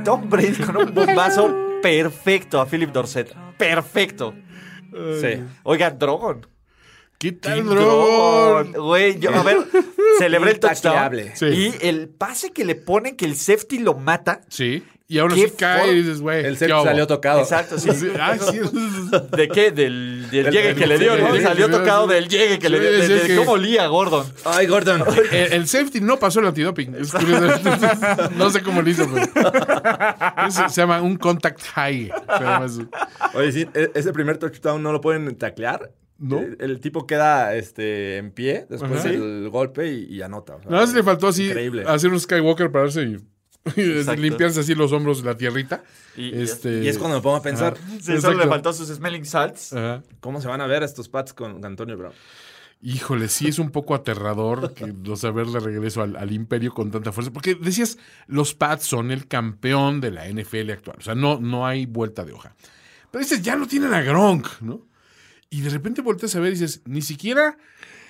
S4: Tom Brady con un bombazo perfecto a Philip Dorset. Perfecto.
S5: Sí.
S4: Oiga, Drogon.
S8: ¿Qué tal,
S4: Drogon.
S8: Drogon?
S4: Güey, yo, a ver, celebré el touchdown.
S5: Intacleable.
S8: Sí.
S4: Y el pase que le ponen que el safety lo mata.
S8: Sí. Y ahora
S4: Qué
S8: sí cae
S4: for-
S8: y dices, güey.
S5: El
S8: ¿qué
S5: set
S8: hubo?
S5: salió tocado.
S4: Exacto, sí.
S8: Sí, ah, sí.
S4: ¿De qué? Del, del llegue que le dio,
S5: del
S4: ¿no?
S5: llegue
S4: Salió
S8: que le dio.
S4: tocado del llegue que le
S8: Sí,
S4: dio. de-
S8: sí,
S4: de
S8: que-
S4: ¿Cómo olía Gordon?
S5: Ay, Gordon.
S8: El, Eh, el safety no pasó el antidoping. Es curioso. no sé cómo lo hizo, pero. Eso se llama un contact high. Se llama eso.
S5: Oye, sí, e- ese primer touchdown no lo pueden taclear.
S8: No.
S5: El, el tipo queda este, en pie después
S8: Ajá.
S5: del golpe y, y anota. o sea,
S8: Nada más le faltó así
S5: Increíble.
S8: hacer un Skywalker, pararse y, y
S4: Exacto.
S8: limpiarse así los hombros de la tierrita.
S4: Y-
S8: este,
S5: Y es cuando me pongo a pensar,
S4: Sí, solo
S8: Exacto. Eh,
S4: le faltó sus smelling salts.
S8: Ajá.
S5: ¿cómo se van a ver estos pads con Antonio Brown?
S8: Híjole, sí es un poco aterrador que, o sea, ver de regreso al, al imperio con tanta fuerza. Porque decías, los Pats son el campeón de la NFL actual. O sea, no, no hay vuelta de hoja. Pero dices, ya no tienen a Gronk, ¿no? Y de repente volteas a ver y dices, ni siquiera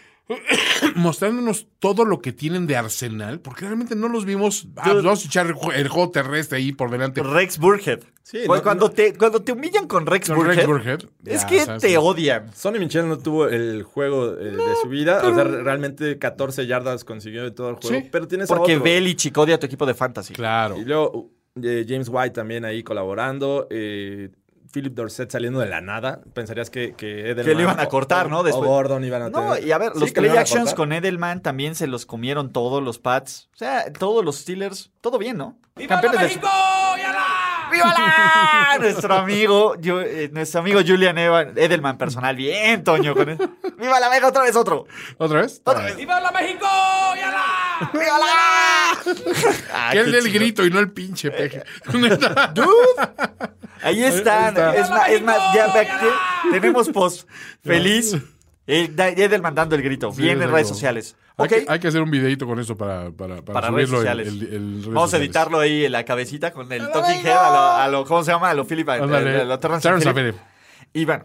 S8: mostrándonos todo lo que tienen de arsenal, porque realmente no los vimos. Ah, pues vamos a echar el jue- el juego terrestre ahí por delante.
S4: Rex Burhead.
S5: Sí,
S4: Güey,
S5: no-
S4: cuando, Te, cuando te humillan con Rex
S8: Con Rex
S4: Burhead,
S8: Burkhead.
S4: es
S8: Ya,
S4: que
S8: sabes,
S4: te
S8: sí.
S4: odian.
S5: Sonny Michel no tuvo el juego eh, de su vida. O sea, re- realmente 14 yardas consiguió de todo el juego.
S8: Sí.
S5: Pero tienes a
S4: Porque
S5: otro.
S4: Belichick odia a tu equipo de fantasy.
S8: Claro.
S5: Y luego eh, James White también ahí colaborando. eh, Philip Dorset saliendo de la nada. Pensarías que, que Edelman
S4: Que lo iban a
S5: o-
S4: cortar,
S5: o-
S4: ¿no? Después.
S5: O Gordon iban a
S4: No,
S5: tener-
S4: y a ver,
S5: Sí,
S4: los
S5: que lo
S4: play
S5: iban a
S4: actions
S5: cortar.
S4: con Edelman también se los comieron todos los Pats. O sea, todos los Steelers, todo bien, ¿no? Campeones de- ¡Viva la! Nuestro amigo, yo- eh, nuestro amigo Julian Evan- Edelman personal. Bien, Toño. Con él. ¡Viva la Vega! Otra vez otro.
S8: ¿Otra vez?
S4: Otra vez.
S6: ¡Viva la México! ¡Yala!
S4: ¡Viva la Vega!
S8: Que él dé el grito y no el pinche peje. Neta.
S4: Ahí están.
S8: está.
S4: Es más, es más, ya ve que tenemos post. Feliz. Eh, da- Edelman dando el grito.
S8: Sí,
S4: Bien en
S8: exacto.
S4: redes sociales.
S8: Hay,
S4: Ok.
S8: que, hay que hacer un videito con eso para, para, para,
S4: Para redes
S8: subirlo en-
S4: sociales.
S8: el- el- en redes
S4: Vamos a
S8: sociales.
S4: editarlo ahí en la cabecita con el talking head a lo, a lo- ¿cómo se llama? A lo Philip, a, a-
S8: Ándale.
S4: a lo Terrence
S8: Terrence
S4: Phillip.
S8: Phillip.
S4: Y bueno,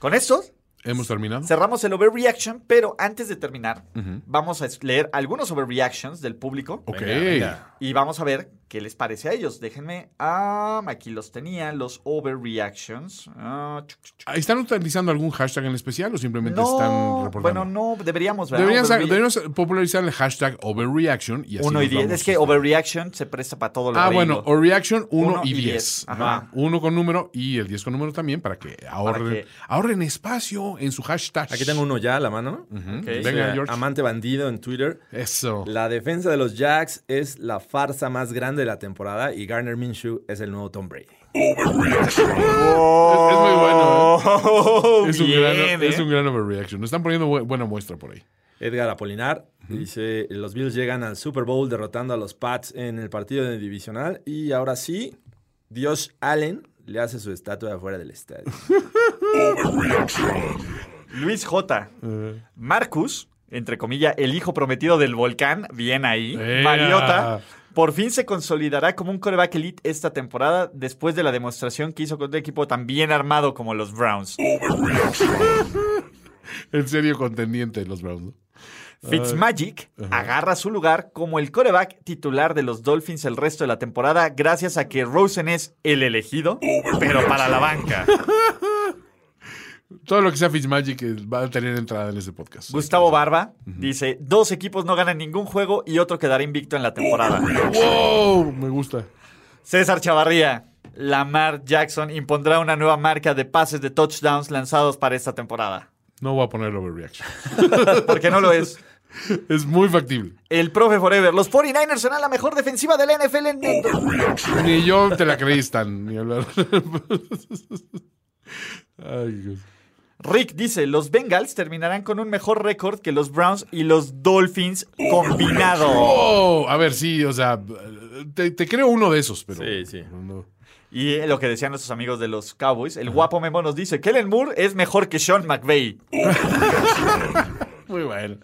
S4: con esto
S8: Hemos terminado.
S4: cerramos el overreaction, pero antes de terminar, vamos a es- leer algunos overreactions del público
S8: Ok.
S5: Venga, venga.
S4: y vamos a ver qué les parece a ellos. Déjenme, ah, aquí los tenía, los overreactions. Ah, chuc, chuc, chuc.
S8: Ah, ¿Están utilizando algún hashtag en especial o simplemente están
S4: no, bueno,
S8: reportando?
S4: no, deberíamos, ¿verdad?
S8: Deberían sa-
S4: Overre-
S8: deberíamos popularizar el hashtag overreaction y así.
S4: Uno y
S8: nos
S4: diez.
S8: vamos
S4: Es que
S8: a-
S4: overreaction se presta para todo lo
S8: Ah,
S4: gringo.
S8: bueno, o reaction 1
S4: Uno
S8: y
S4: y
S8: 10.
S4: diez, ajá.
S8: Uno con número y el 10 con número también para que ahorren,
S4: que-
S8: ahorren espacio en su hashtag.
S5: Aquí tengo uno ya a la mano.
S4: Ok.
S8: Venga,
S5: Eh,
S8: George.
S5: Amante bandido en Twitter.
S4: Oh.
S8: Eso.
S5: La defensa de los Jacks es la farsa más grande de la temporada y Garner Minshew es el nuevo Tom Brady.
S8: Es, es muy bueno. ¿eh?
S4: Oh,
S8: Es, un
S4: bien,
S8: gran,
S4: ¿eh?
S8: es un gran overreaction. Nos están poniendo bu- buena muestra por ahí.
S5: Edgar Apolinar dice, los Bills llegan al Super Bowl derrotando a los Pats en el partido de divisional y ahora sí, Dios Allen le hace su estatua afuera del estadio.
S4: Luis J.
S8: Eh.
S4: Marcus, entre comillas, el hijo prometido del volcán, bien ahí.
S8: Ea.
S4: Mariota, por fin se consolidará como un coreback elite esta temporada después de la demostración que hizo contra un equipo tan bien armado como los Browns.
S8: En serio contendiente de los Browns. ¿no?
S4: Fitzmagic agarra su lugar como el coreback titular de los Dolphins el resto de la temporada gracias a que Rosen es el elegido,
S8: Oh,
S4: pero para la banca.
S8: Todo lo que sea Fitzmagic eh, va a tener entrada en ese podcast.
S12: Pues,
S4: Gustavo Barba dice, dos equipos no ganan ningún juego y otro quedará invicto en la temporada.
S8: ¡Wow! Me gusta.
S4: César Chavarría. Lamar Jackson impondrá una nueva marca de pases de touchdowns lanzados para esta temporada.
S8: No voy a poner overreaction.
S4: Porque no lo es.
S8: Es muy factible.
S4: El profe Forever. Los 49ers serán la mejor defensiva de la NFL en
S8: Ni yo te la creí, Stan. Ni hablar. Ay, Dios.
S4: Rick dice, los Bengals terminarán con un mejor récord que los Browns y los Dolphins combinado.
S8: Oh, a ver, sí, o sea, te, te creo uno de esos, pero...
S12: Sí, sí.
S8: no.
S4: Y eh, lo que decían nuestros amigos de los Cowboys, el guapo Memo nos dice, Kellen Moore es mejor que Sean McVay.
S8: Muy bueno.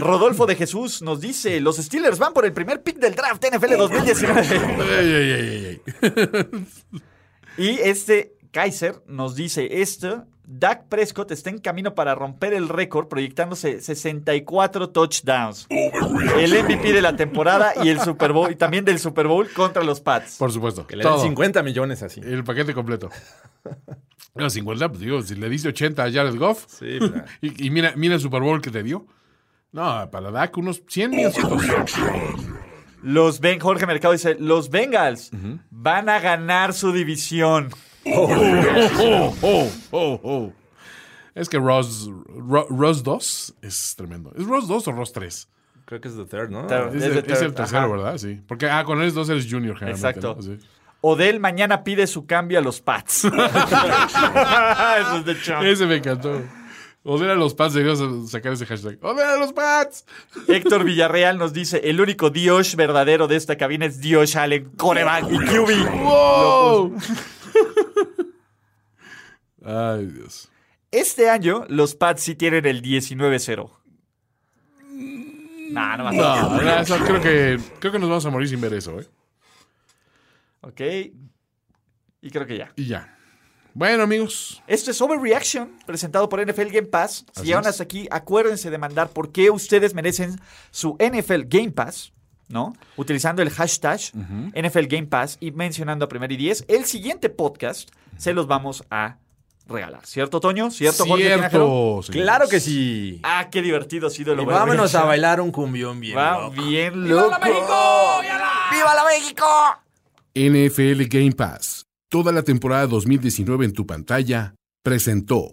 S4: Rodolfo de Jesús nos dice, los Steelers van por el primer pick del draft NFL 2019.
S8: Ey, ey, ey, ey, ey.
S4: Y este Kaiser nos dice esto. Dak Prescott está en camino para romper el récord proyectándose 64 touchdowns. El MVP de la temporada y el Super Bowl y también del Super Bowl contra los Pats.
S8: Por supuesto.
S12: Que le den
S8: todo.
S12: 50 millones así.
S8: El paquete completo. No, 50, pues digo, si le diste 80 a Jared Goff
S12: Sí, mira.
S8: y, y mira, mira el Super Bowl que te dio. No, para Dak unos 100 milloncitos.
S4: Los Ben- Jorge Mercado dice, los Bengals van a ganar su división.
S8: Oh, oh, oh, oh. Es que Ross, Ro- Ross 2 es tremendo. ¿Es Ross 2 o Ross 3?
S12: Creo que es The Third, ¿no? Ah,
S4: Ter-
S8: Es,
S4: es
S8: el,
S4: de
S8: es el
S4: ter-
S8: tercero,
S4: ajá.
S8: ¿verdad? Sí. Porque ah, con él es 2 eres junior generalmente.
S4: Exacto.
S8: ¿no? Sí.
S4: Odell mañana pide su cambio a los Pats. Eso es de chamba.
S8: Ese me encantó. Odera a los Pats, deberíamos sacar ese hashtag. Odera a los Pats.
S4: Héctor Villarreal nos dice, el único Dios verdadero de esta cabina es Dios Allen, coreback y QB.
S8: ¡Wow! Ay, Dios.
S4: Este año los Pats sí tienen el 19-0. Nah, no más.
S8: No, no, eso creo que, creo que nos vamos a morir sin ver eso, ¿eh?
S4: Ok. Y creo que ya.
S8: Y ya. Bueno, amigos.
S4: Esto es Overreaction, presentado por NFL Game Pass. Si
S8: Así
S4: llegaron
S8: es.
S4: hasta aquí, acuérdense de mandar por qué ustedes merecen su NFL Game Pass, ¿no? Utilizando el hashtag NFL Game Pass y mencionando a Primero y Diez. El siguiente podcast se los vamos a regalar. ¿Cierto, Toño? ¿Cierto, Jorge Tinajero?
S8: señores.
S12: Claro que pues sí.
S4: Ah, qué divertido ha sido el
S12: Y
S4: Overreaction.
S12: vámonos a bailar un cumbión bien.
S4: Va
S12: loco.
S4: bien loco.
S7: NFL Game Pass, toda la temporada 2019 en tu pantalla, presentó.